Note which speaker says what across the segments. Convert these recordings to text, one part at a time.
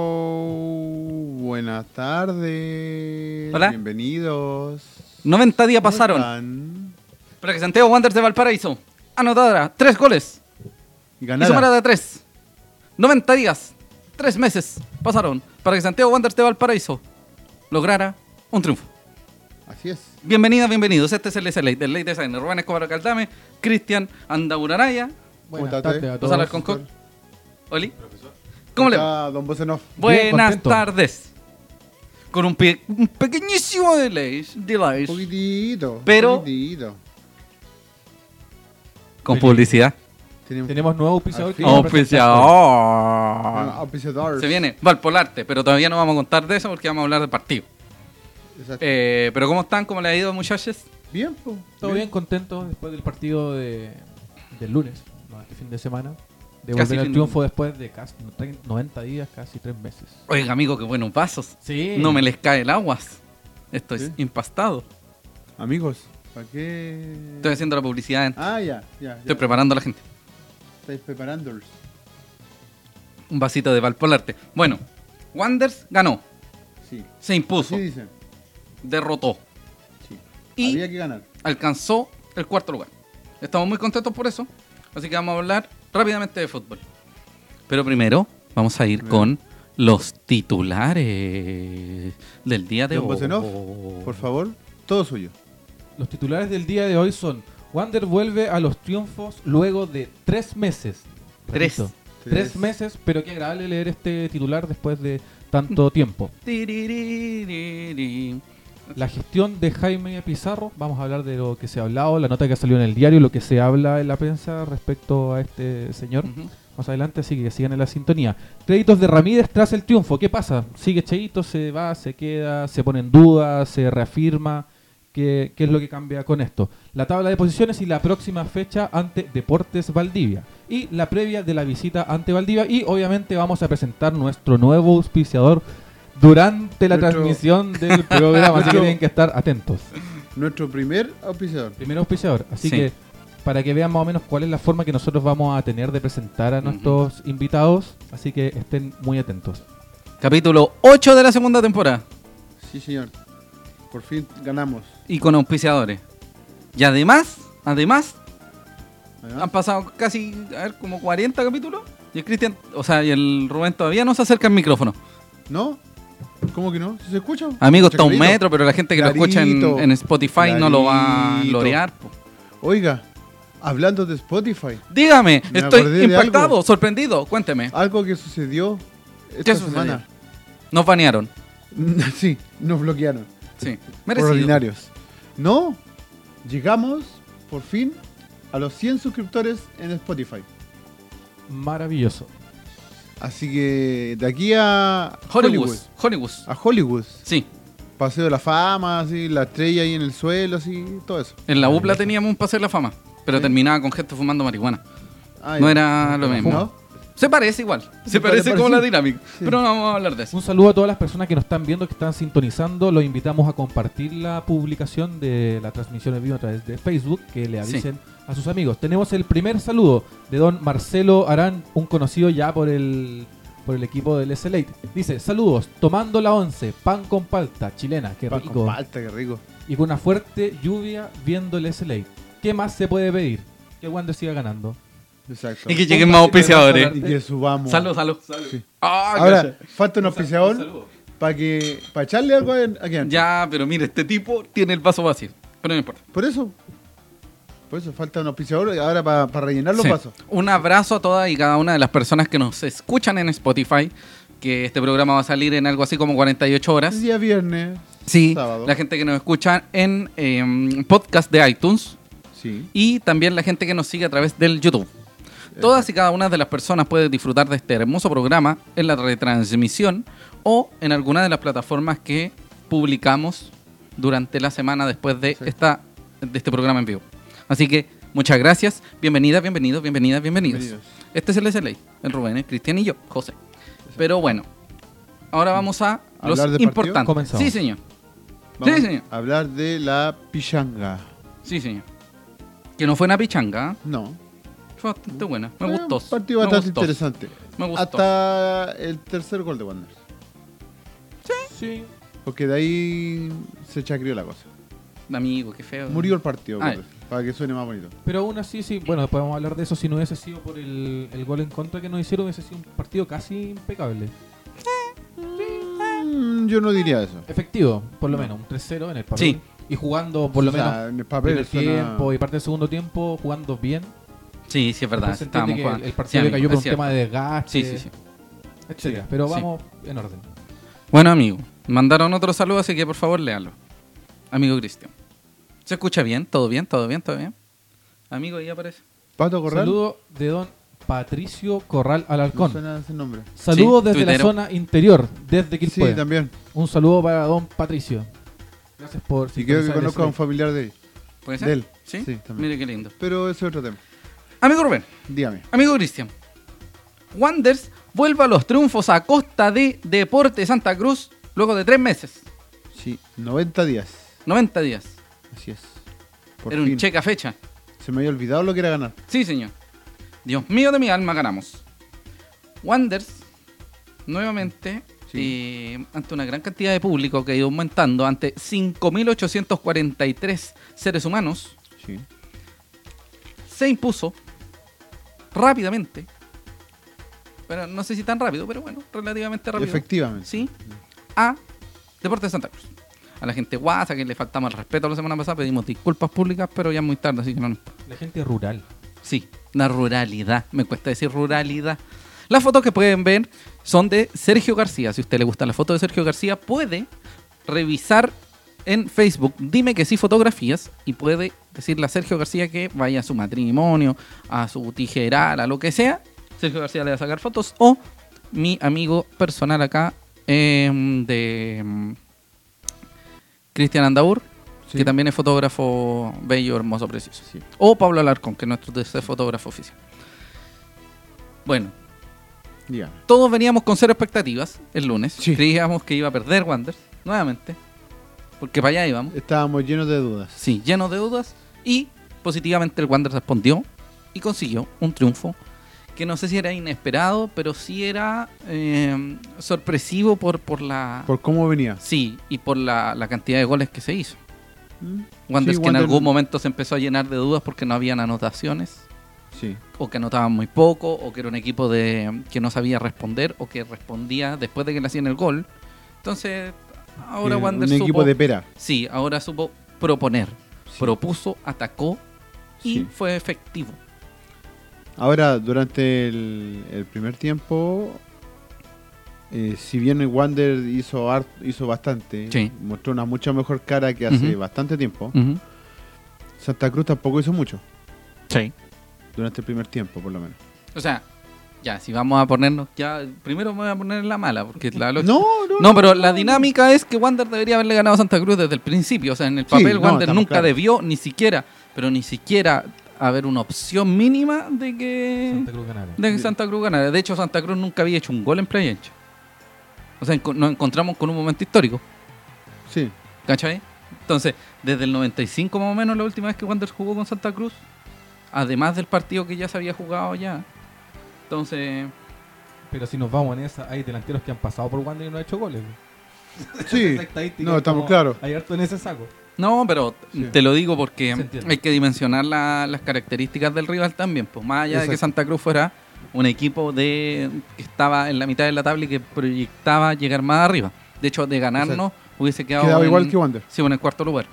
Speaker 1: Hello. Buenas tardes.
Speaker 2: Hola.
Speaker 1: Bienvenidos.
Speaker 2: 90 días pasaron
Speaker 1: Pasaron.
Speaker 2: para que Santiago Wanderers de Valparaíso anotara tres goles y sumara
Speaker 1: Ganada.
Speaker 2: de tres. 90 días, tres meses pasaron para que Santiago Wanderers de Valparaíso lograra un triunfo.
Speaker 1: Así es.
Speaker 2: Bienvenidas, bienvenidos. Este es el SLA del Ley Designer. Rubén Escobar Caldame, Cristian Andauraraya,
Speaker 1: Buenas tardes.
Speaker 2: Los Alarcón Coc. Oli. ¿Cómo le va?
Speaker 1: Don Bosenov.
Speaker 2: Buenas
Speaker 3: contento.
Speaker 2: tardes. Con un, pe- un pequeñísimo delay, delay,
Speaker 1: Un poquitito.
Speaker 2: Pero-
Speaker 1: un poquitito.
Speaker 2: con publicidad.
Speaker 1: Tenemos,
Speaker 3: Tenemos nuevo auspiciador
Speaker 1: Al
Speaker 3: que
Speaker 1: fin.
Speaker 3: nos presenta.
Speaker 1: ah,
Speaker 2: Auspiciador.
Speaker 1: auspiciadores.
Speaker 2: Se viene Valpolarte, pero todavía no vamos a contar de eso porque vamos a hablar del partido.
Speaker 1: Exacto.
Speaker 2: Eh, pero ¿cómo están? ¿Cómo les ha ido, muchachos?
Speaker 1: Bien, po.
Speaker 3: Todo bien contento después del partido de, del lunes, no, este fin de semana. De
Speaker 2: Casi
Speaker 3: volver al
Speaker 2: fin-
Speaker 3: triunfo después de casi no, tre- 90 días, casi 3 meses.
Speaker 2: Oiga, amigo, qué buenos vasos.
Speaker 3: Sí.
Speaker 2: No me les cae el aguas. Esto es
Speaker 1: Sí.
Speaker 2: impastado.
Speaker 1: Amigos, ¿para qué?
Speaker 2: Estoy haciendo la publicidad. antes.
Speaker 1: Ah, ya, ya. ya.
Speaker 2: Estoy preparando a la gente.
Speaker 1: Estáis preparándolos.
Speaker 2: Un vasito de Valpolarte. Bueno, Wanders ganó.
Speaker 1: Sí.
Speaker 2: Se impuso.
Speaker 1: Así dicen.
Speaker 2: Derrotó.
Speaker 1: Sí.
Speaker 2: Y-
Speaker 1: Había que ganar.
Speaker 2: alcanzó el cuarto lugar. Estamos muy contentos por eso, así que vamos a hablar rápidamente de fútbol. Pero primero vamos a ir
Speaker 1: Bien.
Speaker 2: con los titulares del día de
Speaker 1: Don
Speaker 2: hoy.
Speaker 1: Bosenov, por favor, todo suyo.
Speaker 3: Los titulares del día de hoy son: Wander vuelve a los triunfos luego de 3 meses.
Speaker 2: Tres.
Speaker 3: Repito, Tres meses, pero qué agradable leer este titular después de tanto tiempo.
Speaker 2: Tiriririrí.
Speaker 3: La gestión de Jaime Pizarro, vamos a hablar de lo que se ha hablado, la nota que ha salido en el diario, lo que se habla en la prensa respecto a este señor.
Speaker 2: Ujú.
Speaker 3: Más adelante, así que sigan en la sintonía. Créditos de Ramírez tras el triunfo. ¿Qué pasa? ¿Sigue Cheito? ¿Se va? ¿Se queda? ¿Se pone en duda? ¿Se reafirma? ¿Qué, qué es lo que cambia con esto? La tabla de posiciones y la próxima fecha ante Deportes Valdivia. Y la previa de la visita ante Valdivia. Y obviamente vamos a presentar nuestro nuevo auspiciador durante la
Speaker 1: Nuestro-
Speaker 3: transmisión del programa. así que
Speaker 1: Nuestro-
Speaker 3: tienen que estar atentos.
Speaker 1: Nuestro primer auspiciador.
Speaker 3: Primer auspiciador. Así
Speaker 2: Sí.
Speaker 3: que para que vean más o menos cuál es la forma que nosotros vamos a tener de presentar a nuestros invitados. Así que estén muy atentos.
Speaker 2: Capítulo 8 de la segunda temporada
Speaker 1: Sí, señor. Por fin ganamos.
Speaker 2: y con auspiciadores. Y además, además,
Speaker 1: Además,
Speaker 2: han pasado casi, a ver, como 40 capítulos. Y el Cristian, o sea, y el Rubén todavía no se acerca al micrófono.
Speaker 1: ¿No? ¿Cómo que no? ¿Sí ¿Se escucha?
Speaker 2: Amigo,
Speaker 1: ¿Se
Speaker 2: está un
Speaker 1: escucha clarito?
Speaker 2: metro, pero la gente que lo escucha en,
Speaker 1: Clarito.
Speaker 2: en Spotify no lo va a
Speaker 1: Clarito.
Speaker 2: lorear. po.
Speaker 1: Oiga, hablando de Spotify,
Speaker 2: Dígame,
Speaker 1: Me acordé
Speaker 2: estoy
Speaker 1: de
Speaker 2: impactado,
Speaker 1: algo.
Speaker 2: sorprendido. Cuénteme,
Speaker 1: algo que sucedió esta
Speaker 2: ¿Qué sucedió?
Speaker 1: semana.
Speaker 2: nos banearon.
Speaker 1: sí, nos bloquearon.
Speaker 2: Sí,
Speaker 1: Por
Speaker 2: merecido.
Speaker 1: ordinarios. No, llegamos por fin a los 100 suscriptores en Spotify.
Speaker 3: Maravilloso.
Speaker 1: Así que de aquí a
Speaker 2: Hollywood, Hollywood.
Speaker 1: A Hollywood.
Speaker 2: Sí,
Speaker 1: Paseo de la fama, así, la estrella ahí en el suelo, así, todo eso.
Speaker 2: en la UPLA teníamos un paseo de la fama, pero terminaba con gente fumando marihuana.
Speaker 1: Ah,
Speaker 2: No
Speaker 1: ya.
Speaker 2: era lo mismo.
Speaker 1: ¿No?
Speaker 2: Se parece igual, se
Speaker 1: Sí,
Speaker 2: parece
Speaker 1: pare-
Speaker 2: como la
Speaker 1: parecido.
Speaker 2: dinámica,
Speaker 1: Sí.
Speaker 2: pero no vamos a hablar de eso.
Speaker 3: Un saludo a todas las personas que nos están viendo, que están sintonizando. Los invitamos a compartir la publicación de la transmisión en vivo a través de Facebook, que le
Speaker 2: Sí.
Speaker 3: avisen a sus amigos. Tenemos el primer saludo de don Marcelo Arán, un conocido ya por el por el equipo del SLA. Dice, saludos, tomando la once, pan con palta, chilena, qué
Speaker 1: Pan
Speaker 3: rico.
Speaker 1: con palta, qué rico.
Speaker 3: y con una fuerte lluvia viendo el SLA. ¿Qué más se puede pedir? Que Wander siga ganando.
Speaker 1: Exacto.
Speaker 2: Y que lleguen más auspiciadores.
Speaker 1: Y que subamos.
Speaker 2: Salud, salud.
Speaker 1: Sí.
Speaker 2: Ah,
Speaker 1: Ahora,
Speaker 2: gracias.
Speaker 1: falta un
Speaker 2: Un
Speaker 1: auspiciador
Speaker 2: saludo.
Speaker 1: para que para echarle algo a a quien.
Speaker 2: Ya, pero mire, este tipo tiene el vaso vacío, pero no importa.
Speaker 1: Por eso. Por eso falta un auspiciador ahora para rellenar los
Speaker 2: Sí.
Speaker 1: pasos.
Speaker 2: Un abrazo a todas y cada una de las personas que nos escuchan en Spotify, que este programa va a salir en algo así como 48 horas.
Speaker 1: Este Día viernes.
Speaker 2: Sí,
Speaker 1: Sábado.
Speaker 2: la gente que nos escucha en em, podcast de iTunes
Speaker 1: Sí.
Speaker 2: y también la gente que nos sigue a través del YouTube. Todas y cada una de las personas puede disfrutar de este hermoso programa en la retransmisión o en alguna de las plataformas que publicamos durante la semana después de,
Speaker 1: Sí.
Speaker 2: esta, de este programa en vivo. Así que muchas gracias, bienvenidas, bienvenidos, bienvenidas, bienvenidos.
Speaker 1: Bienvenidos.
Speaker 2: Este es el SLA, el Rubén, el Cristian y yo, José. Pero bueno, ahora vamos a los
Speaker 1: ¿Hablar del
Speaker 2: importantes.
Speaker 1: partido?
Speaker 3: Comenzamos.
Speaker 2: Sí, señor.
Speaker 1: Vamos
Speaker 2: Sí, señor.
Speaker 1: a hablar de la pichanga.
Speaker 2: Sí, señor. Que no fue una pichanga, ¿eh?
Speaker 1: No.
Speaker 2: fue bastante buena. Me
Speaker 1: Fue
Speaker 2: gustó.
Speaker 1: Un partido
Speaker 2: me
Speaker 1: bastante
Speaker 2: gustó.
Speaker 1: interesante.
Speaker 2: Me gustó.
Speaker 1: hasta el tercer gol de Wander.
Speaker 3: Sí.
Speaker 1: Porque de ahí se chacrió la cosa.
Speaker 2: Amigo, qué feo.
Speaker 1: Murió el partido,
Speaker 2: Ah,
Speaker 1: por- para que suene más bonito.
Speaker 3: Pero aún así, sí, bueno, después vamos a hablar de eso. Si no hubiese sido por el, el gol en contra que nos hicieron, hubiese sido un partido casi impecable.
Speaker 1: Mm, yo no diría eso.
Speaker 3: Efectivo, por lo menos, un 3-0 en el papel.
Speaker 2: Sí.
Speaker 3: Y jugando, por lo
Speaker 1: O sea,
Speaker 3: menos,
Speaker 1: en el papel
Speaker 3: primer
Speaker 1: suena-
Speaker 3: tiempo y parte del segundo tiempo, jugando bien.
Speaker 2: Sí, sí, es verdad.
Speaker 3: Entonces se entiende
Speaker 2: Estábamos
Speaker 3: que
Speaker 2: jugando.
Speaker 3: el- el
Speaker 2: Sí,
Speaker 3: partido
Speaker 2: amigo,
Speaker 3: cayó por
Speaker 2: es
Speaker 3: un
Speaker 2: cierto.
Speaker 3: tema de desgaste,
Speaker 2: Sí, sí, sí.
Speaker 3: etcétera.
Speaker 2: Sí,
Speaker 3: Pero
Speaker 2: sí.
Speaker 3: vamos en orden.
Speaker 2: Bueno, amigo, mandaron otro saludo, así que por favor léalo. Amigo Cristian. ¿Se escucha bien? ¿Todo bien? ¿Todo bien? ¿Todo bien? Amigo, ahí aparece.
Speaker 1: Pato Corral.
Speaker 3: Saludo de don Patricio Corral
Speaker 1: No
Speaker 3: Alarcón.
Speaker 1: suena ese nombre.
Speaker 3: Saludos
Speaker 2: Sí,
Speaker 3: desde
Speaker 2: tuitero.
Speaker 3: la zona interior, desde
Speaker 1: Sí,
Speaker 3: Quilpué.
Speaker 1: también.
Speaker 3: un saludo para don Patricio. Gracias por
Speaker 1: Y creo que
Speaker 3: sintonizar
Speaker 1: conozco a un
Speaker 3: ese-
Speaker 1: familiar de él.
Speaker 2: ¿Puede ser?
Speaker 1: De él.
Speaker 2: ¿Sí?
Speaker 1: Sí, también.
Speaker 2: Mire qué lindo.
Speaker 1: Pero ese es otro tema.
Speaker 2: Amigo Rubén,
Speaker 1: Dígame.
Speaker 2: amigo Cristian. Wanders vuelve a los triunfos a costa de Deporte Santa Cruz luego de tres meses.
Speaker 1: Sí, 90 días.
Speaker 2: 90 días.
Speaker 1: Así es. Por
Speaker 2: Era
Speaker 1: fin.
Speaker 2: un cheque a fecha.
Speaker 1: Se me había olvidado lo que era ganar.
Speaker 2: Sí, señor. Dios mío de mi alma, ganamos. Wanders, nuevamente, eh, ante una gran cantidad de público que ha ido aumentando, ante 5.843 seres humanos,
Speaker 1: Sí.
Speaker 2: se impuso rápidamente. Pero no sé si tan rápido, pero bueno, relativamente rápido.
Speaker 1: Efectivamente.
Speaker 2: Sí. A Deportes de Santa Cruz. A la gente guasa, que le faltamos el respeto la semana pasada, pedimos disculpas públicas, pero ya es muy tarde, así que no nos
Speaker 3: La gente rural.
Speaker 2: Sí, la ruralidad. Me cuesta decir ruralidad. Las fotos que pueden ver son de Sergio García. Si a usted le gustan las fotos de Sergio García, puede revisar en Facebook. Dime que sí fotografías y puede decirle a Sergio García que vaya a su matrimonio, a su tijeral, a lo que sea. Sergio García le va a sacar fotos. O mi amigo personal acá eh, de mm, Cristian Andaur,
Speaker 1: Sí.
Speaker 2: que también es fotógrafo bello, hermoso, precioso.
Speaker 1: Sí.
Speaker 2: O Pablo Alarcón, que es nuestro tercer fotógrafo oficial. Bueno,
Speaker 1: Dígame.
Speaker 2: todos veníamos con cero expectativas el lunes.
Speaker 1: Sí.
Speaker 2: Creíamos que iba a perder Wander nuevamente, porque para allá íbamos.
Speaker 1: Estábamos llenos de dudas.
Speaker 2: Sí, lleno de dudas. Y positivamente el Wander respondió y consiguió un triunfo que no sé si era inesperado, pero sí era eh, sorpresivo por, por la...
Speaker 1: Por cómo venía.
Speaker 2: Sí, y por la, la cantidad de goles que se hizo.
Speaker 1: Mm.
Speaker 2: Wander
Speaker 1: Sí,
Speaker 2: que en
Speaker 1: Wander-
Speaker 2: algún momento se empezó a llenar de dudas porque no habían anotaciones
Speaker 1: Sí.
Speaker 2: o que anotaban muy poco, o que era un equipo de que no sabía responder, o que respondía después de que le hacían el gol. Entonces, ahora
Speaker 1: Eh,
Speaker 2: Wander
Speaker 1: Un
Speaker 2: supo.
Speaker 1: equipo de pera.
Speaker 2: Sí, ahora supo proponer.
Speaker 1: Sí.
Speaker 2: Propuso, atacó y
Speaker 1: Sí.
Speaker 2: fue efectivo.
Speaker 1: Ahora, durante el, el primer tiempo, eh, si bien el Wander hizo, har- hizo bastante,
Speaker 2: Sí.
Speaker 1: mostró una mucha mejor cara que hace
Speaker 2: Ujú.
Speaker 1: bastante tiempo, Santa Cruz tampoco hizo mucho
Speaker 2: Sí.
Speaker 1: durante el primer tiempo, por lo menos.
Speaker 2: O sea, ya, si vamos a ponernos. ya Primero me voy a poner en la mala, porque la lógica-
Speaker 1: No, no,
Speaker 2: No, pero la dinámica es que Wander debería haberle ganado a Santa Cruz desde el principio. O sea, en el
Speaker 1: Sí,
Speaker 2: papel
Speaker 1: no,
Speaker 2: Wander
Speaker 1: estamos
Speaker 2: nunca
Speaker 1: claros.
Speaker 2: debió, ni siquiera, pero ni siquiera haber una opción mínima de que
Speaker 3: Santa Cruz Canaria.
Speaker 2: de que Santa Cruz ganara. De hecho, Santa Cruz nunca había hecho un gol en playa ancha. O sea, enco- nos encontramos con un momento histórico,
Speaker 1: Sí,
Speaker 2: ¿cachai? Entonces, desde el 95 más o menos, la última vez que Wander jugó con Santa Cruz, además del partido que ya se había jugado ya. Entonces,
Speaker 3: Pero si nos vamos en esa, hay delanteros que han pasado por Wander y no han hecho goles.
Speaker 1: sí.
Speaker 3: Esa estadística
Speaker 1: No,
Speaker 3: es
Speaker 1: estamos
Speaker 3: como-
Speaker 1: claros.
Speaker 3: Hay harto en ese saco.
Speaker 2: No, pero
Speaker 1: Sí.
Speaker 2: te lo digo porque
Speaker 3: Se entiende.
Speaker 2: hay que dimensionar la- las características del rival también. Pues más allá de que
Speaker 1: Exacto.
Speaker 2: Santa Cruz fuera un equipo de que estaba en la mitad de la tabla y que proyectaba llegar más arriba. De hecho, de ganarnos hubiese quedado
Speaker 1: Quedaba
Speaker 2: en-
Speaker 1: igual que Wander.
Speaker 2: sí, en el cuarto lugar.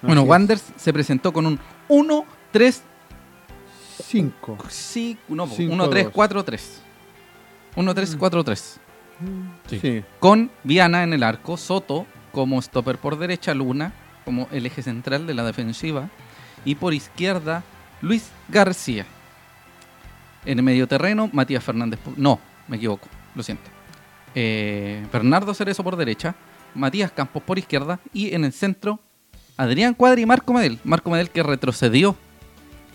Speaker 2: bueno,
Speaker 1: Así es.
Speaker 2: Wanders se presentó con un 1 3
Speaker 1: Cinco.
Speaker 2: sí, no,
Speaker 1: Cinco,
Speaker 2: 1 3
Speaker 1: dos. Mm.
Speaker 2: 4 3. 1 3 4 3.
Speaker 1: Sí.
Speaker 2: con Viana en el arco, Soto como stopper por derecha, Luna como el eje central de la defensiva y por izquierda Luis García. En el medio terreno, Matías Fernández. por- No, me equivoco, lo siento. Eh, Bernardo Cerezo por derecha, Matías Campos por izquierda y en el centro Adrián Cuadri y Marco Medel. Marco Medel que retrocedió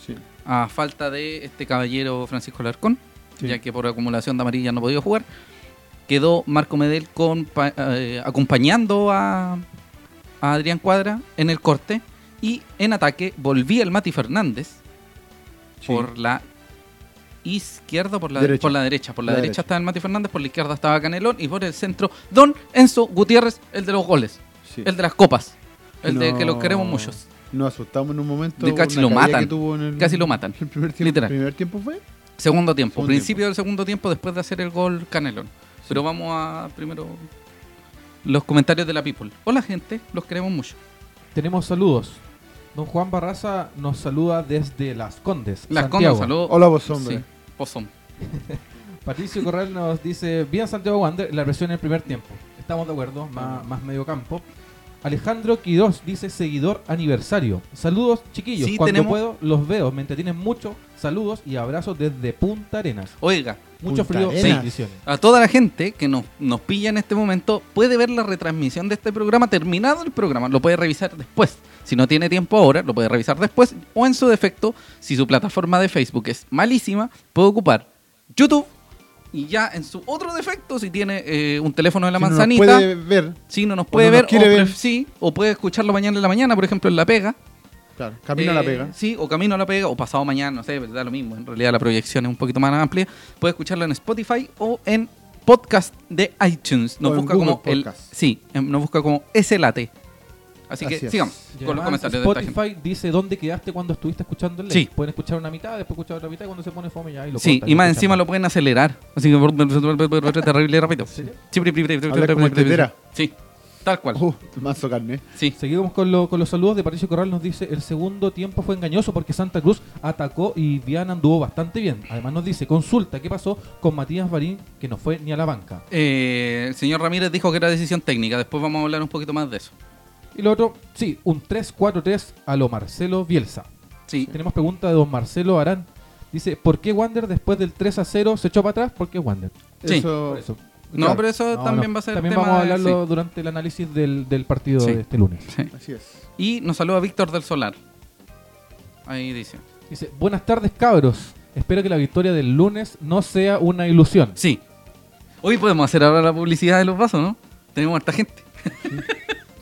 Speaker 1: sí.
Speaker 2: a falta de este caballero Francisco Larcón,
Speaker 1: Sí.
Speaker 2: ya que por acumulación de amarilla no podía jugar. Quedó Marco Medel con pa- eh, acompañando a, a Adrián Cuadra en el corte y en ataque volvía el Mati Fernández
Speaker 1: Sí.
Speaker 2: por la izquierda, por la,
Speaker 1: Derecha.
Speaker 2: por la derecha. Por la,
Speaker 1: La
Speaker 2: derecha,
Speaker 1: derecha.
Speaker 2: estaba el Mati Fernández, por la izquierda estaba Canelón y por el centro Don Enzo Gutiérrez, el de los goles,
Speaker 1: Sí.
Speaker 2: el de las copas, el de que lo
Speaker 1: No.
Speaker 2: queremos muchos.
Speaker 1: Nos asustamos en un momento.
Speaker 2: De casi
Speaker 1: una
Speaker 2: lo
Speaker 1: caída
Speaker 2: matan.
Speaker 1: que tuvo en el-
Speaker 2: Casi lo matan.
Speaker 1: El primer tiempo,
Speaker 2: Literal.
Speaker 1: ¿Primer tiempo fue?
Speaker 2: Segundo tiempo,
Speaker 1: Segundo
Speaker 2: principio del segundo tiempo después de hacer el gol Canelón. Pero vamos a primero los comentarios de la People. Hola gente, los queremos mucho.
Speaker 3: Tenemos saludos. Don Juan Barraza nos saluda desde Las Condes.
Speaker 2: Las
Speaker 3: Santiago.
Speaker 2: Condes, saludos.
Speaker 1: Hola vos, hombre.
Speaker 2: Sí, Pozón.
Speaker 3: Patricio Corral nos dice, bien Santiago Wander, la presión en el primer tiempo. Estamos de acuerdo, más, más medio campo. Alejandro Quidós dice seguidor aniversario. Saludos chiquillos,
Speaker 2: Sí,
Speaker 3: cuando
Speaker 2: tenemos-
Speaker 3: puedo los veo, me entretienen mucho. Saludos y abrazos desde Punta Arenas.
Speaker 2: Oiga,
Speaker 1: Punta
Speaker 3: Mucho frío,
Speaker 1: Arenas.
Speaker 3: bendiciones.
Speaker 2: A toda la gente que nos, nos pilla en este momento puede ver la retransmisión de este programa terminado el programa. Lo puede revisar después. Si no tiene tiempo ahora, lo puede revisar después. O en su defecto, si su plataforma de Facebook es malísima, puede ocupar YouTube. Y ya en su otro defecto, si tiene eh, un teléfono de la
Speaker 1: Si no nos
Speaker 2: manzanita,
Speaker 1: puede ver.
Speaker 2: si no nos puede
Speaker 1: no nos
Speaker 2: ver,
Speaker 1: quiere
Speaker 2: o
Speaker 1: ver.
Speaker 2: pref- sí, o puede escucharlo mañana en la mañana, por ejemplo, en La Pega.
Speaker 1: Claro, camino a
Speaker 2: Eh,
Speaker 1: la pega.
Speaker 2: Sí, o camino a la pega, o pasado mañana, no sé, pero da lo mismo. En realidad la proyección es un poquito más amplia. Puede escucharlo en Spotify o en podcast de iTunes. Nos
Speaker 1: O en
Speaker 2: busca
Speaker 1: Google
Speaker 2: como
Speaker 1: Podcast.
Speaker 2: el. Sí, em, nos busca como ese late. Así que
Speaker 1: Así es.
Speaker 2: sigamos
Speaker 3: Y
Speaker 2: con los
Speaker 3: además,
Speaker 2: comentarios de esta gente.
Speaker 3: Spotify dice dónde quedaste cuando estuviste escuchando el live.
Speaker 2: Sí.
Speaker 3: Pueden escuchar una mitad, después escuchar otra mitad y cuando se pone fome ya y lo
Speaker 2: Sí,
Speaker 3: cortan,
Speaker 2: y más
Speaker 3: escuchan
Speaker 2: encima lo pueden acelerar. Así que terrible rápido. Sí,
Speaker 3: serio?
Speaker 2: pri, pri, pri, pri,
Speaker 1: Hablar
Speaker 2: pri,
Speaker 1: como
Speaker 2: pri, pri,
Speaker 1: tetera.
Speaker 2: Sí, tal cual.
Speaker 1: Uh, mazo carne.
Speaker 2: Sí.
Speaker 3: Seguimos con, lo- con los saludos de Patricio Corral. Nos dice: el segundo tiempo fue engañoso porque Santa Cruz atacó y Viana anduvo bastante bien. Además, nos dice: consulta, ¿qué pasó con Matías Barín que no fue ni a la banca?
Speaker 2: Eh, el señor Ramírez dijo que era decisión técnica. Después vamos a hablar un poquito más de eso.
Speaker 3: Y lo otro, sí, un 3-4-3 a lo Marcelo Bielsa.
Speaker 2: Sí,
Speaker 3: Tenemos pregunta de don Marcelo Arán. Dice: ¿por qué Wander después del 3-0 se echó para atrás? ¿Por qué Wander?
Speaker 2: Sí.
Speaker 1: Eso,
Speaker 3: Por eso.
Speaker 2: Oh. No,
Speaker 1: Claro.
Speaker 2: pero eso
Speaker 3: No,
Speaker 2: también
Speaker 3: no.
Speaker 2: va a ser
Speaker 3: También
Speaker 2: tema
Speaker 3: vamos a
Speaker 2: de-
Speaker 3: hablarlo durante el análisis del, del partido
Speaker 2: Sí.
Speaker 3: de este lunes.
Speaker 2: sí, sí.
Speaker 1: Así es.
Speaker 2: Y nos saluda Víctor del Solar. Ahí dice.
Speaker 3: Dice: Buenas tardes, cabros. Espero que la victoria del lunes no sea una ilusión.
Speaker 2: Sí. Hoy podemos hacer ahora la publicidad de los vasos, ¿no? Tenemos harta gente.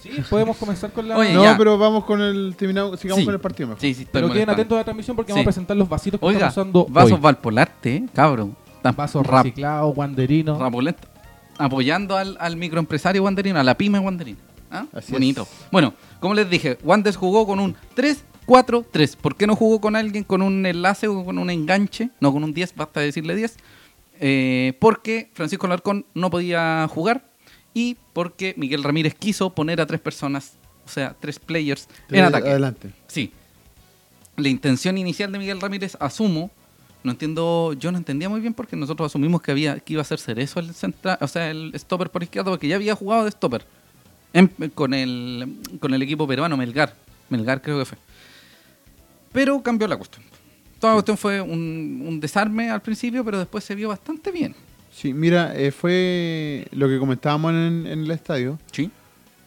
Speaker 3: Sí, podemos comenzar con la.
Speaker 2: Oye,
Speaker 1: No,
Speaker 2: ya.
Speaker 1: pero vamos con el. Terminamos, sigamos
Speaker 2: Sí.
Speaker 1: con el partido mejor.
Speaker 2: Sí, sí, estoy
Speaker 3: Pero queden
Speaker 2: molestando.
Speaker 3: atentos a la transmisión porque
Speaker 2: Sí.
Speaker 3: vamos a presentar los vasitos que
Speaker 2: Oiga,
Speaker 3: estamos usando
Speaker 2: vasos
Speaker 3: hoy.
Speaker 2: Valpolarte, ¿eh? cabrón. Tan
Speaker 3: Vasos
Speaker 2: rap-
Speaker 3: reciclados, guanderinos.
Speaker 2: rapulento. Apoyando al, al microempresario Wanderino, a la pyme Wanderino. ¿Ah?
Speaker 1: Así
Speaker 2: Bonito.
Speaker 1: es.
Speaker 2: Bueno, como les dije, Wanders jugó con un 3-4-3. ¿Por qué no jugó con alguien con un enlace o con un enganche? No, con un 10, basta decirle 10. Eh, porque Francisco Larcón no podía jugar y porque Miguel Ramírez quiso poner a tres personas, o sea, tres players
Speaker 1: Te-
Speaker 2: en ataque.
Speaker 1: Adelante.
Speaker 2: Sí. La intención inicial de Miguel Ramírez, asumo, no entiendo, yo no entendía muy bien porque nosotros asumimos que había que iba a ser Cerezo el central, o sea, el stopper por izquierda porque ya había jugado de stopper en- con el con el equipo peruano Melgar, Melgar creo que fue. Pero cambió la cuestión. Toda la cuestión fue un, un desarme al principio, pero después se vio bastante bien.
Speaker 1: Sí, mira, eh, fue lo que comentábamos en, en el estadio,
Speaker 2: Sí.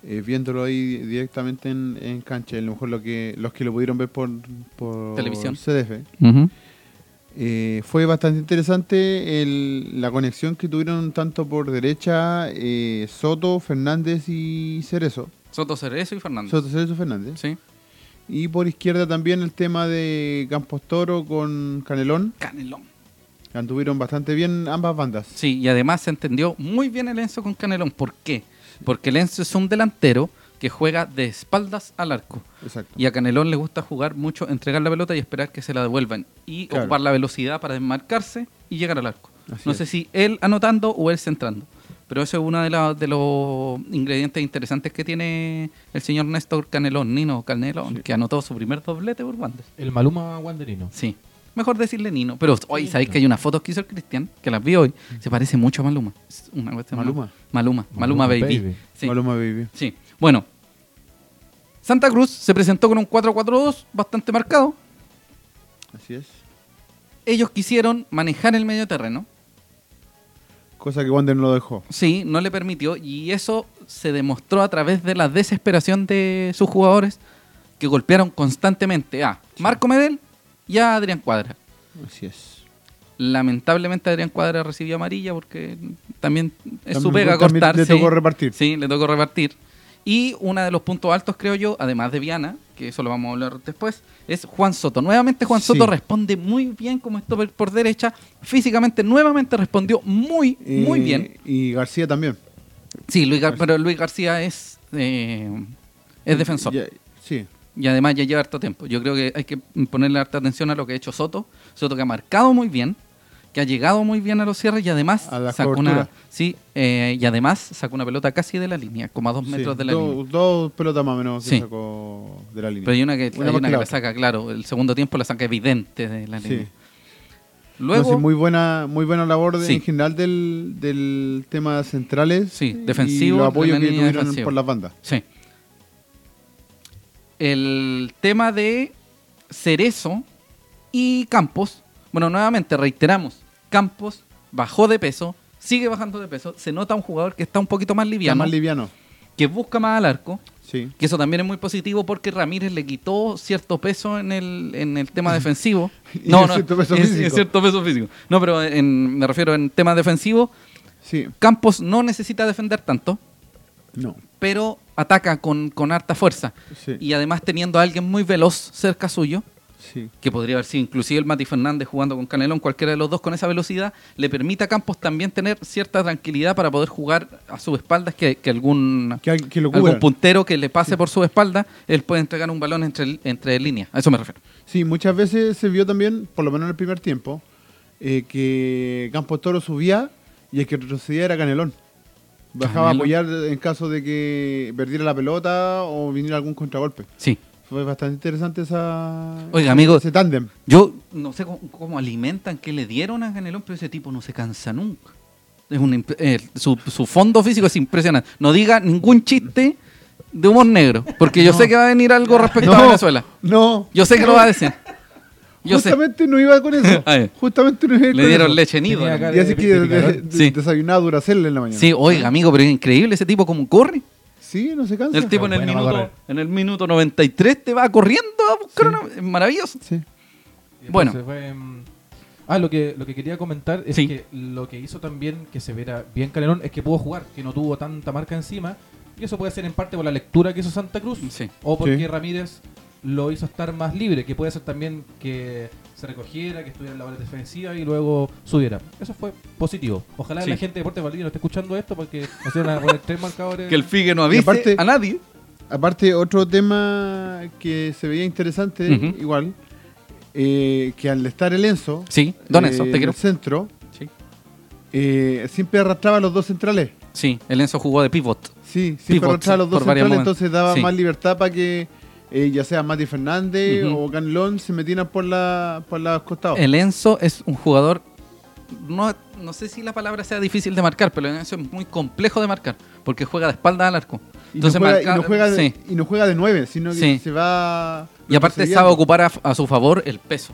Speaker 1: eh, viéndolo ahí directamente en, en cancha, a lo mejor lo que, los que lo pudieron ver por, por
Speaker 2: Televisión.
Speaker 1: CDF. Eh, fue bastante interesante el- la conexión que tuvieron tanto por derecha eh, Soto, Fernández y Cerezo.
Speaker 2: Soto Cerezo y Fernández.
Speaker 1: Soto, Cerezo, Fernández.
Speaker 2: Sí.
Speaker 1: Y por izquierda también el tema de Campos Toro con Canelón.
Speaker 2: Canelón.
Speaker 1: Anduvieron bastante bien ambas bandas.
Speaker 2: Sí, y además se entendió muy bien el Enzo con Canelón. ¿Por qué? Porque el Enzo es un delantero que juega de espaldas al arco.
Speaker 1: Exacto.
Speaker 2: Y a Canelón le gusta jugar mucho, entregar la pelota y esperar que se la devuelvan. Y
Speaker 1: Claro.
Speaker 2: ocupar la velocidad para desmarcarse y llegar al arco.
Speaker 1: Así
Speaker 2: no
Speaker 1: es.
Speaker 2: sé si él anotando o él centrando. Pero eso es uno de, la- de los ingredientes interesantes que tiene el señor Néstor Canelón, Nino Canelón, que anotó su primer doblete por Wander.
Speaker 3: El Maluma guanderino.
Speaker 2: Sí. Mejor decirle Nino. Pero hoy, ¿sabéis que hay unas fotos que hizo el Cristian? Que las vi hoy. Se parece mucho a Maluma. Es una cuestión-
Speaker 1: Maluma.
Speaker 2: Maluma. Maluma,
Speaker 3: Maluma
Speaker 2: Baby.
Speaker 3: Baby.
Speaker 2: Sí.
Speaker 1: Maluma Baby.
Speaker 2: Sí. Bueno. Santa Cruz se presentó con un 4-4-2 bastante marcado.
Speaker 1: Así es.
Speaker 2: Ellos quisieron manejar el medio terreno.
Speaker 1: Cosa que Wander no lo dejó.
Speaker 2: Sí, no le permitió. Y eso se demostró a través de la desesperación de sus jugadores que golpearon constantemente a Marco Medel y a Adrián Cuadra.
Speaker 1: Así es.
Speaker 2: Lamentablemente Adrián Cuadra recibió amarilla porque también es su
Speaker 1: También-
Speaker 2: pega
Speaker 1: también
Speaker 2: cortar.
Speaker 1: le
Speaker 2: sí.
Speaker 1: tocó repartir.
Speaker 2: Sí, le tocó repartir. Y uno de los puntos altos, creo yo, además de Viana, que eso lo vamos a hablar después, es Juan Soto. Nuevamente Juan
Speaker 1: Sí.
Speaker 2: Soto responde muy bien como stopper por derecha. Físicamente, nuevamente respondió muy, muy
Speaker 1: Eh, pues
Speaker 2: bien.
Speaker 1: Y García también.
Speaker 2: Sí, Luis Gar- pero Luis García es, eh, es defensor.
Speaker 1: Ya- sí.
Speaker 2: Y además ya lleva harto tiempo. Yo creo que hay que ponerle harta atención a lo que ha hecho Soto. Soto que ha marcado muy bien, que ha llegado muy bien a los cierres y además
Speaker 1: A la
Speaker 2: sacó
Speaker 1: cobertura.
Speaker 2: una. Sí, eh, y además sacó una pelota casi de la línea, como a dos metros
Speaker 1: Sí,
Speaker 2: de la
Speaker 1: dos-
Speaker 2: línea.
Speaker 1: Dos pelotas más o menos que
Speaker 2: Sí.
Speaker 1: sacó de la línea.
Speaker 2: Pero hay una que, hay
Speaker 1: más
Speaker 2: una que
Speaker 1: la
Speaker 2: la
Speaker 1: otra.
Speaker 2: saca, claro, el segundo tiempo la saca evidente de la
Speaker 1: Sí.
Speaker 2: línea.
Speaker 1: No,
Speaker 2: Luego,
Speaker 1: sí, muy buena muy buena labor de-
Speaker 2: Sí.
Speaker 1: en general del, del tema centrales.
Speaker 2: Sí,
Speaker 1: Y
Speaker 2: defensivo,
Speaker 1: los apoyos
Speaker 2: de la
Speaker 1: que
Speaker 2: línea
Speaker 1: tuvieron
Speaker 2: defensiva.
Speaker 1: por las bandas.
Speaker 2: Sí. El tema de Cerezo y Campos. Bueno, nuevamente reiteramos, Campos bajó de peso, sigue bajando de peso, se nota un jugador que está un poquito más
Speaker 1: Está
Speaker 2: liviano,
Speaker 1: más liviano.
Speaker 2: que busca más al arco,
Speaker 1: Sí.
Speaker 2: que eso también es muy positivo porque Ramírez le quitó cierto peso en el, en el tema defensivo.
Speaker 1: Y en cierto peso
Speaker 2: en- en
Speaker 1: físico.
Speaker 2: cierto peso físico. No, pero en- me refiero en tema defensivo,
Speaker 1: Sí.
Speaker 2: Campos no necesita defender tanto
Speaker 1: No.
Speaker 2: pero ataca con, con harta fuerza.
Speaker 1: Sí.
Speaker 2: Y además teniendo a alguien muy veloz cerca suyo,
Speaker 1: Sí.
Speaker 2: que podría haber sido inclusive el Mati Fernández jugando con Canelón, cualquiera de los dos con esa velocidad, le permite a Campos también tener cierta tranquilidad para poder jugar a sus espaldas que, que algún,
Speaker 1: Que, al- que lo
Speaker 2: algún
Speaker 1: cubran.
Speaker 2: puntero que le pase por su espalda, él puede entregar un balón entre, entre líneas. A eso me refiero.
Speaker 1: Sí, muchas veces se vio también, por lo menos en el primer tiempo, eh, que Campos Toro subía y el que retrocedía era Canelón. Bajaba
Speaker 2: Canelón.
Speaker 1: a apoyar en caso de que perdiera la pelota o viniera algún contragolpe.
Speaker 2: Sí.
Speaker 1: Fue bastante interesante esa.
Speaker 2: Oiga, amigo.
Speaker 1: Ese tándem.
Speaker 2: Yo no sé cómo, cómo alimentan, qué le dieron a Canelón, pero ese tipo no se cansa nunca. Es un imp- eh, su, su fondo físico es impresionante. No diga ningún chiste de humor negro, porque yo sé que va a venir algo respecto a Venezuela.
Speaker 1: No.
Speaker 2: Yo sé que lo va a decir. Yo sé.
Speaker 1: justamente no iba con eso.
Speaker 2: Ah, ya.
Speaker 1: justamente no iba con
Speaker 2: Le dieron
Speaker 1: eso.
Speaker 2: leche nido.
Speaker 3: Tenía
Speaker 2: ¿no?
Speaker 3: cara
Speaker 1: Y así
Speaker 3: de-
Speaker 1: que de-
Speaker 3: de
Speaker 1: de-
Speaker 3: picaron.
Speaker 2: Sí.
Speaker 1: desayunaba Duracell en la mañana.
Speaker 2: Sí, oiga, amigo, pero es increíble ese tipo como corre.
Speaker 1: Sí, no se cansa.
Speaker 2: El tipo en el,
Speaker 3: Bueno, va a
Speaker 2: minuto,
Speaker 3: correr.
Speaker 2: en el minuto 93 te va corriendo a buscar una... es Maravilloso.
Speaker 1: Sí.
Speaker 3: Y
Speaker 2: Bueno.
Speaker 3: entonces fue, mm, ah, lo que, lo que quería comentar es
Speaker 2: Sí.
Speaker 3: que lo que hizo también que se viera bien Calderón es que pudo jugar, que no tuvo tanta marca encima. Y eso puede ser en parte por la lectura que hizo Santa Cruz.
Speaker 2: Sí.
Speaker 3: O porque
Speaker 1: Sí.
Speaker 3: Ramírez lo hizo estar más libre, que puede ser también que se recogiera, que estuviera en la hora defensiva y luego subiera. Eso fue positivo. Ojalá
Speaker 2: Sí.
Speaker 3: la gente de Deportes Valdivia no esté escuchando esto porque nos iban a poner tres marcadores.
Speaker 2: Que el Figue no avise
Speaker 1: aparte-
Speaker 2: a nadie.
Speaker 1: Aparte, otro tema que se veía interesante,
Speaker 2: Ujú.
Speaker 1: igual, eh, que al estar el Enzo,
Speaker 2: Sí, don
Speaker 1: eh,
Speaker 2: Enzo, te
Speaker 1: en
Speaker 2: quiero.
Speaker 1: el centro,
Speaker 2: Sí.
Speaker 1: eh, siempre arrastraba a los dos centrales.
Speaker 2: Sí, el Enzo jugó de pivot.
Speaker 1: Sí, siempre
Speaker 2: Pivot,
Speaker 1: arrastraba a los
Speaker 2: pues, por
Speaker 1: dos
Speaker 2: varios
Speaker 1: centrales,
Speaker 2: momentos.
Speaker 1: entonces daba
Speaker 2: Sí.
Speaker 1: más libertad para que eh, ya sea Mati Fernández
Speaker 2: Ujú.
Speaker 1: o Canelón se metieran por, la, por los costados.
Speaker 2: El Enzo es un jugador, no, no sé si la palabra sea difícil de marcar, pero el Enzo es muy complejo de marcar, porque juega de espalda al arco.
Speaker 1: y, no
Speaker 2: Entonces
Speaker 1: juega,
Speaker 2: marca-
Speaker 1: y, no juega de,
Speaker 2: sí.
Speaker 1: y no juega de nueve, sino que
Speaker 2: Sí.
Speaker 1: se va...
Speaker 2: Y aparte
Speaker 1: retrocediendo.
Speaker 2: sabe ocupar a, a su favor el peso.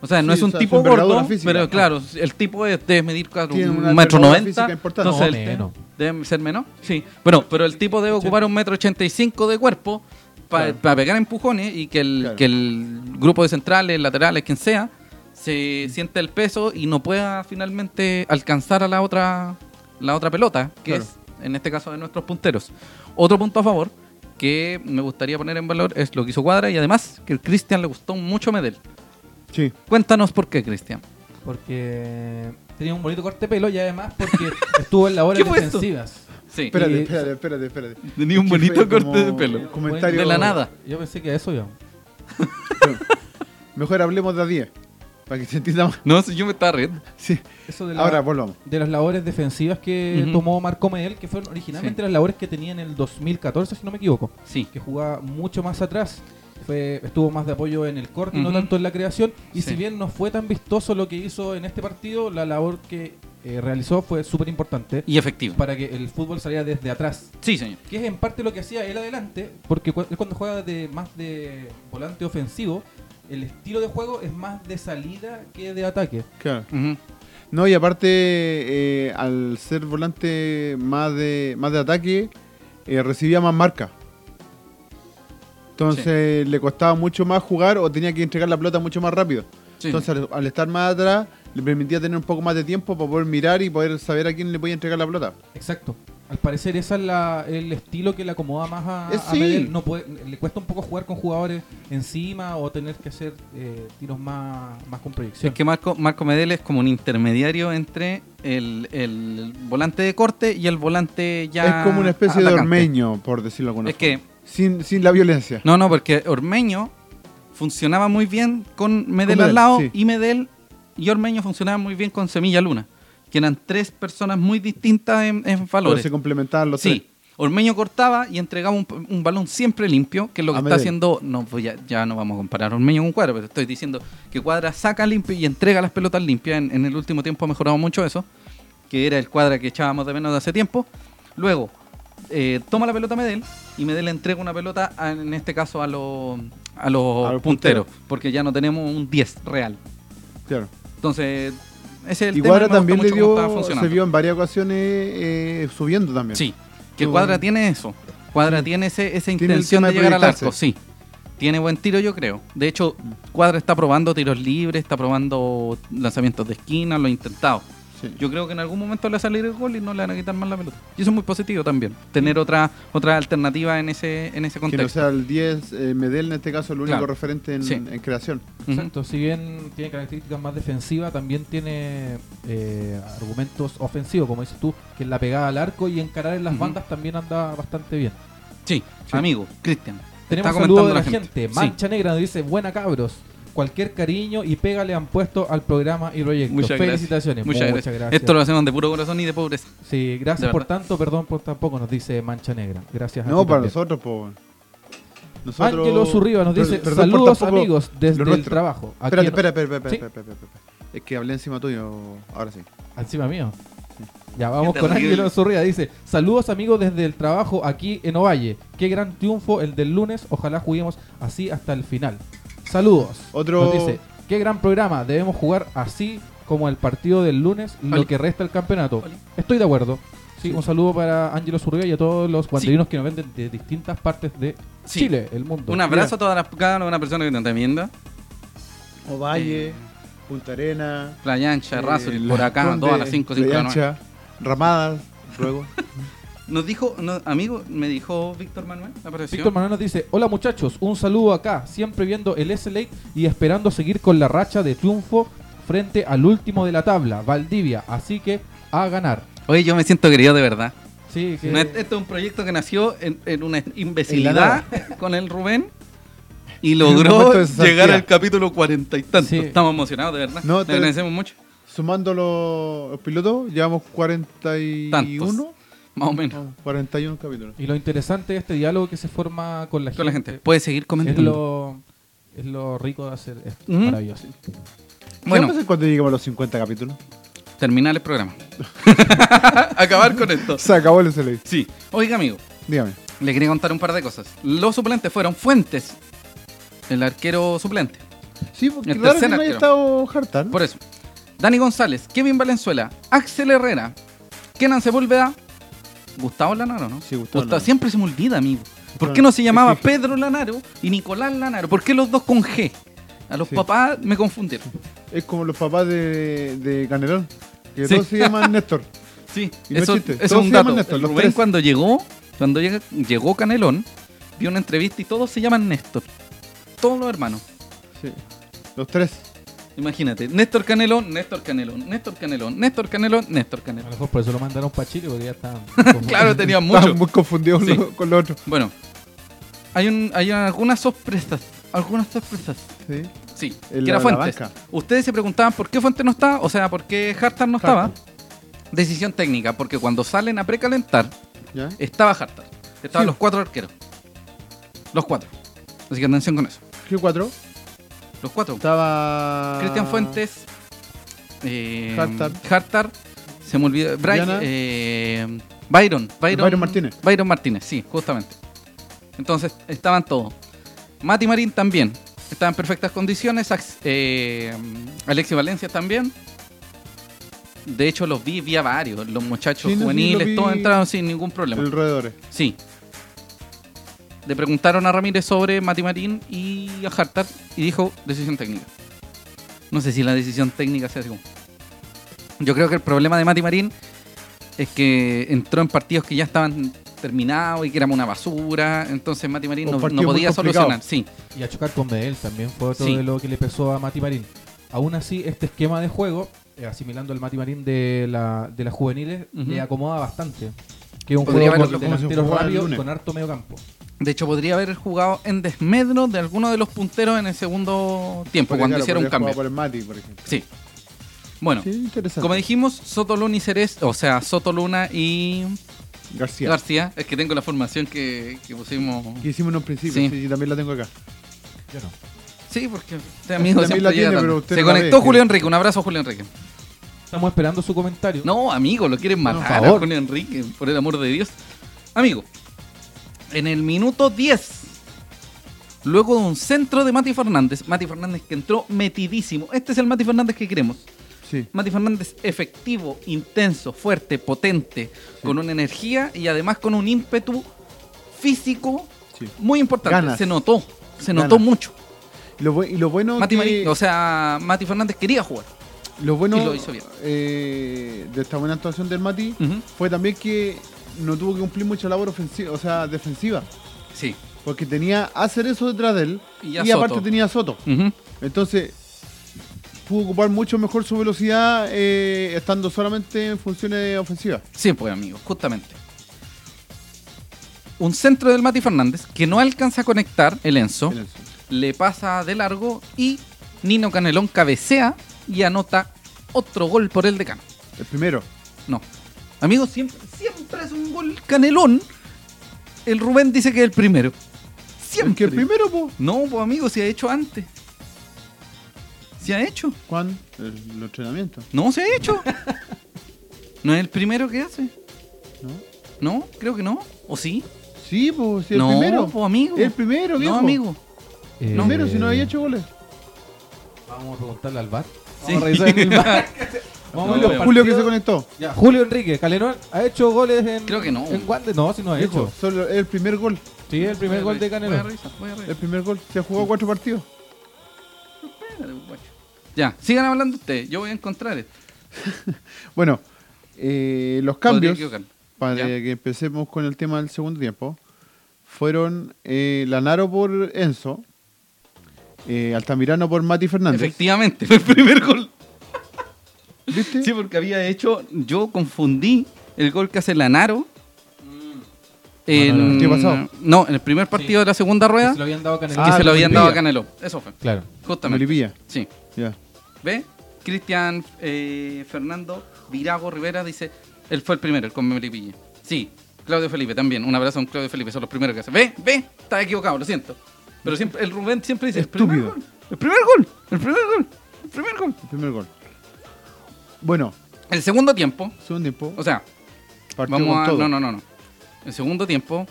Speaker 2: O sea, no
Speaker 1: Sí,
Speaker 2: es un
Speaker 1: o sea,
Speaker 2: tipo
Speaker 1: su envergadura
Speaker 2: gordo,
Speaker 1: física.
Speaker 2: pero claro, el tipo es- debe medir claro,
Speaker 1: Tiene una
Speaker 2: un metro
Speaker 1: envergadura
Speaker 2: noventa,
Speaker 1: física importante.
Speaker 2: entonces
Speaker 3: No,
Speaker 2: el te-
Speaker 3: menos.
Speaker 2: debe ser menos, sí. Bueno, pero el tipo debe ocupar un metro ochenta y cinco de cuerpo para
Speaker 1: Claro.
Speaker 2: pegar empujones y que el,
Speaker 1: Claro.
Speaker 2: que el grupo de centrales, laterales, quien sea, se siente el peso y no pueda finalmente alcanzar a la otra, la otra pelota, que
Speaker 1: Claro.
Speaker 2: es en este caso de nuestros punteros. Otro punto a favor que me gustaría poner en valor es lo que hizo Cuadra y además que el Cristian le gustó mucho Medel.
Speaker 1: Sí.
Speaker 2: Cuéntanos por qué, Cristian.
Speaker 3: Porque tenía un bonito corte de pelo y además porque estuvo en la hora
Speaker 2: ¿Qué fue esto?
Speaker 3: defensivas.
Speaker 2: Sí.
Speaker 1: Espérate,
Speaker 3: Y-
Speaker 1: espérate, espérate, espérate.
Speaker 2: Tenía un
Speaker 1: Es que
Speaker 2: bonito
Speaker 1: fue
Speaker 2: corte
Speaker 1: como
Speaker 2: de pelo.
Speaker 1: un Comentario...
Speaker 2: De la nada.
Speaker 3: Yo pensé que a eso íbamos.
Speaker 1: Mejor hablemos de a 10, para que se entienda más.
Speaker 2: No, si yo me estaba riendo.
Speaker 1: Sí.
Speaker 3: Eso de la-
Speaker 1: Ahora volvamos.
Speaker 3: de las labores defensivas que
Speaker 2: Ujú.
Speaker 3: tomó Marco Medel, que fueron
Speaker 2: Sí.
Speaker 3: originalmente las labores que tenía en el 2014, si no me equivoco,
Speaker 2: Sí.
Speaker 3: que jugaba mucho más atrás. Fue, estuvo más de apoyo en el corte, no
Speaker 2: Ujú.
Speaker 3: tanto en la creación. Y
Speaker 2: Sí.
Speaker 3: si bien no fue tan vistoso lo que hizo en este partido, la labor que eh, realizó fue súper importante
Speaker 2: Y efectivo.
Speaker 3: para que el fútbol saliera desde atrás.
Speaker 2: Sí, señor.
Speaker 3: Que es en parte lo que hacía él adelante, porque cu- él cuando juega de más de volante ofensivo, el estilo de juego es más de salida que de ataque.
Speaker 1: Claro.
Speaker 2: Ujú.
Speaker 1: No, y aparte, eh, al ser volante más de, más de ataque, eh, recibía más marca. Entonces le costaba mucho más jugar o tenía que entregar la pelota mucho más rápido.
Speaker 2: Sí.
Speaker 1: Entonces, al, al estar más atrás, le permitía tener un poco más de tiempo para poder mirar y poder saber a quién le podía entregar la pelota.
Speaker 3: Exacto. Al parecer ese es la- el estilo que le acomoda más a,
Speaker 1: Eh,
Speaker 3: a
Speaker 1: sí.
Speaker 3: Medel. No puede, le cuesta un poco jugar con jugadores encima o tener que hacer eh, tiros más, más con proyección.
Speaker 2: Es que Marco, Marco Medel es como un intermediario entre el, el volante de corte y el volante ya.
Speaker 1: es como una especie de
Speaker 2: atacante.
Speaker 1: ormeño, por decirlo con
Speaker 2: Es que,
Speaker 1: sin, sin la violencia.
Speaker 2: no, no, porque Ormeño funcionaba muy bien con Medel
Speaker 1: Medel,
Speaker 2: al lado
Speaker 1: sí.
Speaker 2: y Medel y Ormeño funcionaban muy bien con Semilla Luna, que eran tres personas muy distintas en, en
Speaker 1: Pero
Speaker 2: valores.
Speaker 1: se complementaban los
Speaker 2: Sí. Ormeño cortaba y entregaba un, un balón siempre limpio, que es lo que
Speaker 1: A
Speaker 2: está
Speaker 1: Medel.
Speaker 2: haciendo. No, pues ya, ya no vamos a comparar Ormeño con Cuadra, pero estoy diciendo que Cuadra saca limpio y entrega las pelotas limpias. En, en el último tiempo ha mejorado mucho eso, que era el Cuadra que echábamos de menos de hace tiempo. Luego, eh, toma la pelota a Medel y Medel entrega una pelota, a- en este caso, a los, a los
Speaker 1: A los
Speaker 2: punteros, porque ya no tenemos un 10 real.
Speaker 1: tres. Claro.
Speaker 2: Entonces, ese es el
Speaker 1: Y
Speaker 2: tema.
Speaker 1: Cuadra
Speaker 2: no me gusta
Speaker 1: también le
Speaker 2: mucho cómo estaba
Speaker 1: dio,
Speaker 2: funcionando.
Speaker 1: se vio en varias ocasiones eh, subiendo también.
Speaker 2: Sí, que
Speaker 1: Yo-
Speaker 2: Cuadra tiene eso. Cuadra tiene ese, esa
Speaker 1: Tiene el
Speaker 2: intención
Speaker 1: tema
Speaker 2: de
Speaker 1: de
Speaker 2: llegar al
Speaker 1: proyectarse.
Speaker 2: arco, sí. Tiene buen tiro, yo creo. De hecho, Cuadra está probando tiros libres, está probando lanzamientos de esquina, lo ha intentado.
Speaker 1: Sí.
Speaker 2: Yo creo que en algún momento le va a salir el gol y no le van a quitar más la pelota. Y eso es muy positivo también, tener otra otra alternativa en ese en ese
Speaker 1: que no
Speaker 2: contexto.
Speaker 1: sea el 10, eh, Medel en este caso el único
Speaker 2: Claro.
Speaker 1: referente en,
Speaker 2: Sí.
Speaker 1: en creación.
Speaker 2: Ujú.
Speaker 3: Exacto, si bien tiene características más defensivas, también tiene eh, argumentos ofensivos, como dices tú, que en la pegada al arco y encarar en las
Speaker 2: Ujú.
Speaker 3: bandas también anda bastante bien.
Speaker 2: Sí,
Speaker 1: Sí.
Speaker 2: amigo, Cristian.
Speaker 3: Tenemos
Speaker 2: Está
Speaker 3: saludos de
Speaker 2: comentando
Speaker 3: la
Speaker 2: la
Speaker 3: gente.
Speaker 2: gente. Sí.
Speaker 3: Mancha Negra nos dice, buena cabros, cualquier cariño y pega le han puesto al programa y proyecto.
Speaker 2: Muchas gracias.
Speaker 3: Felicitaciones.
Speaker 2: Muchas gracias. Esto lo hacemos de puro corazón y de pobreza.
Speaker 3: Sí, gracias
Speaker 2: De
Speaker 3: por
Speaker 2: verdad.
Speaker 3: tanto, perdón por tampoco, nos dice Mancha Negra. Gracias a
Speaker 1: No,
Speaker 3: ti
Speaker 1: para
Speaker 3: también.
Speaker 1: nosotros, po. Nosotros-
Speaker 3: Ángelo Zurriba nos
Speaker 1: Per-
Speaker 3: dice,
Speaker 1: perdón por
Speaker 3: saludos
Speaker 1: tampoco-
Speaker 3: amigos desde
Speaker 1: lo
Speaker 3: el
Speaker 1: nuestro.
Speaker 3: trabajo. Aquí
Speaker 1: Espérate,
Speaker 3: en-
Speaker 1: espera, espera, espera,
Speaker 3: Sí.
Speaker 1: espera, espera, espera, espera. Es que hablé encima tuyo, ahora sí.
Speaker 3: Encima mío. Ya vamos
Speaker 2: Qué
Speaker 3: con
Speaker 2: terrible.
Speaker 3: Ángelo Zurria. Dice: Saludos amigos desde el trabajo aquí en Ovalle. Qué gran triunfo el del lunes. Ojalá juguemos así hasta el final. Saludos.
Speaker 1: Otro-
Speaker 3: Nos dice: Qué gran programa. Debemos jugar así como el partido del lunes, lo
Speaker 2: Oli.
Speaker 3: que resta el campeonato.
Speaker 2: Oli.
Speaker 3: Estoy de acuerdo. Sí,
Speaker 1: Sí.
Speaker 3: Un saludo para Ángelo Zurria y a todos los guanderinos que nos venden de distintas partes de
Speaker 2: Sí.
Speaker 3: Chile, el mundo.
Speaker 2: Un abrazo a todas las, cada una persona que te está viendo.
Speaker 1: Ovalle,
Speaker 2: Eh.
Speaker 1: Punta Arena,
Speaker 2: Playa Ancha,
Speaker 1: eh,
Speaker 2: Razuri,
Speaker 1: La
Speaker 2: por acá,
Speaker 1: Conde,
Speaker 2: todas las 5, 5 de
Speaker 1: Playa
Speaker 2: la noche.
Speaker 1: Ancha, Ramadas, luego.
Speaker 2: Nos dijo, no, amigo, me dijo Víctor Manuel, apareció.
Speaker 3: Víctor Manuel nos dice, hola muchachos, un saludo acá, siempre viendo el S-Late y esperando seguir con la racha de triunfo frente al último de la tabla, Valdivia, así que a ganar.
Speaker 2: Oye, yo me siento querido de verdad.
Speaker 3: Sí, que...
Speaker 2: No, es- esto es un proyecto que nació en, en una
Speaker 1: En la
Speaker 2: imbecilidad con el Rubén y
Speaker 1: un momento
Speaker 2: logró
Speaker 1: de cesantía.
Speaker 2: llegar al capítulo cuarenta y tanto.
Speaker 3: Sí.
Speaker 2: Estamos emocionados, de verdad.
Speaker 1: No,
Speaker 2: Le
Speaker 1: te-
Speaker 2: agradecemos mucho,
Speaker 1: Sumando los, los pilotos, llevamos 41,
Speaker 2: más o menos.
Speaker 1: no, 41 capítulos.
Speaker 3: Y lo interesante de este diálogo que se forma con la
Speaker 2: Con la gente.
Speaker 3: gente. Mm.
Speaker 2: Puedes seguir
Speaker 3: Es
Speaker 2: comentando.
Speaker 3: lo, es lo rico de hacer esto,
Speaker 2: Ujú.
Speaker 3: maravilloso.
Speaker 1: Bueno.
Speaker 2: Bueno,
Speaker 1: ¿Qué pasa cuando lleguemos a los 50 capítulos?
Speaker 2: terminar el programa. Acabar con esto.
Speaker 1: Se acabó el SLA.
Speaker 2: Sí. Oiga, amigo.
Speaker 1: Dígame.
Speaker 2: Le quería contar un par de cosas. Los suplentes fueron Fuentes, el arquero suplente.
Speaker 1: Sí, porque
Speaker 2: El
Speaker 1: raro que
Speaker 2: tercer
Speaker 1: no haya
Speaker 2: arquero.
Speaker 1: estado Hartan.
Speaker 2: Por eso. Dani González, Kevin Valenzuela, Axel Herrera, Kenan Sepúlveda, Gustavo Lanaro, ¿no?
Speaker 1: Sí, Gustavo Lanaro.
Speaker 2: Siempre se me olvida, amigo. ¿Por
Speaker 1: Gustavo-
Speaker 2: qué no se llamaba
Speaker 1: es que-
Speaker 2: Pedro Lanaro y Nicolás Lanaro? ¿Por qué los dos con G? A los
Speaker 1: Sí.
Speaker 2: papás me confundieron.
Speaker 1: Es como los papás de, de Canelón, que
Speaker 2: Sí.
Speaker 1: todos se llaman Néstor.
Speaker 2: Sí,
Speaker 1: Y no
Speaker 2: eso,
Speaker 1: es chiste,
Speaker 2: eso es
Speaker 1: todos
Speaker 2: un
Speaker 1: se llaman
Speaker 2: dato.
Speaker 1: Néstor,
Speaker 2: El
Speaker 1: los
Speaker 2: Rubén
Speaker 1: tres.
Speaker 2: cuando llegó, cuando llega- llegó Canelón, vio una entrevista y todos se llaman Néstor. Todos los hermanos.
Speaker 1: Sí. Los tres.
Speaker 2: Imagínate, Néstor Canelón, Néstor Canelón, Néstor Canelón, Néstor Canelón, Néstor
Speaker 3: A lo
Speaker 2: Canelón.
Speaker 3: mejor por eso lo mandaron para Chile, porque ya están...
Speaker 2: Claro, tenían mucho.
Speaker 1: Estaban muy confundidos
Speaker 2: Sí.
Speaker 1: lo- con los otros.
Speaker 2: Bueno, hay, un, hay algunas sorpresas. Algunas sorpresas.
Speaker 1: Sí.
Speaker 2: Sí,
Speaker 1: En
Speaker 2: que
Speaker 1: la-
Speaker 2: era
Speaker 1: la
Speaker 2: Fuentes.
Speaker 1: banca.
Speaker 2: Ustedes se preguntaban por qué Fuentes no estaba, o sea, por qué Hartan no estaba.
Speaker 1: Hartan.
Speaker 2: Decisión técnica, porque cuando salen a precalentar,
Speaker 1: ¿Ya?
Speaker 2: estaba Hartan.
Speaker 1: Sí.
Speaker 2: Estaban los cuatro arqueros. Los cuatro. Así que atención con eso.
Speaker 1: Q4.
Speaker 2: Los cuatro.
Speaker 1: Estaba.
Speaker 2: Cristian Fuentes. Eh,
Speaker 1: Ah. Hartar.
Speaker 2: Hartar, Se me olvidó. Brian.
Speaker 1: Diana.
Speaker 2: eh, Byron, Byron.
Speaker 1: Byron Martínez.
Speaker 2: Byron Martínez, sí, justamente. Entonces estaban todos. Mati Marín también. Estaba en perfectas condiciones. Ax- eh, Alexis Valencia también. De hecho, los vi, vi a varios. Los muchachos
Speaker 1: Sí, no, sí,
Speaker 2: juveniles,
Speaker 1: lo vi.
Speaker 2: todos entraron sin ningún problema.
Speaker 1: El roedor.
Speaker 2: Sí. Le preguntaron a Ramírez sobre Mati Marín y a Hartar y dijo decisión técnica. No sé si la decisión técnica sea así como. Yo creo que el problema de Mati Marín es que entró en partidos que ya estaban terminados y que éramos una basura. Entonces Mati Marín
Speaker 1: Un
Speaker 2: no, no
Speaker 1: partido muy
Speaker 2: podía
Speaker 1: complicado.
Speaker 2: solucionar. Sí,
Speaker 3: Y a chocar con Medel también fue otro
Speaker 2: Sí.
Speaker 3: de lo que le pesó a Mati Marín. Aún así, este esquema de juego, eh, asimilando al Mati Marín de, la, de las juveniles,
Speaker 2: Ujú.
Speaker 3: le acomoda bastante. Que es un
Speaker 2: Podría
Speaker 3: juego
Speaker 2: haberlo
Speaker 3: con
Speaker 1: como si
Speaker 3: delanteros
Speaker 1: jugara el
Speaker 3: rápidos
Speaker 1: lunes.
Speaker 3: con harto medio campo.
Speaker 2: de hecho podría haber jugado en desmedro de alguno de los punteros en el segundo tiempo, cuando hicieron un cambio.
Speaker 1: Por el Mati, por ejemplo.
Speaker 2: Sí. Bueno,
Speaker 1: Sí, interesante.
Speaker 2: como dijimos, Soto Luna y Ceres, o sea, Soto Luna y
Speaker 1: García.
Speaker 2: García, es que tengo la formación que, que pusimos.
Speaker 1: que hicimos en un principio,
Speaker 2: Sí.
Speaker 1: sí. sí, también la tengo acá.
Speaker 3: Yo no.
Speaker 2: Sí, porque este amigo
Speaker 1: También
Speaker 2: siempre
Speaker 1: la
Speaker 2: llega
Speaker 1: tiene,
Speaker 2: tarde.
Speaker 1: pero usted
Speaker 2: Se
Speaker 1: no la
Speaker 2: conectó
Speaker 1: ve,
Speaker 2: Julio
Speaker 1: sí.
Speaker 2: Enrique, un abrazo Julio Enrique.
Speaker 3: Estamos esperando su comentario.
Speaker 2: No, amigo, lo quieren matar
Speaker 3: por favor.
Speaker 2: a Julio Enrique, por el amor de Dios. Amigo, en el minuto 10, luego de un centro de Mati Fernández, Mati Fernández que entró metidísimo. Este es el Mati Fernández que queremos.
Speaker 1: Sí.
Speaker 2: Mati Fernández efectivo, intenso, fuerte, potente, con una energía y además con un ímpetu físico
Speaker 1: Sí.
Speaker 2: muy importante.
Speaker 1: Ganas.
Speaker 2: Se notó, se notó
Speaker 1: Ganas.
Speaker 2: mucho.
Speaker 1: Y Lo, bu- y lo bueno
Speaker 2: Mati
Speaker 1: que-
Speaker 2: Marín, o sea, Mati Fernández quería jugar.
Speaker 1: lo bueno
Speaker 2: y lo hizo bien.
Speaker 1: eh, de esta buena actuación del Mati
Speaker 2: Ujú.
Speaker 1: fue también que no tuvo que cumplir mucha labor ofensiva, o sea, defensiva.
Speaker 2: Sí.
Speaker 1: Porque tenía hacer eso detrás de él
Speaker 2: Y
Speaker 1: y,
Speaker 2: a
Speaker 1: aparte
Speaker 2: Soto.
Speaker 1: tenía a Soto.
Speaker 2: Ujú.
Speaker 1: Entonces, pudo ocupar mucho mejor su velocidad eh, estando solamente en funciones ofensivas.
Speaker 2: Sí, pues amigo, justamente. Un centro del Mati Fernández que no alcanza a conectar el Enzo,
Speaker 1: en eso.
Speaker 2: le pasa de largo y Nino Canelón cabecea y anota otro gol por el decano.
Speaker 1: El primero.
Speaker 2: No. Amigo, siempre, siempre es un gol Canelón. El Rubén dice que es el primero.
Speaker 1: El que
Speaker 2: Siempre.
Speaker 1: el primero, po.
Speaker 2: No, pues amigo, se ha hecho antes. ¿Se ha hecho?
Speaker 1: Juan, el, el entrenamiento,
Speaker 2: No, se ha hecho. no es el primero que hace.
Speaker 1: ¿no?
Speaker 2: No, creo que no. ¿O sí?
Speaker 1: Sí, pues, sí, el
Speaker 2: no,
Speaker 1: primero.
Speaker 2: po, amigo.
Speaker 1: El primero, viejo.
Speaker 2: No, amigo.
Speaker 3: Eh,
Speaker 1: El primero, si no había hecho goles.
Speaker 3: Vamos a preguntarle al VAR.
Speaker 2: Sí.
Speaker 3: Vamos a revisar en el VAR.
Speaker 2: No,
Speaker 3: Vamos a ver los
Speaker 2: veo.
Speaker 1: Julio que
Speaker 3: partidos.
Speaker 1: se conectó.
Speaker 3: Ya, Julio Enrique, Calderón ha hecho goles en.
Speaker 2: Creo que no.
Speaker 3: En Guantes, no, si no ha
Speaker 1: Viejo,
Speaker 3: hecho.
Speaker 1: solo el primer gol.
Speaker 3: Sí, el primer gol de
Speaker 2: Voy a
Speaker 3: Canelo.
Speaker 2: revisar, voy a
Speaker 1: El
Speaker 2: revisar.
Speaker 1: primer gol. Se ha jugado cuatro partidos.
Speaker 2: Espérate, guacho. Ya, sigan hablando ustedes. Yo voy a encontrar esto.
Speaker 1: Bueno, eh, los
Speaker 2: Podría
Speaker 1: cambios,
Speaker 2: equivocarme.
Speaker 1: para
Speaker 2: ¿Ya?
Speaker 1: que empecemos con el tema del segundo tiempo, fueron eh, Lanaro por Enzo, eh, Altamirano por Mati Fernández.
Speaker 2: Efectivamente, fue el primer gol.
Speaker 1: ¿Viste?
Speaker 2: Sí, porque había hecho. Yo confundí el gol que hace Lanaro. En,
Speaker 1: ¿Qué pasó?
Speaker 2: No, en el primer partido de la segunda
Speaker 3: Que
Speaker 2: rueda.
Speaker 3: se lo habían dado a Canelo.
Speaker 2: que
Speaker 1: Ah,
Speaker 2: se lo habían
Speaker 1: Melipilla.
Speaker 2: dado a Canelo. Eso fue.
Speaker 3: Claro.
Speaker 1: Eh,
Speaker 2: Justamente.
Speaker 1: Melipilla,
Speaker 2: Sí.
Speaker 1: ya.
Speaker 2: ¿Ve? Cristian eh, Fernando Virago Rivera dice, él fue el primero, el con Melipilla. Sí, Claudio Felipe también. Un abrazo a un Claudio Felipe, son los primeros que hacen. ¿Ve? ¿Ve? Estás equivocado, lo siento. Pero siempre, el Rubén siempre dice, el primer
Speaker 1: Estúpido.
Speaker 2: gol, el primer gol, el primer gol, el primer gol.
Speaker 1: El primer gol. Bueno,
Speaker 2: El segundo tiempo,
Speaker 1: segundo tiempo.
Speaker 2: o sea,
Speaker 1: partió
Speaker 2: vamos
Speaker 1: con
Speaker 2: a...
Speaker 1: todo.
Speaker 2: No, no, no, no. El segundo tiempo,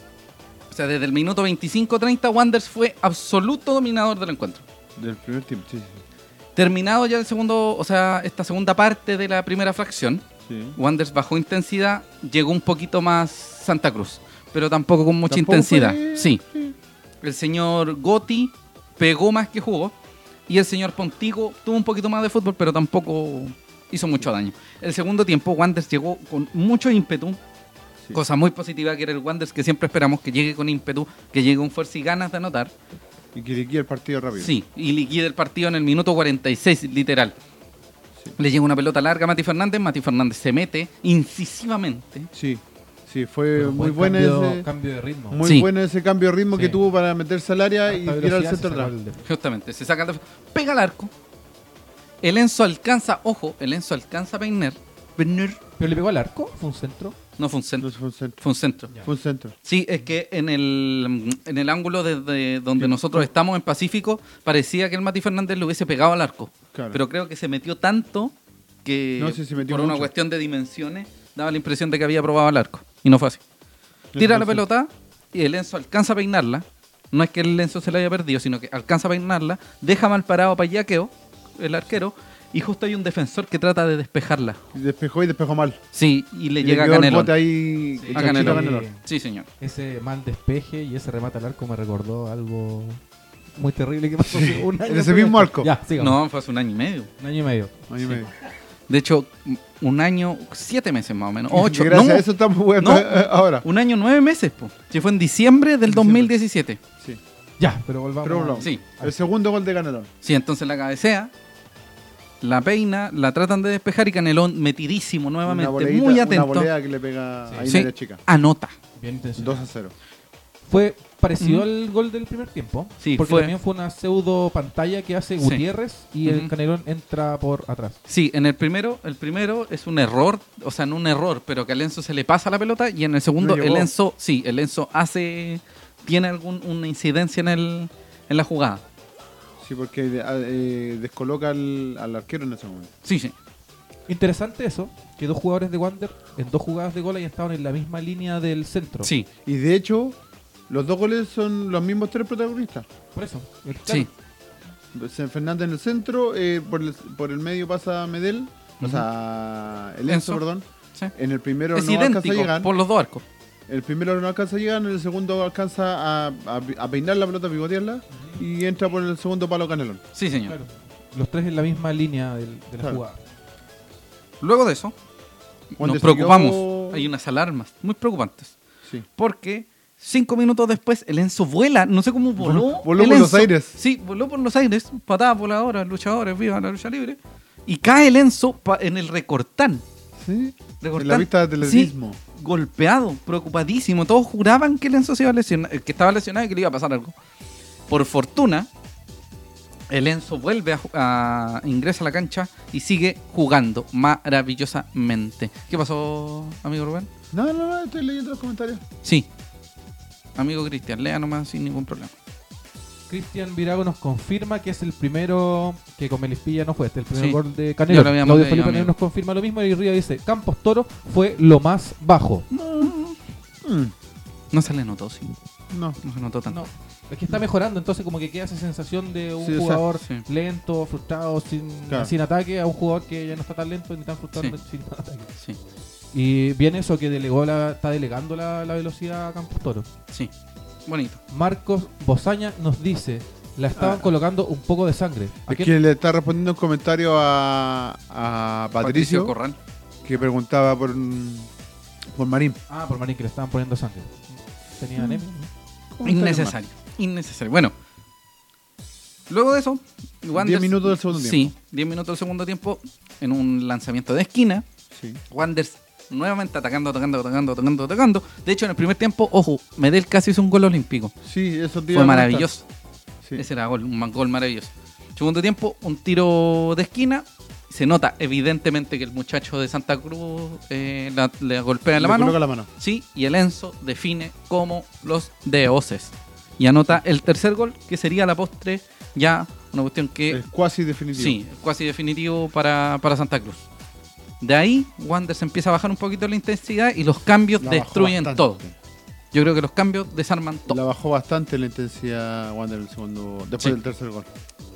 Speaker 2: o sea, desde el minuto 25-30, Wanders fue absoluto dominador del encuentro.
Speaker 1: Del primer tiempo, sí, sí,
Speaker 2: Terminado ya el segundo, o sea, esta segunda parte de la primera fracción,
Speaker 1: sí.
Speaker 2: Wanders bajó intensidad, llegó un poquito más Santa Cruz, pero tampoco con mucha
Speaker 1: Tampoco
Speaker 2: intensidad.
Speaker 1: fue-
Speaker 2: Sí, el señor Gotti pegó más que jugó y el señor Pontigo tuvo un poquito más de fútbol, pero tampoco hizo mucho daño. El segundo tiempo Wanders llegó con mucho ímpetu,
Speaker 1: Sí.
Speaker 2: cosa muy positiva que era el Wanders que siempre esperamos que llegue con ímpetu, que llegue con fuerza y ganas de anotar.
Speaker 1: Y que liquide el partido rápido.
Speaker 2: Sí, y liquida el partido en el minuto 46, literal.
Speaker 1: Sí.
Speaker 2: Le llega una pelota larga a Mati Fernández, Mati Fernández se mete incisivamente.
Speaker 1: Sí, sí, fue
Speaker 3: Pero
Speaker 1: muy
Speaker 3: buen
Speaker 1: bueno
Speaker 3: cambio,
Speaker 1: ese...
Speaker 3: cambio de ritmo.
Speaker 1: Muy
Speaker 2: Sí.
Speaker 1: bueno ese cambio de ritmo
Speaker 3: Sí.
Speaker 1: que tuvo para meterse al área y tirar
Speaker 3: Harta
Speaker 1: al
Speaker 3: velocidad,
Speaker 1: centro
Speaker 3: se sacó
Speaker 1: atrás.
Speaker 3: el de-
Speaker 2: Justamente, se saca el def- pega al arco. El Enzo alcanza, ojo, el Enzo alcanza a Peiner. Peiner.
Speaker 3: Pero le pegó al arco, fue un centro.
Speaker 2: No fue un
Speaker 1: No,
Speaker 2: centro,
Speaker 1: fue un centro.
Speaker 2: fue un centro.
Speaker 3: Ya.
Speaker 1: Fue un centro.
Speaker 2: Sí, es que en el, en el ángulo desde donde nosotros estamos en Pacífico, parecía que el Mati Fernández le hubiese pegado al arco.
Speaker 1: Claro.
Speaker 2: Pero creo que se metió tanto que
Speaker 1: No, sí, se metió
Speaker 2: por una
Speaker 1: mucho.
Speaker 2: cuestión de dimensiones daba la impresión de que había probado al arco. Y no fue así. Tira la
Speaker 1: Entonces,
Speaker 2: pelota y el Enzo alcanza a peinarla. No es que el Enzo se la haya perdido, sino que alcanza a peinarla, deja mal parado para Yaqueo, el arquero, y justo hay un defensor que trata de despejarla.
Speaker 1: Despejó y despejó mal.
Speaker 2: Sí, y le
Speaker 1: Y
Speaker 2: llega a
Speaker 1: quedó el
Speaker 2: Canelón.
Speaker 1: bote ahí.
Speaker 2: Sí,
Speaker 1: el
Speaker 2: a
Speaker 1: chanchito
Speaker 2: Canelón.
Speaker 1: a Canelón.
Speaker 2: Sí, señor.
Speaker 3: Ese mal despeje y ese remate al arco me recordó algo muy terrible que pasó hace un año.
Speaker 1: en ese mismo arco.
Speaker 3: Ya, sigamos.
Speaker 2: No, fue hace un año y medio.
Speaker 3: Un año y medio.
Speaker 1: Ahí me-
Speaker 2: De hecho, un año, siete meses más o menos. Ocho,
Speaker 1: Gracias
Speaker 2: no,
Speaker 1: a eso estamos jugando
Speaker 2: No.
Speaker 1: eh, ahora.
Speaker 2: un año, nueve meses, po. Que fue en diciembre del
Speaker 1: Diciembre.
Speaker 2: 2017.
Speaker 1: Sí.
Speaker 3: Ya, pero volvamos.
Speaker 1: Pero
Speaker 3: a-
Speaker 1: volvamos.
Speaker 2: Sí.
Speaker 1: El segundo gol de Canelón.
Speaker 2: Sí, entonces la cabecea, la peina, la tratan de despejar y Canelón metidísimo nuevamente,
Speaker 1: Una boleadita,
Speaker 2: muy
Speaker 1: Una
Speaker 2: atento.
Speaker 1: volea que le pega ahí
Speaker 2: Sí,
Speaker 1: en la chica.
Speaker 2: anota.
Speaker 3: Bien intencionado.
Speaker 1: 2 a 0.
Speaker 3: Fue parecido
Speaker 2: Mm.
Speaker 3: al gol del primer tiempo.
Speaker 2: Sí,
Speaker 3: porque
Speaker 2: fue.
Speaker 3: también fue una pseudo pantalla que hace
Speaker 2: Sí.
Speaker 3: Gutiérrez y
Speaker 2: Ujú.
Speaker 3: el Canelón entra por atrás.
Speaker 2: Sí, en el primero, el primero es un error, o sea, no un error, pero que a Lenzo se le pasa la pelota y en el segundo
Speaker 1: No
Speaker 2: el
Speaker 1: llegó.
Speaker 2: Lenzo, sí, el Lenzo hace tiene algún una incidencia en el en la jugada.
Speaker 1: Sí, porque de- a- eh, descoloca al, al arquero en ese momento.
Speaker 2: Sí, sí.
Speaker 3: Interesante eso, que dos jugadores de Wander en dos jugadas de gol hayan estado en la misma línea del centro.
Speaker 2: Sí,
Speaker 1: Y de hecho, los dos goles son los mismos tres protagonistas.
Speaker 3: Por eso. el-
Speaker 2: sí.
Speaker 1: Sen- Fernández en el centro, eh, por, el, por el medio pasa Medel, o
Speaker 2: Ujú.
Speaker 1: sea, el
Speaker 2: Enzo.
Speaker 1: Enzo, perdón.
Speaker 2: sí.
Speaker 1: En el primero
Speaker 2: es
Speaker 1: no alcanza a
Speaker 2: idéntico
Speaker 1: llegar.
Speaker 2: por los dos arcos.
Speaker 1: El primero no alcanza a llegar, en el segundo alcanza a, a, a peinar la pelota, a pivotearla y entra por el segundo palo Canelón.
Speaker 2: Sí, señor.
Speaker 3: claro, los tres en la misma línea del- de la
Speaker 1: Claro.
Speaker 3: jugada.
Speaker 2: Luego de eso,
Speaker 1: Cuando
Speaker 2: nos
Speaker 1: se quedó-
Speaker 2: preocupamos. Hay unas alarmas muy preocupantes.
Speaker 1: Sí.
Speaker 2: Porque cinco minutos después el Enzo vuela, no sé cómo voló.
Speaker 1: Voló- voló
Speaker 2: el
Speaker 1: por los
Speaker 2: Enzo.
Speaker 1: aires.
Speaker 2: Sí, voló por los aires, patada voladora, luchadores, viva la lucha libre. Y cae el Enzo pa- en el recortán.
Speaker 1: Sí.
Speaker 2: recortán.
Speaker 1: En la vista de atletismo.
Speaker 2: Sí, golpeado, preocupadísimo. Todos juraban que el Enzo se iba a lesionar, eh, que estaba lesionado y que le iba a pasar algo. Por fortuna, el Enzo vuelve a, ju- a- ingresa a la cancha y sigue jugando maravillosamente. ¿Qué pasó, amigo Rubén?
Speaker 1: No, no, no, estoy leyendo los comentarios.
Speaker 2: Sí. Amigo Cristian, lea nomás sin ningún problema.
Speaker 3: Cristian Virago nos confirma que es el primero que con Melispilla no fue este, el primer
Speaker 2: Sí.
Speaker 3: gol de
Speaker 2: Ya
Speaker 3: Canelo.
Speaker 2: lo habíamos
Speaker 3: Claudio
Speaker 2: leído,
Speaker 3: Felipe Canelo
Speaker 2: amigo.
Speaker 3: nos confirma lo mismo y Río dice, Campos Toro fue lo más bajo.
Speaker 1: Mm,
Speaker 2: No se le notó, sí.
Speaker 1: no.
Speaker 2: No se notó tanto.
Speaker 3: No, es que está mejorando, entonces como que queda esa sensación de un
Speaker 1: Sí, o sea,
Speaker 3: jugador
Speaker 2: sí.
Speaker 3: lento, frustrado, sin,
Speaker 1: Claro.
Speaker 3: sin ataque, a un jugador que ya no está tan lento ni tan frustrado,
Speaker 2: Sí.
Speaker 3: sin ataque.
Speaker 2: Sí,
Speaker 3: Y bien eso que delegó la, está delegando la, la velocidad a Campos Toro.
Speaker 2: sí. Bonito.
Speaker 3: Marcos Bozaña nos dice, la estaban
Speaker 2: Ah.
Speaker 3: colocando un poco de sangre. ¿A
Speaker 1: Es
Speaker 3: qué-
Speaker 1: que le está respondiendo un comentario a, a Patricio,
Speaker 2: Corral.
Speaker 1: que preguntaba por, un- por Marín.
Speaker 3: Ah, por Marín, que le estaban poniendo sangre. Tenía anemia.
Speaker 2: Innecesario. Innecesario. Bueno. Luego de eso, Wander.
Speaker 1: 10 minutos del segundo
Speaker 2: Sí, 10 minutos del segundo tiempo. En un lanzamiento de esquina.
Speaker 1: Sí.
Speaker 2: Wanders nuevamente atacando, atacando, atacando, atacando, atacando. De hecho, en el primer tiempo, ojo, Medel casi hizo un gol olímpico.
Speaker 1: Sí, eso te iba
Speaker 2: Fue
Speaker 1: a comentar.
Speaker 2: maravilloso.
Speaker 1: Sí.
Speaker 2: Ese era gol, un ma- gol maravilloso. Segundo tiempo, un tiro de esquina. Se nota evidentemente que el muchacho de Santa Cruz eh, la- le golpea en la
Speaker 1: Le
Speaker 2: mano.
Speaker 1: coloca la mano.
Speaker 2: Sí, y el Enzo define como los deoses. Y anota el tercer gol, que sería la postre ya una cuestión que...
Speaker 1: es cuasi definitivo.
Speaker 2: Sí, casi definitivo para, para Santa Cruz. De ahí, Wander se empieza a bajar un poquito la intensidad y los cambios
Speaker 1: La bajó
Speaker 2: destruyen todo.
Speaker 1: bastante.
Speaker 2: Yo creo que los cambios desarman todo.
Speaker 1: La bajó bastante la intensidad Wander el segundo, después
Speaker 2: Sí.
Speaker 1: del tercer gol.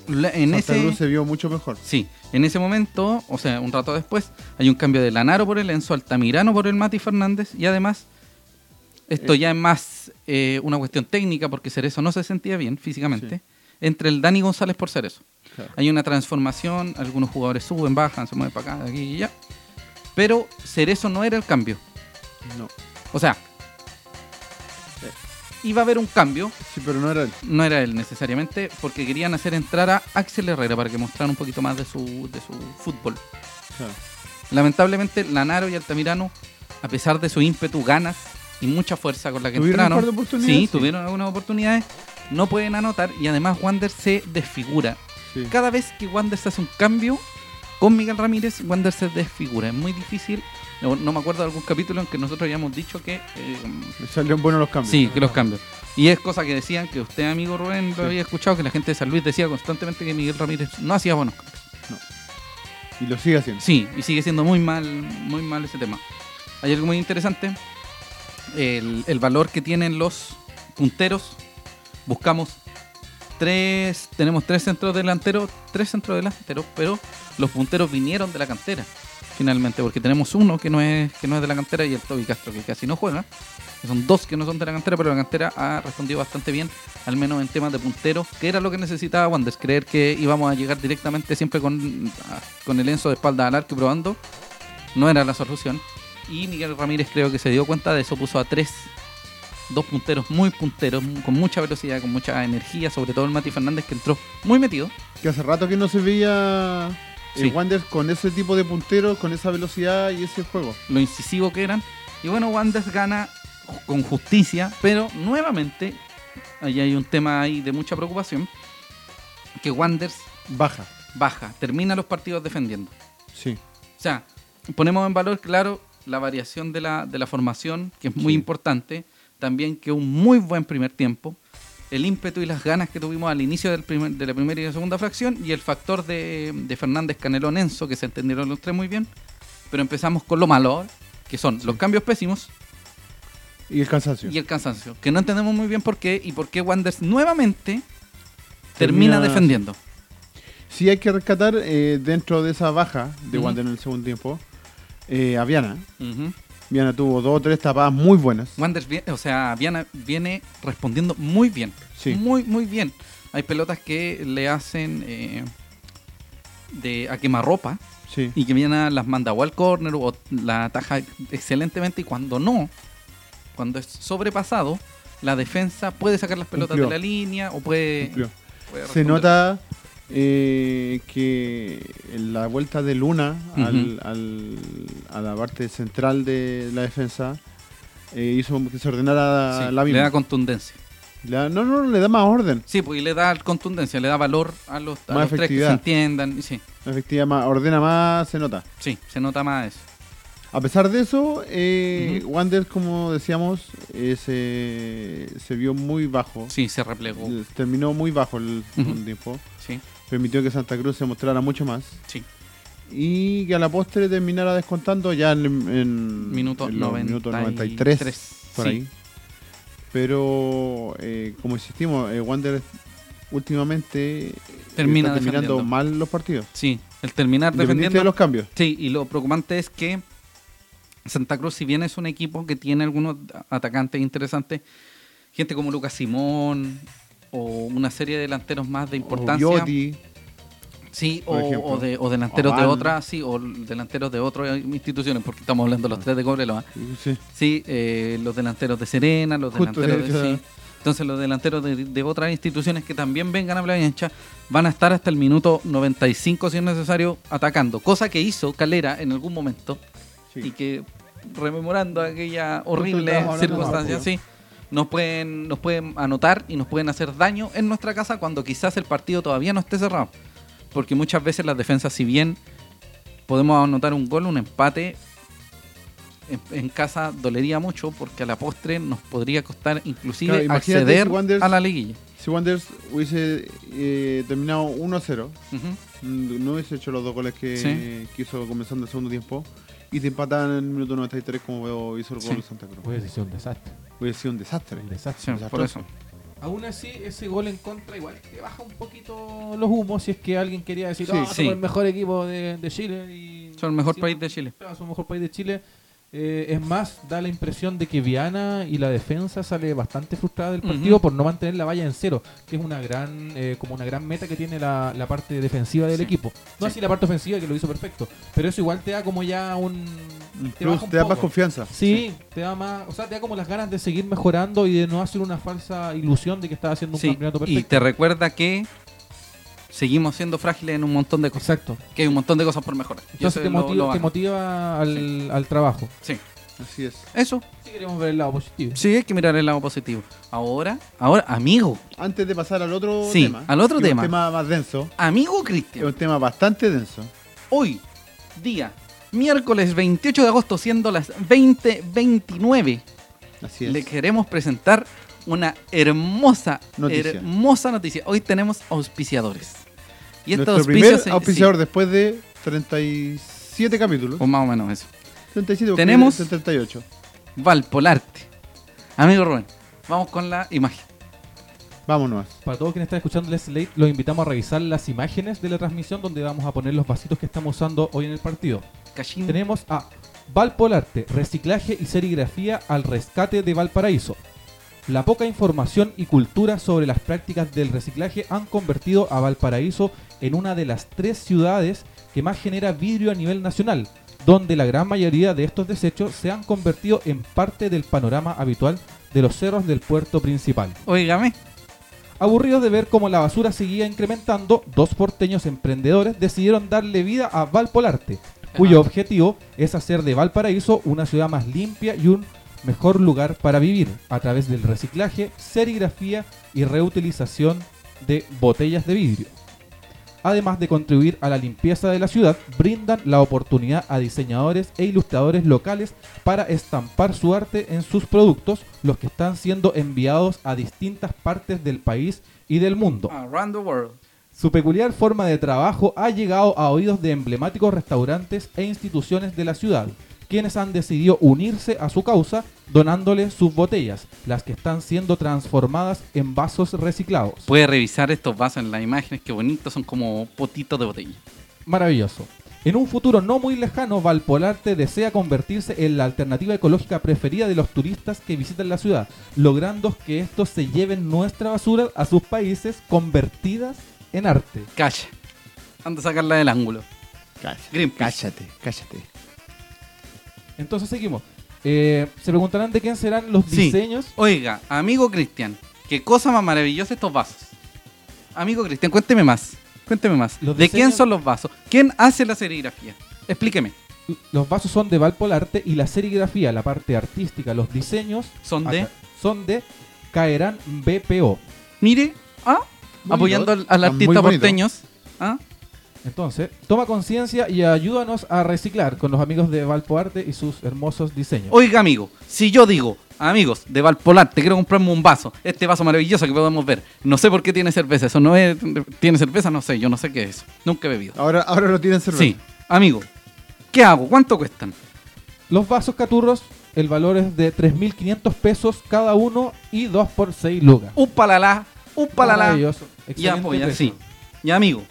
Speaker 2: La- en
Speaker 1: Santa
Speaker 2: ese...
Speaker 1: Cruz se vio mucho mejor.
Speaker 2: Sí, en ese momento, o sea, un rato después, hay un cambio de Lanaro por el Enzo, Altamirano por el Mati Fernández y además, esto
Speaker 1: Eh.
Speaker 2: ya es más eh, una cuestión técnica porque Cerezo no se sentía bien físicamente, entre el Dani González por Cerezo.
Speaker 1: Claro.
Speaker 2: Hay una transformación, algunos jugadores suben, bajan, se mueven para acá, de aquí y allá, pero Cerezo no era el cambio.
Speaker 1: No.
Speaker 2: O sea,
Speaker 1: Eh.
Speaker 2: iba a haber un cambio,
Speaker 1: Sí, pero no era él.
Speaker 2: no era él necesariamente, porque querían hacer entrar a Axel Herrera para que mostrara un poquito más de su, de su fútbol.
Speaker 1: Claro.
Speaker 2: Lamentablemente, Lanaro y Altamirano, a pesar de su ímpetu, ganas y mucha fuerza con la que
Speaker 1: Tuvieron un
Speaker 2: entraron,
Speaker 1: par de oportunidades,
Speaker 2: sí,
Speaker 1: sí.
Speaker 2: tuvieron algunas oportunidades, no pueden anotar y además Wander se desfigura.
Speaker 1: Sí.
Speaker 2: Cada vez que Wander se hace un cambio con Miguel Ramírez, Wander se desfigura. Es muy difícil. No, no me acuerdo de algún capítulo en que nosotros habíamos dicho que. eh,
Speaker 1: Le Salieron buenos los cambios.
Speaker 2: Sí, que los cambios. Y es cosa que decían que usted, amigo Rubén, lo
Speaker 1: Sí.
Speaker 2: había escuchado, que la gente de San Luis decía constantemente que Miguel Ramírez no hacía buenos cambios.
Speaker 1: Y lo sigue haciendo.
Speaker 2: Sí, y sigue siendo muy mal, muy mal ese tema. Hay algo muy interesante. El, el valor que tienen los punteros. Buscamos tres. Tenemos tres centros delanteros, tres centros delanteros, pero los punteros vinieron de la cantera. finalmente, porque tenemos uno que no es que no es de la cantera y el Toby Castro que casi no juega. Son dos que no son de la cantera, pero la cantera ha respondido bastante bien, al menos en temas de punteros, que era lo que necesitaba Wanders, creer que íbamos a llegar directamente siempre con, ah, con el Enzo de espalda al arco y probando, no era la solución. Y Miguel Ramírez creo que se dio cuenta de eso, puso a tres, dos punteros muy punteros, con mucha velocidad, con mucha energía, sobre todo el Mati Fernández que entró muy metido.
Speaker 1: Que hace rato que no se veía
Speaker 2: Sí.
Speaker 1: el Wander con ese tipo de punteros, con esa velocidad y ese juego.
Speaker 2: lo incisivo que eran. Y bueno, Wanders gana con justicia, pero nuevamente, ahí hay un tema ahí de mucha preocupación, que Wanders
Speaker 1: Baja,
Speaker 2: baja, termina los partidos defendiendo.
Speaker 1: sí.
Speaker 2: O sea, ponemos en valor, claro, la variación de la, de la formación, que es muy
Speaker 1: Sí.
Speaker 2: importante, también que un muy buen primer tiempo, el ímpetu y las ganas que tuvimos al inicio del primer- de la primera y la segunda fracción, y el factor de, de Fernández Canelón Enzo, que se entendieron los tres muy bien, pero empezamos con lo malo, que son los cambios pésimos
Speaker 1: Y el cansancio.
Speaker 2: y el cansancio, que no entendemos muy bien por qué y por qué Wanders nuevamente termina
Speaker 1: Termina-
Speaker 2: defendiendo.
Speaker 1: Sí hay que rescatar eh, dentro de esa baja de
Speaker 2: Ujú.
Speaker 1: Wander en el segundo tiempo eh, a Viana.
Speaker 2: Ujú.
Speaker 1: Viana tuvo dos o tres tapadas muy buenas.
Speaker 2: Wander, vie- o sea, Viana viene respondiendo muy bien.
Speaker 1: Sí.
Speaker 2: Muy, muy bien. Hay pelotas que le hacen eh, de a quemarropa
Speaker 1: Sí.
Speaker 2: y que Viana las manda o al corner o la ataja excelentemente y cuando no, cuando es sobrepasado, la defensa puede sacar las pelotas
Speaker 1: Cumplió.
Speaker 2: de la línea o puede...
Speaker 1: Cumplió.
Speaker 2: puede
Speaker 1: Se
Speaker 2: responder.
Speaker 1: nota eh, que en la vuelta de Luna al-
Speaker 2: Ujú.
Speaker 1: al- a la parte central de la defensa eh, hizo que se ordenara
Speaker 2: Sí,
Speaker 1: la
Speaker 2: le da
Speaker 1: misma.
Speaker 2: contundencia.
Speaker 1: Le da- no, no, le da más orden.
Speaker 2: Sí, pues y le da contundencia, le da valor a los, a
Speaker 1: Más
Speaker 2: los tres que se
Speaker 1: efectividad.
Speaker 2: entiendan. y Sí,
Speaker 1: Efectivamente, más, ordena más, se nota.
Speaker 2: sí, se nota más eso.
Speaker 1: A pesar de eso, eh,
Speaker 2: Ujú.
Speaker 1: Wander, como decíamos, eh, se, se vio muy bajo.
Speaker 2: Sí, se replegó.
Speaker 1: Eh, Terminó muy bajo el segundo
Speaker 2: Ujú.
Speaker 1: tiempo.
Speaker 2: Sí,
Speaker 1: Permitió que Santa Cruz se mostrara mucho más.
Speaker 2: sí.
Speaker 1: Y que a la postre terminara descontando ya en, en-
Speaker 2: Minuto
Speaker 1: en los
Speaker 2: 93,
Speaker 1: minutos 93. Por
Speaker 2: sí.
Speaker 1: ahí. Pero, eh, como insistimos, eh, Wander últimamente eh,
Speaker 2: Termina
Speaker 1: está terminando
Speaker 2: defendiendo.
Speaker 1: mal los partidos.
Speaker 2: Sí, el terminar
Speaker 1: Independiente
Speaker 2: defendiendo.
Speaker 1: de los cambios.
Speaker 2: Sí, y lo preocupante es que Santa Cruz, si bien es un equipo que tiene algunos atacantes interesantes, gente como Lucas Simón o una serie de delanteros más de importancia.
Speaker 1: Obioti,
Speaker 2: Sí, o,
Speaker 1: por ejemplo.
Speaker 2: o de- o delanteros
Speaker 1: O
Speaker 2: de
Speaker 1: Van.
Speaker 2: otras, sí, o delanteros de otras instituciones, porque estamos hablando de los tres de Cobreloa.
Speaker 1: sí.
Speaker 2: Sí, eh, los delanteros de Serena, los
Speaker 1: Justo
Speaker 2: delanteros
Speaker 1: eso.
Speaker 2: de... sí. Entonces los delanteros de, de otras instituciones que también vengan a Playancha van a estar hasta el minuto 95 si es necesario atacando. Cosa que hizo Calera en algún momento
Speaker 1: Sí.
Speaker 2: y que rememorando aquella
Speaker 1: Justo
Speaker 2: horrible
Speaker 1: estábamos hablando
Speaker 2: circunstancia,
Speaker 1: de
Speaker 2: sí, nos pueden, nos pueden anotar y nos pueden hacer daño en nuestra casa cuando quizás el partido todavía no esté cerrado. Porque muchas veces las defensas, si bien podemos anotar un gol, un empate, en, en casa dolería mucho porque a la postre nos podría costar inclusive
Speaker 1: Claro, imagínate
Speaker 2: acceder
Speaker 1: si Wanderers-
Speaker 2: a la liguilla.
Speaker 1: Si Wanderers hubiese eh, terminado 1-0,
Speaker 2: Ujú.
Speaker 1: mm, no hubiese hecho los dos goles que,
Speaker 2: Sí.
Speaker 1: que hizo comenzando el segundo tiempo, y te empataban en el minuto 93 como veo- hizo el gol
Speaker 2: Sí.
Speaker 1: Santa Cruz.
Speaker 3: Pues es un desastre.
Speaker 1: Hubiese sido un desastre.
Speaker 3: Un desastre.
Speaker 2: Sí, por eso.
Speaker 3: Aún así, ese gol en contra igual te baja un poquito los humos si es que alguien quería decir,
Speaker 1: Sí.
Speaker 3: "Ah, somos
Speaker 2: Sí.
Speaker 3: el mejor equipo de, de Chile. Y
Speaker 2: Son el mejor
Speaker 3: Sí,
Speaker 2: país de Chile.
Speaker 3: claro, somos el mejor país de Chile. Eh, es más, da la impresión de que Viana y la defensa sale bastante frustrada del partido
Speaker 2: Ujú.
Speaker 3: por no mantener la valla en cero, que es una gran eh, como una gran meta que tiene la, la parte defensiva del
Speaker 2: Sí.
Speaker 3: equipo. No
Speaker 2: Sí.
Speaker 3: así la parte ofensiva que lo hizo perfecto, pero eso igual te da como ya un...
Speaker 1: Un
Speaker 3: te baja
Speaker 1: plus,
Speaker 3: un
Speaker 1: te da más
Speaker 3: poco.
Speaker 1: confianza.
Speaker 3: Sí, te da más, o sea, te da como las ganas de seguir mejorando y de no hacer una falsa ilusión de que estás haciendo un
Speaker 2: Sí,
Speaker 3: campeonato
Speaker 2: y
Speaker 3: perfecto.
Speaker 2: te recuerda que seguimos siendo frágiles en un montón de cosas.
Speaker 3: Exacto.
Speaker 2: Que hay un montón de cosas por mejorar. Y eso
Speaker 3: Entonces te
Speaker 2: es lo-
Speaker 3: motiva,
Speaker 2: lo
Speaker 3: te
Speaker 2: bajo.
Speaker 3: motiva al, al trabajo.
Speaker 2: Sí,
Speaker 1: Así es.
Speaker 2: eso.
Speaker 3: Sí queremos ver el lado positivo.
Speaker 2: Sí, hay que mirar el lado positivo. Ahora, ahora, amigo,
Speaker 1: Antes de pasar al otro
Speaker 2: Sí,
Speaker 1: tema.
Speaker 2: al otro
Speaker 1: que es
Speaker 2: tema.
Speaker 1: Un tema más denso.
Speaker 2: amigo
Speaker 1: Es un
Speaker 2: Cristian,
Speaker 1: tema bastante denso.
Speaker 2: hoy, día, miércoles 28 de agosto, siendo las 20.29,
Speaker 1: Así es.
Speaker 2: le queremos presentar una hermosa,
Speaker 1: Noticia.
Speaker 2: hermosa noticia. Hoy tenemos auspiciadores. Y estos
Speaker 1: Nuestro primer
Speaker 2: auspicios se-
Speaker 1: auspiciador
Speaker 2: sí,
Speaker 1: después de 37 capítulos.
Speaker 2: o más o menos eso.
Speaker 1: 37 porque
Speaker 2: Tenemos-
Speaker 1: es el 38.
Speaker 2: Valpolarte. Amigo Rubén, vamos con la imagen.
Speaker 1: Vámonos.
Speaker 3: Para todos quienes están escuchando Let's Late, los invitamos a revisar las imágenes de la transmisión donde vamos a poner los vasitos que estamos usando hoy en el partido.
Speaker 2: Cachín.
Speaker 3: Tenemos a Valpolarte, reciclaje y serigrafía al rescate de Valparaíso. La poca información y cultura sobre las prácticas del reciclaje han convertido a Valparaíso en una de las tres ciudades que más genera vidrio a nivel nacional, donde la gran mayoría de estos desechos se han convertido en parte del panorama habitual de los cerros del puerto principal.
Speaker 2: Óigame.
Speaker 3: Aburridos de ver cómo la basura seguía incrementando, dos porteños emprendedores decidieron darle vida a Valpolarte, cuyo objetivo es hacer de Valparaíso una ciudad más limpia y un mejor lugar para vivir a través del reciclaje, serigrafía y reutilización de botellas de vidrio. Además de contribuir a la limpieza de la ciudad, brindan la oportunidad a diseñadores e ilustradores locales para estampar su arte en sus productos, los que están siendo enviados a distintas partes del país y del mundo.
Speaker 2: Around the world.
Speaker 3: Su peculiar forma de trabajo ha llegado a oídos de emblemáticos restaurantes e instituciones de la ciudad, quienes han decidido unirse a su causa donándole sus botellas, las que están siendo transformadas en vasos reciclados.
Speaker 2: Puede revisar estos vasos en las imágenes, qué bonitos, son como potitos de botella.
Speaker 3: Maravilloso. En un futuro no muy lejano, Valpolarte desea convertirse en la alternativa ecológica preferida de los turistas que visitan la ciudad, logrando que estos se lleven nuestra basura a sus países convertidas en arte.
Speaker 2: Calla. Anda a sacarla del ángulo.
Speaker 1: Cállate,
Speaker 2: Greenpeace.
Speaker 1: cállate, cállate.
Speaker 3: Entonces seguimos. Eh, se preguntarán de quién serán los
Speaker 2: Sí.
Speaker 3: diseños.
Speaker 2: Oiga, amigo Cristian, qué cosa más maravillosa estos vasos. Amigo Cristian, cuénteme más. Cuénteme más.
Speaker 3: Los
Speaker 2: ¿De quién
Speaker 3: diseños-
Speaker 2: son los vasos? ¿Quién hace la serigrafía? Explíqueme.
Speaker 3: Los vasos son de Valpolarte y la serigrafía, la parte artística, los diseños
Speaker 2: Son de-
Speaker 3: acá- son de Caerán BPO.
Speaker 2: Mire, ah,
Speaker 1: Bonito.
Speaker 2: apoyando al, al
Speaker 1: Ah, muy
Speaker 2: artista
Speaker 1: bonito.
Speaker 2: porteños. Ah,
Speaker 3: Entonces, toma conciencia y ayúdanos a reciclar con los amigos de Valpolarte y sus hermosos diseños.
Speaker 2: Oiga, amigo, si yo digo, amigos, de Valpolar, te quiero comprarme un vaso, este vaso maravilloso que podemos ver, no sé por qué tiene cerveza, eso no es. ¿Tiene cerveza? No sé, yo no sé qué es eso. Nunca he bebido.
Speaker 1: Ahora, ahora lo tienen cerveza.
Speaker 2: Sí, amigo, ¿qué hago? ¿Cuánto cuestan?
Speaker 3: Los vasos caturros, el valor es de 3.500 pesos cada uno y 2 por 6 lucas.
Speaker 2: Uh, Upalalá, upalalá.
Speaker 3: Maravilloso,
Speaker 2: Y
Speaker 3: excelente
Speaker 2: apoya,
Speaker 3: precio.
Speaker 2: pues, sí. Y amigo,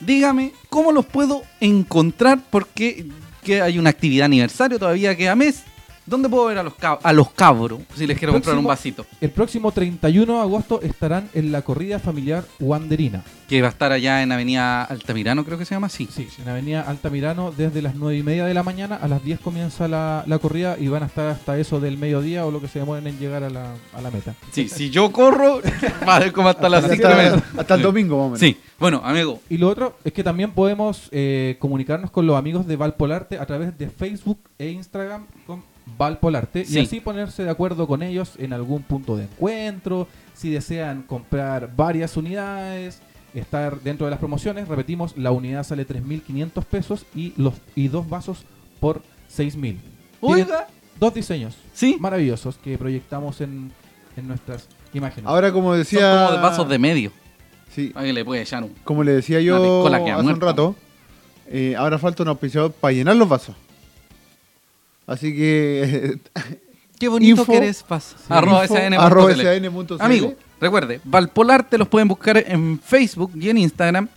Speaker 2: dígame cómo los puedo encontrar porque que hay una actividad aniversario todavía queda mes. ¿Dónde puedo ver a los, cab- a los cabros si les quiero comprar un
Speaker 3: Próximo-
Speaker 2: vasito?
Speaker 3: El próximo 31 de agosto estarán en la corrida familiar Wanderina.
Speaker 2: Que va a estar allá en Avenida Altamirano, creo que se llama así.
Speaker 3: Sí, en Avenida Altamirano desde las 9 y media de la mañana a las 10 comienza la, la corrida y van a estar hasta eso del mediodía o lo que se demoren en llegar a la, a la meta.
Speaker 2: Sí, si yo corro, va a ver cómo hasta las
Speaker 1: Hasta,
Speaker 2: 5 de la mañana.
Speaker 1: hasta el domingo, vamos.
Speaker 2: Sí, bueno, amigo,
Speaker 3: Y lo otro es que también podemos eh, comunicarnos con los amigos de Valpolarte a través de Facebook e Instagram con Valpolarte
Speaker 2: Sí.
Speaker 3: y así ponerse de acuerdo con ellos en algún punto de encuentro, si desean comprar varias unidades, estar dentro de las promociones. Repetimos, la unidad sale 3.500 pesos y, los, y dos vasos por 6.000. Tienen
Speaker 2: Oiga.
Speaker 3: Dos diseños
Speaker 2: sí,
Speaker 3: maravillosos que proyectamos en, en nuestras imágenes.
Speaker 1: Ahora, como
Speaker 2: son
Speaker 1: decía.
Speaker 2: como de vasos de medio.
Speaker 1: Sí,
Speaker 2: Ahí le puede echar un.
Speaker 1: como le decía yo
Speaker 2: Una piscola
Speaker 1: hace
Speaker 2: queda
Speaker 1: un
Speaker 2: muerta.
Speaker 1: rato, eh, ahora falta un auspiciador para llenar los vasos. Así que.
Speaker 2: Qué bonito
Speaker 1: Info-
Speaker 2: que eres, Paz.
Speaker 1: Sí.
Speaker 2: Arroba
Speaker 1: Info
Speaker 2: SN.
Speaker 1: arroba
Speaker 2: punto tele.
Speaker 1: SN.cl.
Speaker 2: Amigo, recuerde, Valpolar te los pueden buscar en Facebook y en Instagram.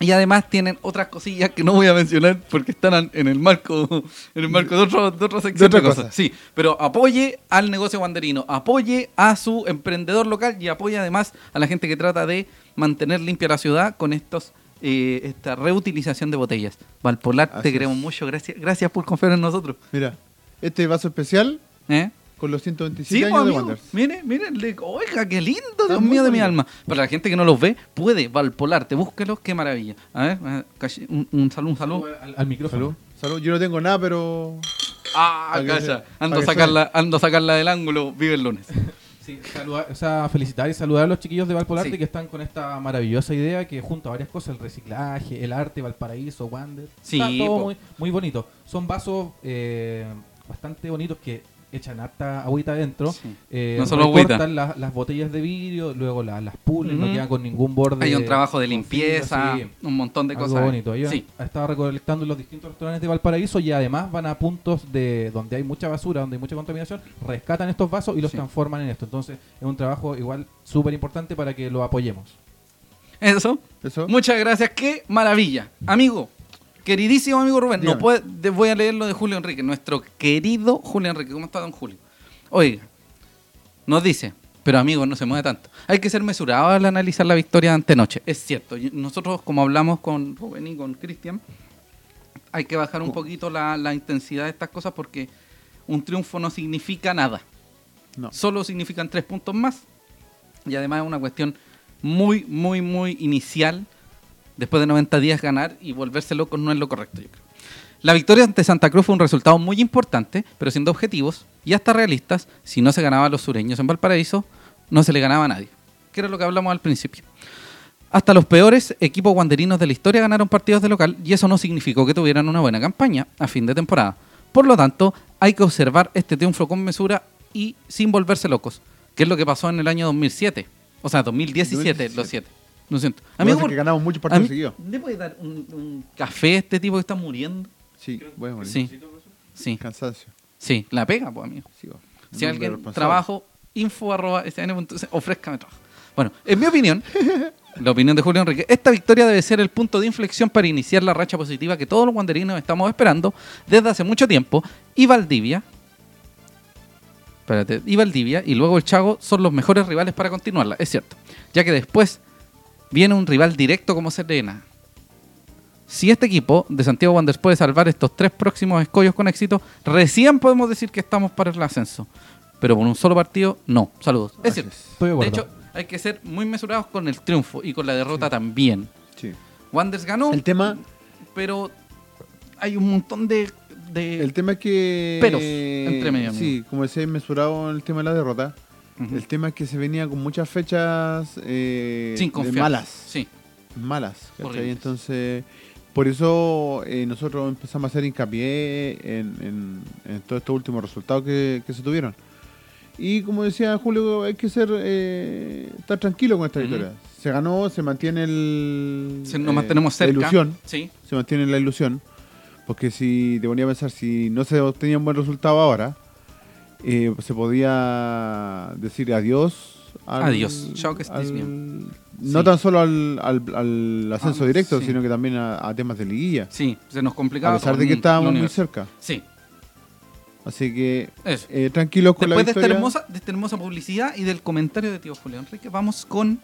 Speaker 2: Y además tienen otras cosillas que no voy a mencionar porque están al- en el marco, en el marco de, otro- de otra sección
Speaker 1: otra
Speaker 2: de cosas.
Speaker 1: cosa.
Speaker 2: Sí, pero apoye al negocio banderino, apoye a su emprendedor local y apoye además a la gente que trata de mantener limpia la ciudad con estos eh, esta reutilización de botellas. Valpolar,
Speaker 1: Así
Speaker 2: te
Speaker 1: es.
Speaker 2: queremos mucho. Gracias, gracias por confiar en nosotros.
Speaker 1: mira, este vaso especial
Speaker 2: ¿Eh?
Speaker 1: con los 125
Speaker 2: Sí,
Speaker 1: años de
Speaker 2: pues, amigo.
Speaker 1: Wanderers.
Speaker 2: Mire, mire, le- oiga, qué lindo, Dios
Speaker 1: muy
Speaker 2: mío de mi
Speaker 1: bonito.
Speaker 2: alma. Para la gente que no los ve, puede valpolarte, búsquelos, qué maravilla. A ver, eh, calle- un, un saludo, un saludo.
Speaker 3: al, al micrófono.
Speaker 1: Salud, salud. Yo no tengo nada, pero.
Speaker 2: Ah,
Speaker 1: Para que
Speaker 2: calla,
Speaker 1: sea-
Speaker 2: ando
Speaker 1: para
Speaker 2: a
Speaker 1: que
Speaker 2: sacarla, ando a sacarla del ángulo, vive el lunes.
Speaker 3: Sí, saluda- o sea, felicitar y saludar a los chiquillos de Valpolarte
Speaker 2: Sí.
Speaker 3: que están con esta maravillosa idea que junta varias cosas, el reciclaje, el arte, Valparaíso, Wander.
Speaker 2: Sí,
Speaker 3: está todo
Speaker 2: po.
Speaker 3: muy, muy bonito. Son vasos eh, bastante bonitos que echan harta agüita adentro.
Speaker 2: Sí.
Speaker 3: Eh,
Speaker 2: No solo
Speaker 3: recortan
Speaker 2: agüita.
Speaker 3: Las, las botellas de vidrio, luego la- las pulen, no
Speaker 2: Ujú.
Speaker 3: quedan con ningún borde.
Speaker 2: Hay un trabajo de
Speaker 3: con
Speaker 2: limpieza,
Speaker 3: fibra, sí.
Speaker 2: un montón de
Speaker 3: Algo
Speaker 2: cosas.
Speaker 3: bonito. Yo
Speaker 2: Sí,
Speaker 3: estaba recolectando en los distintos restaurantes de Valparaíso y además van a puntos de donde hay mucha basura, donde hay mucha contaminación, rescatan estos vasos y los
Speaker 2: Sí.
Speaker 3: transforman en esto. Entonces es un trabajo igual súper importante para que lo apoyemos.
Speaker 2: eso.
Speaker 1: Eso.
Speaker 2: Muchas gracias, qué maravilla. Amigo, Queridísimo amigo Rubén, no
Speaker 1: Dígame.
Speaker 2: puede- de- voy a leer lo de Julio Enrique, nuestro querido Julio Enrique. ¿Cómo está don Julio? Oiga, nos dice, pero amigos, no se mueve tanto. Hay que ser mesurado al analizar la victoria de antenoche. Es cierto, y- nosotros como hablamos con Rubén y con Cristian, hay que
Speaker 1: Oh.
Speaker 2: bajar un poquito la, la intensidad de estas cosas porque un triunfo no significa nada.
Speaker 1: No.
Speaker 2: Solo significan tres puntos más. Y además es una cuestión muy, muy, muy inicial. Después de 90 días ganar y volverse locos no es lo correcto, yo creo. La victoria ante Santa Cruz fue un resultado muy importante, pero siendo objetivos y hasta realistas, si no se ganaba a los sureños en Valparaíso, no se le ganaba a nadie. Que era lo que hablamos al principio. Hasta los peores equipos guanderinos de la historia ganaron partidos de local y eso no significó que tuvieran una buena campaña a fin de temporada. Por lo tanto, hay que observar este triunfo con mesura y sin volverse locos, que es lo que pasó en el año 2007. O sea, 2017,
Speaker 1: 2017.
Speaker 2: los siete. Lo siento.
Speaker 1: Lo que pasa es que ganamos muchos partidos
Speaker 2: a mí-
Speaker 1: seguidos.
Speaker 2: ¿Le puede dar un, un café a este tipo que está muriendo?
Speaker 1: Sí, voy a morir.
Speaker 2: Sí. Sí,
Speaker 1: Cansancio.
Speaker 2: sí, la pega, pues, amigo.
Speaker 1: Sí, va.
Speaker 2: Si
Speaker 1: Nombre
Speaker 2: alguien
Speaker 1: responsable.
Speaker 2: trabajo, info arroba SN punto C, ofrézcame trabajo. Bueno, en mi opinión, la opinión de Julio Enrique, esta victoria debe ser el punto de inflexión para iniciar la racha positiva que todos los guanderinos estamos esperando desde hace mucho tiempo. Y Valdivia, espérate, y Valdivia y luego el Chago son los mejores rivales para continuarla, es cierto. Ya que después viene un rival directo como Serena. Si este equipo de Santiago Wanderers puede salvar estos tres próximos escollos con éxito, recién podemos decir que estamos para el ascenso. Pero por un solo partido, no. Saludos.
Speaker 1: Así
Speaker 2: Es cierto.
Speaker 1: es.
Speaker 3: Estoy de
Speaker 2: De
Speaker 3: acuerdo.
Speaker 2: hecho, hay que ser muy mesurados con el triunfo y con la derrota también.
Speaker 1: Sí.
Speaker 2: Wanderers ganó,
Speaker 1: El tema,
Speaker 2: pero hay un montón de... de-
Speaker 1: el tema es que.
Speaker 2: Peros, entre medio,
Speaker 1: Sí, como decía, mesurado el tema de la derrota.
Speaker 2: Ujú.
Speaker 1: El tema es que se venía con muchas fechas eh,
Speaker 2: sin
Speaker 1: de
Speaker 2: confianza.
Speaker 1: malas.
Speaker 2: Sí.
Speaker 1: Malas. ¿cachai?
Speaker 2: Horribles.
Speaker 1: Entonces, por eso eh, nosotros empezamos a hacer hincapié en, en- en todos estos últimos resultados que, que se tuvieron. Y como decía Julio, hay que ser eh, estar tranquilo con esta
Speaker 2: Ujú.
Speaker 1: victoria. Se ganó, se mantiene el,
Speaker 2: Se- nos
Speaker 1: eh,
Speaker 2: mantenemos cerca.
Speaker 1: la ilusión
Speaker 2: Sí.
Speaker 1: se mantiene la ilusión. Porque si te ponía a pensar, si no se obtenía un buen resultado ahora, eh, se podía decir adiós.
Speaker 2: Adiós. Chao, que estés bien.
Speaker 1: No
Speaker 2: Sí.
Speaker 1: tan solo al, al- al ascenso
Speaker 2: Ah,
Speaker 1: directo,
Speaker 2: sí.
Speaker 1: sino que también a, a temas de liguilla.
Speaker 2: Sí, se nos
Speaker 1: A
Speaker 2: complicaba.
Speaker 1: pesar
Speaker 2: todo
Speaker 1: de que
Speaker 2: el- lo
Speaker 1: estábamos muy
Speaker 2: universo.
Speaker 1: cerca.
Speaker 2: Sí,
Speaker 1: Así que
Speaker 2: eso.
Speaker 1: eh, tranquilos con
Speaker 2: Después
Speaker 1: la
Speaker 2: de esta,
Speaker 1: victoria.
Speaker 2: hermosa, de esta hermosa publicidad y del comentario de tío Julio Enrique, vamos con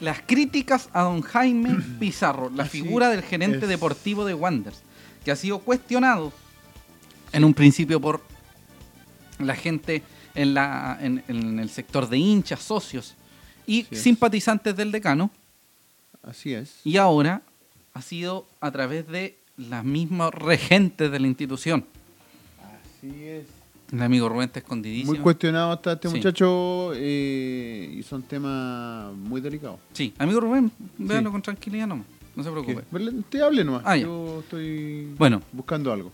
Speaker 2: las críticas a don Jaime Pizarro, la
Speaker 1: Así
Speaker 2: figura del gerente
Speaker 1: es.
Speaker 2: deportivo de Wanderers, que ha sido cuestionado en un principio por la gente en, la, en, en el sector de hinchas, socios y
Speaker 1: Así es.
Speaker 2: simpatizantes del decano,
Speaker 1: Así es.
Speaker 2: y ahora ha sido a través de las mismas regentes de la institución.
Speaker 1: Así es.
Speaker 2: El amigo Rubén está
Speaker 1: Muy
Speaker 2: escondidísimo.
Speaker 1: cuestionado está este
Speaker 2: Sí.
Speaker 1: muchacho eh, y son temas muy delicados.
Speaker 2: Sí, amigo Rubén, véalo
Speaker 1: Sí.
Speaker 2: con tranquilidad nomás. No se preocupe.
Speaker 1: ¿Qué? Te hable nomás.
Speaker 2: Ah, ya.
Speaker 1: Yo estoy
Speaker 2: Bueno.
Speaker 1: buscando algo.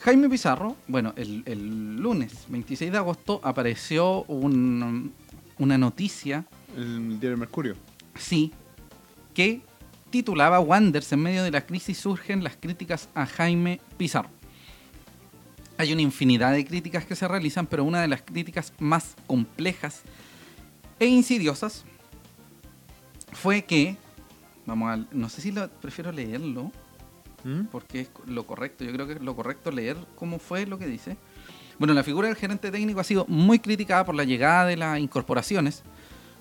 Speaker 2: Jaime Pizarro, bueno, el, el lunes 26 de agosto apareció un- una noticia,
Speaker 1: El diario Mercurio.
Speaker 2: sí, que titulaba Wanders en medio de la crisis surgen las críticas a Jaime Pizarro. Hay una infinidad de críticas que se realizan, pero una de las críticas más complejas e insidiosas fue que, vamos a, no sé si lo, prefiero leerlo, porque es lo correcto. Yo creo que es lo correcto leer cómo fue lo que dice. Bueno, la figura del gerente técnico ha sido muy criticada por la llegada de las incorporaciones,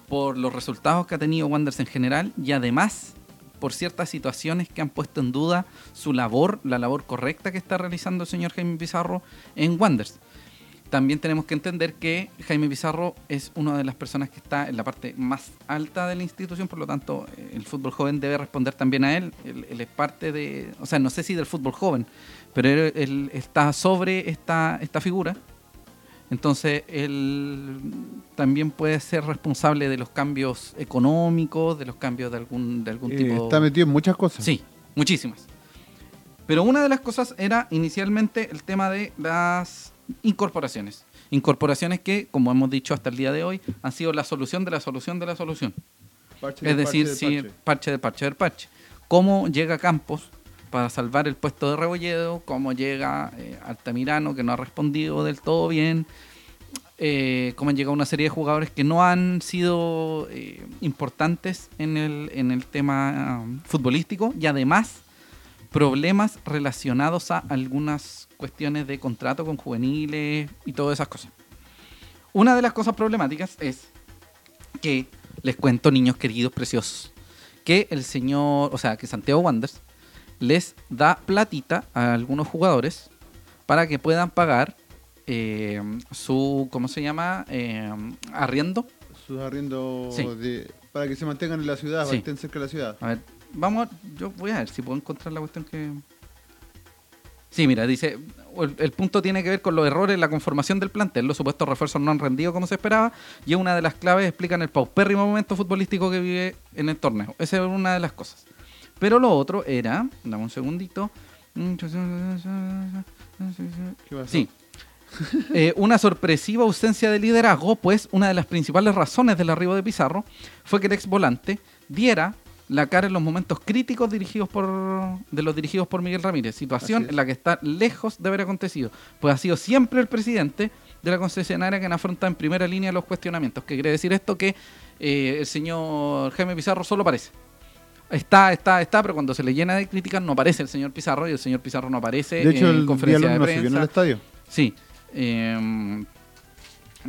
Speaker 2: por los resultados que ha tenido Wanderers en general y además por ciertas situaciones que han puesto en duda su labor, la labor correcta que está realizando el señor Jaime Pizarro en Wanderers. También tenemos que entender que Jaime Pizarro es una de las personas que está en la parte más alta de la institución, por lo tanto eh, el fútbol joven debe responder también a él. Él, él es parte de, o sea, no sé si del fútbol joven, pero él, él está sobre esta, esta figura. Entonces él también puede ser responsable de los cambios económicos, de los cambios de algún, de algún
Speaker 1: Eh,
Speaker 2: tipo.
Speaker 1: Está metido en muchas cosas.
Speaker 2: Sí, muchísimas. Pero una de las cosas era inicialmente el tema de las incorporaciones. Incorporaciones que, como hemos dicho hasta el día de hoy, han sido la solución de la solución de la solución.
Speaker 1: Parche
Speaker 2: es
Speaker 1: de
Speaker 2: decir,
Speaker 1: parche
Speaker 2: sí,
Speaker 1: de
Speaker 2: el
Speaker 1: parche.
Speaker 2: parche del parche del parche. ¿Cómo llega Campos para salvar el puesto de Rebolledo? ¿Cómo llega eh, Altamirano, que no ha respondido del todo bien? Eh, ¿Cómo han llegado una serie de jugadores que no han sido eh, importantes en el, en el tema um, futbolístico? Y además, problemas relacionados a algunas cuestiones de contrato con juveniles y todas esas cosas. Una de las cosas problemáticas es que, les cuento niños queridos, preciosos, que el señor, o sea, que Santiago Wanderers les da platita a algunos jugadores para que puedan pagar eh, su, ¿cómo se llama? Eh, arriendo.
Speaker 1: Sus arriendos
Speaker 2: Sí.
Speaker 1: de- para que se mantengan en la ciudad,
Speaker 2: Sí.
Speaker 1: estén cerca de la ciudad.
Speaker 2: A ver, vamos, a- yo voy a ver si puedo encontrar la cuestión que... Sí, mira, dice, el, el punto tiene que ver con los errores en la conformación del plantel. Los supuestos refuerzos no han rendido como se esperaba y es una de las claves explican el paupérrimo momento futbolístico que vive en el torneo. Esa es una de las cosas. Pero lo otro era, dame un segundito.
Speaker 1: ¿Qué pasó?
Speaker 2: Sí. Eh, una sorpresiva ausencia de liderazgo, pues una de las principales razones del arribo de Pizarro fue que el ex volante diera la cara en los momentos críticos dirigidos por de los dirigidos por Miguel Ramírez,
Speaker 1: Así
Speaker 2: situación
Speaker 1: es.
Speaker 2: en la que está lejos de haber acontecido, pues ha sido siempre el presidente de la concesionaria quien afronta en primera línea los cuestionamientos. ¿Qué quiere decir esto? Que eh, el señor Jaime Pizarro solo aparece. Está, está, está, pero cuando se le llena de críticas no aparece el señor Pizarro y el señor Pizarro no aparece
Speaker 1: De hecho,
Speaker 2: en
Speaker 1: el día
Speaker 2: conferencia de
Speaker 1: lunes no se
Speaker 2: prensa.
Speaker 1: vio en el estadio.
Speaker 2: Sí. eh,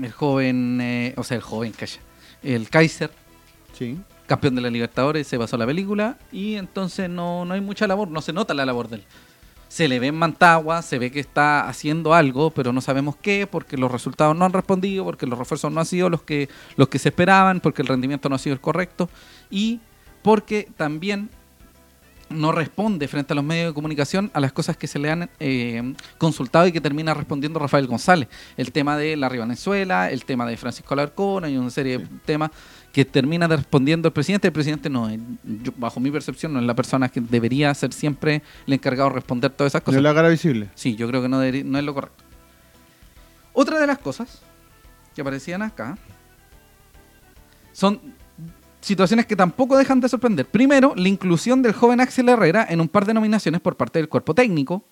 Speaker 2: el joven, eh, o sea, el joven, calla. El Kaiser,
Speaker 1: Sí.
Speaker 2: campeón de la Libertadores, se pasó la película y entonces no, no hay mucha labor, no se nota la labor de él. Se le ve en Mantagua, se ve que está haciendo algo, pero no sabemos qué, porque los resultados no han respondido, porque los refuerzos no han sido los que, los que se esperaban, porque el rendimiento no ha sido el correcto y porque también no responde frente a los medios de comunicación a las cosas que se le han eh, consultado y que termina respondiendo Rafael González. El tema de Larry Valenzuela, el tema de Francisco Alarcón, hay una serie de temas que termina de- respondiendo el presidente. El presidente no, eh, yo- bajo mi percepción, no es la persona que debería ser siempre el encargado de responder todas esas
Speaker 1: No
Speaker 2: cosas.
Speaker 1: es la cara visible.
Speaker 2: Sí, yo creo que no, debería- no es lo correcto. Otra de las cosas que aparecían acá son situaciones que tampoco dejan de sorprender. Primero, la inclusión del joven Axel Herrera en un par de nominaciones por parte del cuerpo técnico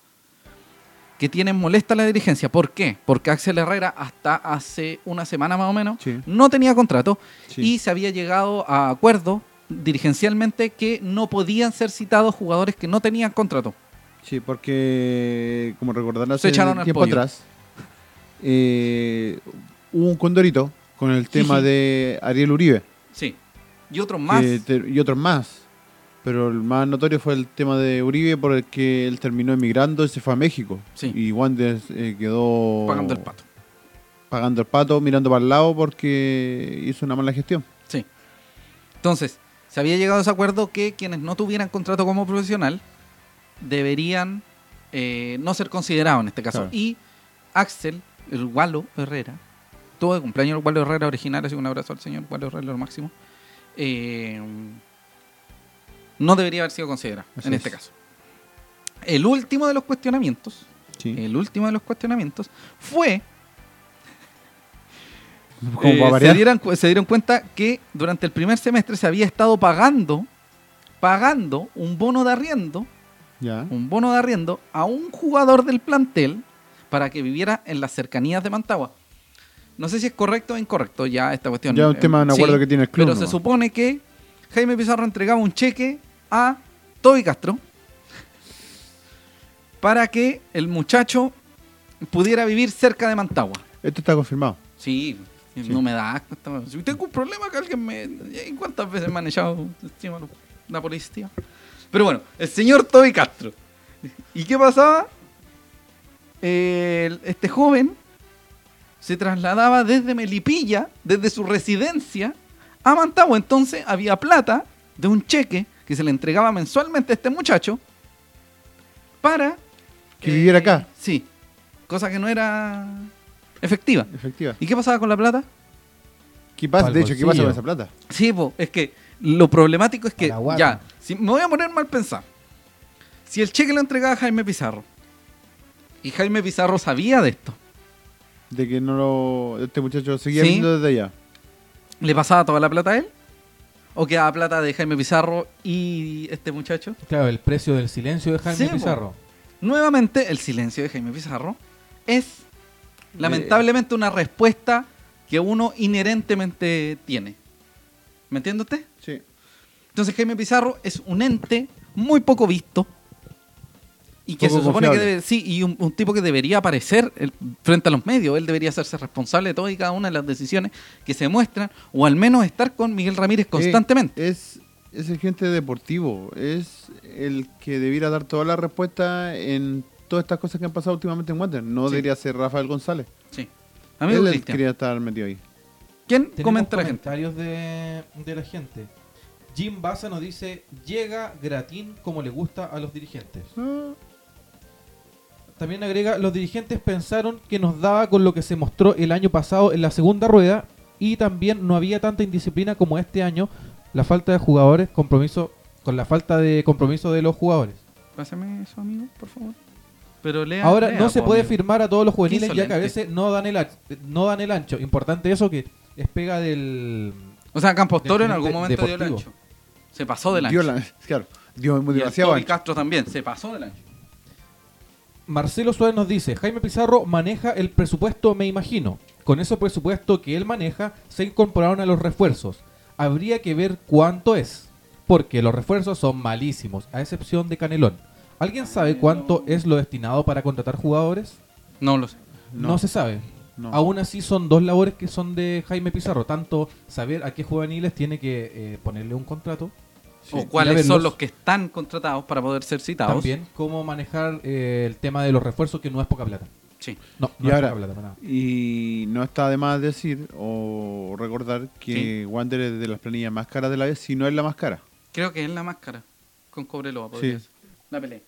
Speaker 2: que tienen molesta a la dirigencia. ¿Por qué? Porque Axel Herrera hasta hace una semana más o menos
Speaker 1: Sí.
Speaker 2: no tenía contrato
Speaker 1: Sí.
Speaker 2: y se había llegado a acuerdo dirigencialmente que no podían ser citados jugadores que no tenían contrato.
Speaker 1: Sí, porque como recordarás
Speaker 2: Se echaron al
Speaker 1: tiempo
Speaker 2: pollo.
Speaker 1: atrás, eh, hubo un condorito con el tema
Speaker 2: sí.
Speaker 1: de Ariel Uribe
Speaker 2: Sí. Y otros más.
Speaker 1: que te- y otros más. Pero el más notorio fue el tema de Uribe por el que él terminó emigrando y se fue a México.
Speaker 2: Sí.
Speaker 1: Y Wanderers eh, quedó
Speaker 2: pagando el pato.
Speaker 1: pagando el pato, mirando para el lado porque hizo una mala gestión.
Speaker 2: Sí. Entonces, se había llegado a ese acuerdo que quienes no tuvieran contrato como profesional deberían eh, no ser considerados en este caso.
Speaker 1: Claro.
Speaker 2: Y Axel, el Gualo Herrera, tuvo de cumpleaños el Gualo Herrera original, así que un abrazo al señor Gualo Herrera, lo máximo. eh, no debería haber sido considerado
Speaker 1: Así
Speaker 2: en
Speaker 1: es.
Speaker 2: este caso. El último de los cuestionamientos,
Speaker 1: Sí.
Speaker 2: el último de los cuestionamientos fue
Speaker 1: Como
Speaker 2: Eh,
Speaker 1: para
Speaker 2: se,
Speaker 1: variar.
Speaker 2: dieran, cu- se dieron cuenta que durante el primer semestre se había estado pagando, pagando un bono de arriendo,
Speaker 1: Ya.
Speaker 2: un bono de arriendo a un jugador del plantel para que viviera en las cercanías de Mantagua. No sé si es correcto o incorrecto ya esta cuestión.
Speaker 1: Ya un
Speaker 2: Eh,
Speaker 1: tema de un acuerdo que tiene el club
Speaker 2: Pero se
Speaker 1: nomás.
Speaker 2: supone que Jaime Pizarro entregaba un cheque a Toby Castro para que el muchacho pudiera vivir cerca de Mantagua.
Speaker 1: Esto está confirmado.
Speaker 2: Sí, no me da asco. esta weá. Si tengo un problema que alguien me... ¿Y ¿Cuántas veces me han echado encima lo- la policía? Pero bueno, el señor Toby Castro. ¿Y qué pasaba? El- este joven se trasladaba desde Melipilla, desde su residencia, a Mantagua. Entonces había plata de un cheque que se le entregaba mensualmente a este muchacho para... eh,
Speaker 1: Que viviera acá.
Speaker 2: Sí, cosa que no era efectiva.
Speaker 1: Efectiva.
Speaker 2: ¿Y qué pasaba con la plata?
Speaker 1: ¿Qué pasa?
Speaker 3: Pa'l
Speaker 1: De hecho, ¿qué pasa
Speaker 3: bolsillo.
Speaker 1: con esa plata?
Speaker 2: Sí, po, es que lo problemático es que
Speaker 4: Para guata.
Speaker 2: ya, si, me voy a poner mal pensado. Si el cheque lo entregaba Jaime Pizarro y Jaime Pizarro sabía de esto,
Speaker 1: De que no lo, este muchacho seguía
Speaker 2: Sí.
Speaker 1: viendo desde allá.
Speaker 2: ¿le pasaba toda la plata a él? ¿O quedaba plata de Jaime Pizarro y este muchacho?
Speaker 3: Claro, el precio del silencio de Jaime
Speaker 2: Sí, po.
Speaker 3: Pizarro.
Speaker 2: Nuevamente, el silencio de Jaime Pizarro es lamentablemente una respuesta que uno inherentemente tiene. ¿Me entiende usted?
Speaker 1: Sí.
Speaker 2: Entonces Jaime Pizarro es un ente muy poco visto, Y que se
Speaker 1: Poco
Speaker 2: supone que
Speaker 1: confiable.
Speaker 2: debe- sí, y un, un tipo que debería aparecer el- frente a los medios, él debería hacerse responsable de todas y cada una de las decisiones que se muestran, o al menos estar con Miguel Ramírez constantemente.
Speaker 1: Eh, es, es el gente deportivo, es el que debiera dar toda la respuesta en todas estas cosas que han pasado últimamente en Wander. No
Speaker 2: Sí.
Speaker 1: debería ser Rafael González.
Speaker 2: sí. Amigo
Speaker 1: Él
Speaker 2: Cristian,
Speaker 1: quería estar metido ahí.
Speaker 2: ¿quién
Speaker 3: Tenemos
Speaker 2: comenta la gente?
Speaker 3: comentarios de, de la gente. Jim Baza nos dice, llega gratín como le gusta a los dirigentes.
Speaker 1: Ah,
Speaker 3: También agrega, los dirigentes pensaron que nos daba con lo que se mostró el año pasado en la segunda rueda y también no había tanta indisciplina como este año, la falta de jugadores, compromiso con la falta de compromiso de los jugadores.
Speaker 2: Pásame eso, amigo, por favor. Pero lea.
Speaker 3: Ahora
Speaker 2: lea,
Speaker 3: no se
Speaker 2: po,
Speaker 3: puede
Speaker 2: amigo.
Speaker 3: firmar a todos los juveniles ya que
Speaker 2: insolente.
Speaker 3: a veces no dan el ancho, no dan el ancho. Importante eso que es pega del
Speaker 2: O sea, Campos
Speaker 3: del
Speaker 2: Toro en
Speaker 3: gerente
Speaker 2: algún momento dio el
Speaker 3: deportivo.
Speaker 2: ancho. Se pasó del
Speaker 1: dio
Speaker 2: ancho.
Speaker 1: la- claro, dio
Speaker 2: Y el
Speaker 1: demasiado
Speaker 2: Toby
Speaker 1: ancho.
Speaker 2: Castro también, se pasó del ancho.
Speaker 3: Marcelo Suárez nos dice, Jaime Pizarro maneja el presupuesto, me imagino. Con ese presupuesto que él maneja, se incorporaron a los refuerzos. Habría que ver cuánto es, porque los refuerzos son malísimos, a excepción de Canelón. ¿Alguien sabe cuánto es lo destinado para contratar jugadores?
Speaker 2: No lo sé.
Speaker 1: No.
Speaker 3: No, se sabe.
Speaker 1: No.
Speaker 3: Aún así son dos labores que son de Jaime Pizarro, tanto saber a qué juveniles tiene que eh, ponerle un contrato,
Speaker 1: Sí.
Speaker 2: o
Speaker 3: ir a
Speaker 2: cuáles
Speaker 3: verlos.
Speaker 2: son los que están contratados para poder ser citados.
Speaker 3: también cómo manejar eh, el tema de los refuerzos, que no es poca plata.
Speaker 2: Sí.
Speaker 3: No, no
Speaker 1: Y
Speaker 3: es
Speaker 1: ahora-
Speaker 3: poca plata para nada.
Speaker 1: Y no está de más decir o recordar que Wander es de las planillas más caras de la vez, si no es la más cara.
Speaker 2: Creo que es la máscara. Con Cobreloa, podría
Speaker 1: Sí.
Speaker 2: ser. La pelea.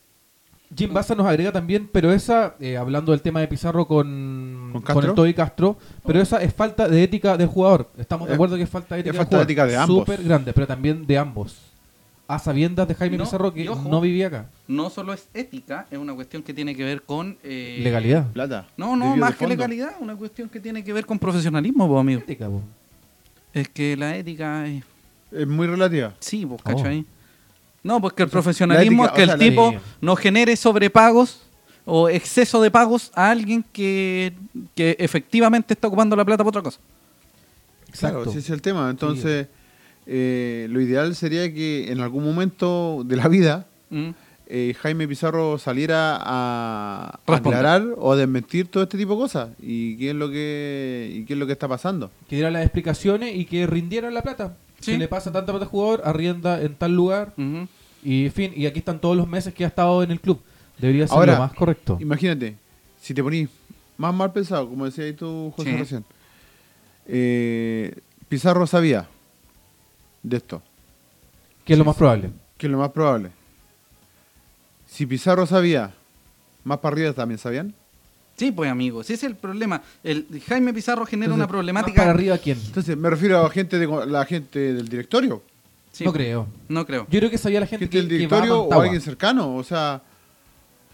Speaker 3: Jim Baza nos agrega también, pero esa, eh, hablando del tema de Pizarro con,
Speaker 1: ¿Con Castro?
Speaker 3: el Toby Castro, pero esa es falta de ética del jugador. Estamos de
Speaker 1: Eh,
Speaker 3: acuerdo que es falta de
Speaker 1: es
Speaker 3: ética,
Speaker 1: falta de ética de ambos.
Speaker 3: Súper grande, pero también de ambos. A sabiendas de Jaime
Speaker 2: No,
Speaker 3: Pizarro que
Speaker 2: y ojo.
Speaker 3: no vivía acá.
Speaker 2: No solo es ética, es una cuestión que tiene que ver con... eh,
Speaker 3: Legalidad.
Speaker 1: Plata.
Speaker 2: No, no,
Speaker 1: desvío
Speaker 2: más
Speaker 1: de
Speaker 2: que
Speaker 1: fondo.
Speaker 2: legalidad, una cuestión que tiene que ver con profesionalismo, pues, amigo.
Speaker 3: Ética, po.
Speaker 2: Es que la ética es...
Speaker 1: Es muy relativa.
Speaker 2: Sí, pues,
Speaker 3: Oh.
Speaker 2: ¿cachai? No, porque el profesionalismo
Speaker 1: la ética-
Speaker 2: es
Speaker 1: o
Speaker 2: que el
Speaker 1: sea, la-
Speaker 2: tipo
Speaker 3: Sí.
Speaker 2: no genere sobrepagos o exceso de pagos a alguien que, que efectivamente está ocupando la plata por otra cosa.
Speaker 3: Exacto.
Speaker 1: Claro, ese es el tema. Entonces, eh, lo ideal sería que en algún momento de la vida
Speaker 2: Mm.
Speaker 1: eh, Jaime Pizarro saliera a
Speaker 2: Responder.
Speaker 1: aclarar o a desmentir todo este tipo de cosas y qué es lo que y qué es lo que está pasando.
Speaker 3: Que diera las explicaciones y que rindieran la plata.
Speaker 2: Sí.
Speaker 3: Si le pasa tanta plata al jugador, arrienda en tal lugar
Speaker 2: Ujú.
Speaker 3: y fin. Y aquí están todos los meses que ha estado en el club. Debería ser
Speaker 1: Ahora,
Speaker 3: lo más correcto.
Speaker 1: Imagínate, si te ponís más mal pensado, como decía ahí tú, José
Speaker 2: Sí.
Speaker 1: recién. eh, Pizarro sabía de esto,
Speaker 3: Que es lo más probable.
Speaker 1: que es lo más probable. Si Pizarro sabía, más para arriba también sabían.
Speaker 2: Sí, pues, amigo, ese es el problema. El Jaime Pizarro genera
Speaker 3: Entonces,
Speaker 2: una
Speaker 3: más
Speaker 2: problemática...
Speaker 3: ¿Para arriba quién?
Speaker 1: Entonces, me refiero a gente de, la gente del directorio.
Speaker 2: Sí,
Speaker 3: no
Speaker 2: pues,
Speaker 3: creo.
Speaker 2: No creo.
Speaker 3: Yo creo que sabía la gente
Speaker 1: Gente
Speaker 3: que,
Speaker 1: del
Speaker 3: que va a
Speaker 1: directorio o
Speaker 3: Mantagua.
Speaker 1: alguien cercano. O sea,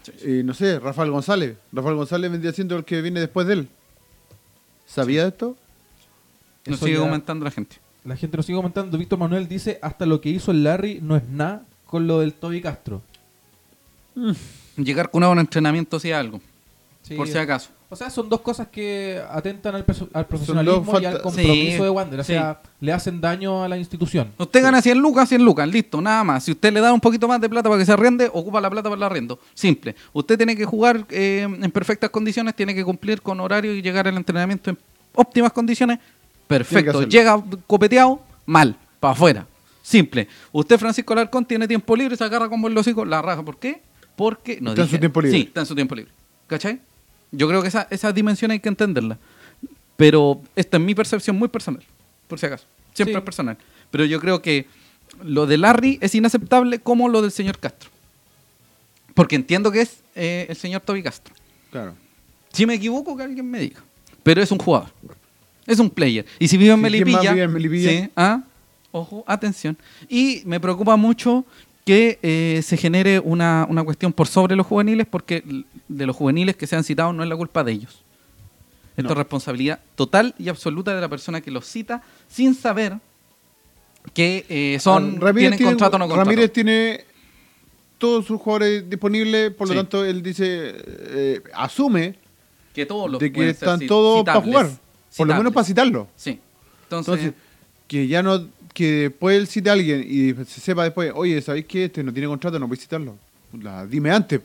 Speaker 2: Sí, sí.
Speaker 1: eh, no sé, Rafael González. Rafael González vendría siendo el que viene después de él. ¿Sabía de esto?
Speaker 2: Nos
Speaker 3: Eso
Speaker 2: sigue
Speaker 3: ya-
Speaker 2: aumentando la gente.
Speaker 3: La gente nos sigue comentando. Víctor Manuel dice, hasta lo que hizo el Larry no es nada con lo del Toby Castro.
Speaker 2: Llegar con un entrenamiento sí es algo,
Speaker 3: Sí.
Speaker 2: por si acaso.
Speaker 3: O sea, son dos cosas que atentan al, perso- al
Speaker 1: dos
Speaker 3: profesionalismo y
Speaker 1: falta-
Speaker 3: al compromiso
Speaker 2: Sí,
Speaker 3: de Wander. O
Speaker 2: sí.
Speaker 3: sea, le hacen daño a la institución.
Speaker 2: Usted gana 100 lucas, 100 lucas, listo, nada más. Si usted le da un poquito más de plata para que se arrende, ocupa la plata para el arriendo. Simple. Usted tiene que jugar eh, en perfectas condiciones, tiene que cumplir con horario y llegar al entrenamiento en óptimas condiciones. Perfecto.
Speaker 1: hacerlo.
Speaker 2: Llega copeteado, mal, para afuera. Simple. Usted, Francisco Larcón, tiene tiempo libre, se agarra con el hocico, la raja. ¿Por qué? Porque no
Speaker 1: Está en
Speaker 2: dije-
Speaker 1: su tiempo libre.
Speaker 2: Sí, está en su tiempo libre. ¿Cachai? Yo creo que esa, esa dimensión hay que entenderla. Pero esta es mi percepción muy personal, por si acaso. Siempre
Speaker 3: Sí.
Speaker 2: es personal. Pero yo creo que lo de Larry es inaceptable como lo del señor Castro. Porque entiendo que es eh, el señor Toby Castro.
Speaker 1: Claro.
Speaker 2: Si me equivoco, que alguien me diga. Pero es un jugador. Es un player. Y si vive
Speaker 1: Sí, ¿quién
Speaker 2: en
Speaker 1: más
Speaker 2: Melipilla.
Speaker 1: vive en Melipilla?
Speaker 2: sí, ah, ojo, atención. Y me preocupa mucho que eh, se genere una, una cuestión por sobre los juveniles, porque l- de los juveniles que se han citado no es la culpa de ellos. Esto
Speaker 1: No.
Speaker 2: es responsabilidad total y absoluta de la persona que los cita sin saber que eh, son tienen
Speaker 1: tiene-
Speaker 2: contrato o no contrato.
Speaker 1: Ramírez tiene todos sus jugadores disponibles, por lo
Speaker 2: Sí.
Speaker 1: tanto, él dice, eh, asume
Speaker 2: que todos los
Speaker 1: de que
Speaker 2: pueden ser
Speaker 1: están
Speaker 2: ci-
Speaker 1: todos para
Speaker 2: citables.
Speaker 1: jugar. Por lo
Speaker 2: Citables.
Speaker 1: menos para citarlo.
Speaker 2: Sí.
Speaker 1: Entonces,
Speaker 2: Entonces
Speaker 1: que ya no, que después él cite a alguien y se sepa después, oye, ¿sabéis que este no tiene contrato? No voy a citarlo. La- dime antes.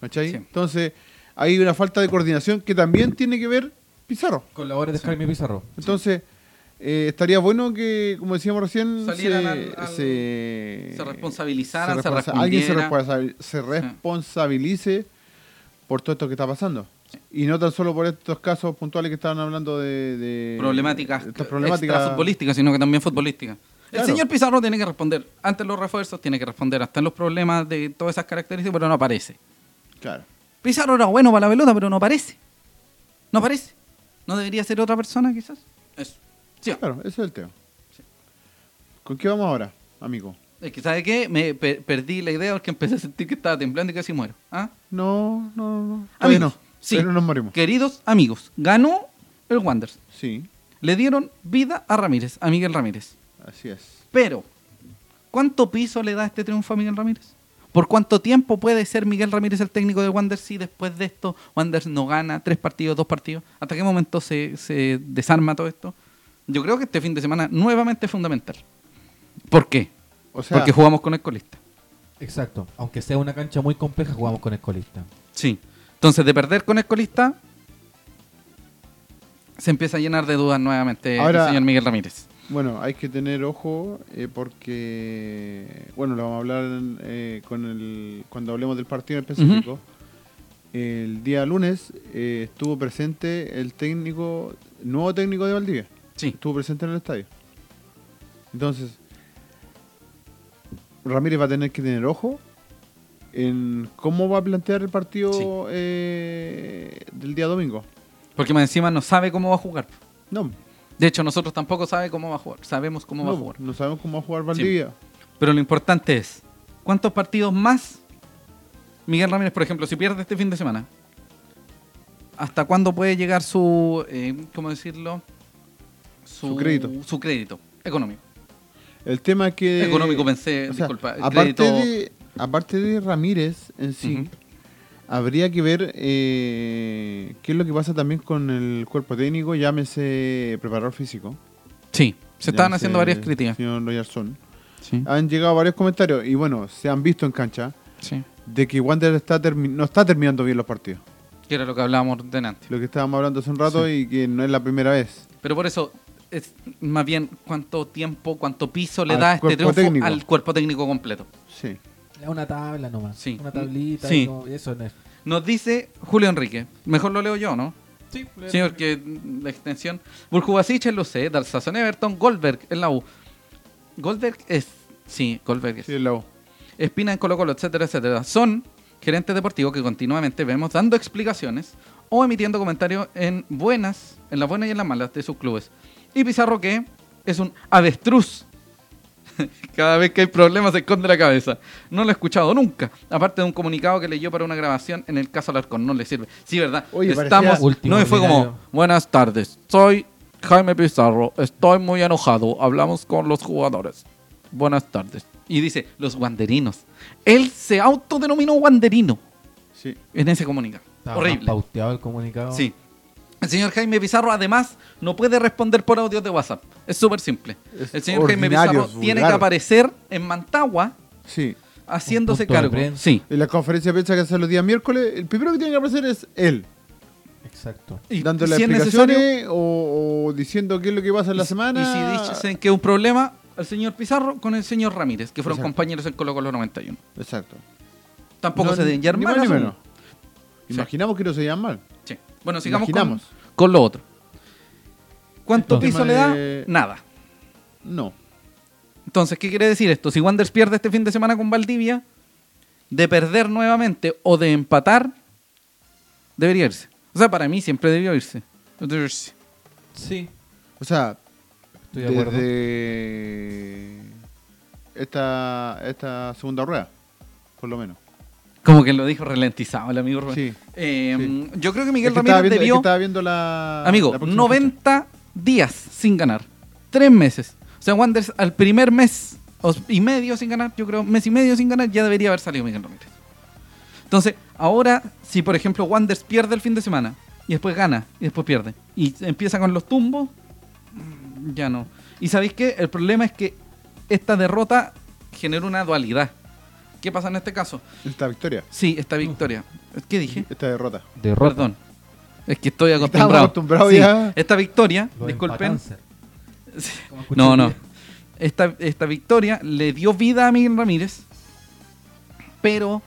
Speaker 1: ¿Cachai?
Speaker 2: Sí.
Speaker 1: Entonces, hay una falta de coordinación que también tiene que ver Pizarro.
Speaker 3: Con la hora de Jaime Pizarro.
Speaker 1: Entonces, eh, estaría bueno que, como decíamos recién,
Speaker 2: Salieran
Speaker 1: se,
Speaker 2: al- al-
Speaker 1: se,
Speaker 2: se responsabilizaran, se
Speaker 1: responsa- alguien se,
Speaker 2: respondiera.
Speaker 1: responsa- se responsabilice por todo esto que está pasando. Y no tan solo por estos casos puntuales que estaban hablando de... de-
Speaker 2: Eh, problemáticas,
Speaker 1: estas problemáticas
Speaker 2: futbolísticas, sino que también futbolísticas.
Speaker 1: Claro.
Speaker 2: El señor Pizarro tiene que responder ante los refuerzos, tiene que responder hasta en los problemas de todas esas características, pero no aparece.
Speaker 1: Claro.
Speaker 2: Pizarro era bueno para la pelota, pero no aparece. No aparece. ¿No debería ser otra persona, quizás? Eso. Sí,
Speaker 1: Claro, ese es el tema. ¿Con qué vamos ahora, amigo?
Speaker 2: es que ¿sabe qué? Me pe- perdí la idea porque empecé a sentir que estaba temblando y casi muero. ¿Ah?
Speaker 1: No, no, no. Todavía
Speaker 2: Amigos,
Speaker 1: no.
Speaker 2: sí.
Speaker 1: Pero nos morimos.
Speaker 2: Queridos amigos, ganó el Wanderers.
Speaker 1: Sí,
Speaker 2: Le dieron vida a Ramírez, a Miguel Ramírez.
Speaker 1: así es.
Speaker 2: Pero, ¿cuánto piso le da este triunfo a Miguel Ramírez? ¿Por cuánto tiempo puede ser Miguel Ramírez el técnico de Wanderers si después de esto Wanderers no gana tres partidos, dos partidos? ¿Hasta qué momento se, se desarma todo esto? Yo creo que este fin de semana nuevamente es fundamental. ¿Por qué?
Speaker 1: O sea,
Speaker 2: Porque jugamos con el colista.
Speaker 3: Exacto. Aunque sea una cancha muy compleja, jugamos con Escolista.
Speaker 2: Sí. Entonces, de perder con el colista, se empieza a llenar de dudas nuevamente
Speaker 1: Ahora-
Speaker 2: el señor Miguel Ramírez.
Speaker 1: bueno, hay que tener ojo eh, porque, bueno, lo vamos a hablar eh, con el, cuando hablemos del partido en específico. El día lunes eh, estuvo presente el técnico, nuevo técnico de Valdivia.
Speaker 2: Sí.
Speaker 1: Estuvo presente en el estadio. Entonces, Ramírez va a tener que tener ojo en cómo va a plantear el partido
Speaker 2: Sí.
Speaker 1: eh, del día domingo.
Speaker 2: Porque más encima no sabe cómo va a jugar.
Speaker 1: No,
Speaker 2: De hecho, nosotros tampoco sabe cómo va a jugar. Sabemos cómo va a
Speaker 1: no,
Speaker 2: jugar.
Speaker 1: no sabemos cómo va a jugar Valdivia.
Speaker 2: Pero lo importante es, ¿cuántos partidos más? Miguel Ramírez, por ejemplo, si pierde este fin de semana, ¿hasta cuándo puede llegar su, eh, ¿cómo decirlo?
Speaker 1: Su crédito.
Speaker 2: Su crédito económico.
Speaker 1: El tema es que...
Speaker 2: económico, pensé,
Speaker 1: o sea,
Speaker 2: Eh, disculpa. el
Speaker 1: aparte,
Speaker 2: crédito,
Speaker 1: de, aparte de Ramírez en sí,
Speaker 2: Ujú.
Speaker 1: habría que ver eh, qué es lo que pasa también con el cuerpo técnico, llámese preparador físico.
Speaker 2: Sí, se estaban
Speaker 1: llámese
Speaker 2: haciendo varias
Speaker 1: el
Speaker 2: críticas. Ah,
Speaker 1: Señor Royarzón.
Speaker 2: Sí,
Speaker 1: Han llegado varios comentarios y bueno, se han visto en cancha
Speaker 2: sí.
Speaker 1: de que Wander está termi- no está terminando bien los partidos.
Speaker 2: Que era lo que hablábamos delante.
Speaker 1: Lo que estábamos hablando hace un rato y que no es la primera vez.
Speaker 2: Pero por eso, es más bien cuánto tiempo, cuánto piso le
Speaker 1: Al
Speaker 2: da este
Speaker 1: cuerpo
Speaker 2: triunfo
Speaker 1: técnico.
Speaker 2: al cuerpo técnico completo.
Speaker 1: Sí.
Speaker 3: Una tabla nomás.
Speaker 2: Sí.
Speaker 3: Una tablita.
Speaker 2: Sí.
Speaker 3: y no- eso no es.
Speaker 2: Nos dice Julio Enrique, mejor lo leo yo, ¿no?
Speaker 3: Sí,
Speaker 2: Sí, porque mm, la extensión. Burjubasic en Lucé, Dalsazón Everton, Goldberg en la U. Goldberg es. Sí, Goldberg es.
Speaker 1: Sí, la U.
Speaker 2: Espina en Colo Colo, etcétera, etcétera. Son gerentes deportivos que continuamente vemos dando explicaciones o emitiendo comentarios en buenas, en las buenas y en las malas de sus clubes. Y Pizarro que es un avestruz. Cada vez que hay problemas se esconde la cabeza. No lo he escuchado nunca. Aparte de un comunicado que leyó para una grabación en el caso Alarcón. No le sirve. Sí, ¿verdad?
Speaker 1: Oye,
Speaker 2: Estamos...
Speaker 1: parecía-
Speaker 3: Último
Speaker 2: no, y fue como...
Speaker 3: ordinario.
Speaker 2: Buenas tardes. Soy Jaime Pizarro. Estoy muy enojado. Hablamos con los jugadores. Buenas tardes. Y dice, los guanderinos. Él se autodenominó guanderino
Speaker 1: Sí.
Speaker 2: en ese comunicado. Horrible.
Speaker 3: pauteado el comunicado.
Speaker 2: Sí. El señor Jaime Pizarro, además, no puede responder por audios de WhatsApp. Es súper simple.
Speaker 1: Es
Speaker 2: el señor Jaime
Speaker 1: ordinario,
Speaker 2: Pizarro
Speaker 1: es
Speaker 2: tiene que
Speaker 1: vulgar.
Speaker 2: aparecer en Mantagua
Speaker 1: Sí.
Speaker 2: haciéndose
Speaker 3: Un punto de
Speaker 2: cargo.
Speaker 3: prensa.
Speaker 2: Sí.
Speaker 1: En la conferencia de prensa que hace los días miércoles, el primero que tiene que aparecer es él.
Speaker 3: Exacto.
Speaker 2: Y
Speaker 1: dándole
Speaker 2: si es
Speaker 1: explicaciones
Speaker 2: necesario-
Speaker 1: eh, o, o diciendo qué es lo que pasa en la semana.
Speaker 2: Y si dicen que es un problema, al señor Pizarro con el señor Ramírez, que fueron
Speaker 1: Exacto.
Speaker 2: compañeros en Colo Colo 91.
Speaker 1: Exacto.
Speaker 2: Tampoco
Speaker 1: No,
Speaker 2: se deben llamar.
Speaker 1: ni más ni
Speaker 2: a su-
Speaker 1: menos. Imaginamos que no se llaman mal.
Speaker 2: Sí. Bueno, sigamos con,
Speaker 1: Imaginamos.
Speaker 2: con lo otro. ¿Cuánto
Speaker 1: Entonces,
Speaker 2: piso le
Speaker 1: tema
Speaker 2: da?
Speaker 1: de-
Speaker 2: Nada.
Speaker 1: No.
Speaker 2: Entonces, ¿qué quiere decir esto? Si Wanderers pierde este fin de semana con Valdivia, de perder nuevamente o de empatar, debería irse. O sea, para mí siempre debió irse. Debió irse.
Speaker 3: Sí.
Speaker 1: O sea,
Speaker 3: Estoy de acuerdo.
Speaker 1: desde esta, esta segunda rueda, por lo menos.
Speaker 2: Como que lo dijo ralentizado el amigo Rubén.
Speaker 1: Sí,
Speaker 2: Eh,
Speaker 1: sí.
Speaker 2: Yo creo que
Speaker 1: Es
Speaker 2: Miguel
Speaker 1: que estaba viendo, es que
Speaker 2: Ramírez debió...
Speaker 1: estaba viendo la.
Speaker 2: Amigo,
Speaker 1: la próxima
Speaker 2: 90 días sin ganar. Tres meses. O sea, Wanderers al primer mes os- y medio sin ganar, yo creo, mes y medio sin ganar, ya debería haber salido Miguel Ramírez. Entonces, ahora, si por ejemplo Wanderers pierde el fin de semana, y después gana, y después pierde, y empieza con los tumbos, mm, ya no. Y sabéis que el problema es que esta derrota genera una dualidad. ¿Qué pasa en este caso?
Speaker 1: fecha. Esta victoria.
Speaker 2: Sí, esta victoria. ¿Qué dije?
Speaker 1: Esta derrota.
Speaker 3: Derrota.
Speaker 2: Perdón. Es que estoy
Speaker 1: Estamos
Speaker 2: acostumbrado.
Speaker 1: acostumbrados
Speaker 2: Sí,
Speaker 1: ya.
Speaker 2: Esta victoria,
Speaker 3: Lo
Speaker 2: disculpen.
Speaker 3: empatan.
Speaker 2: Sí.
Speaker 3: Como escuché
Speaker 2: No,
Speaker 3: el
Speaker 2: no.
Speaker 3: día.
Speaker 2: Esta, esta victoria le dio vida a Miguel Ramírez. Pero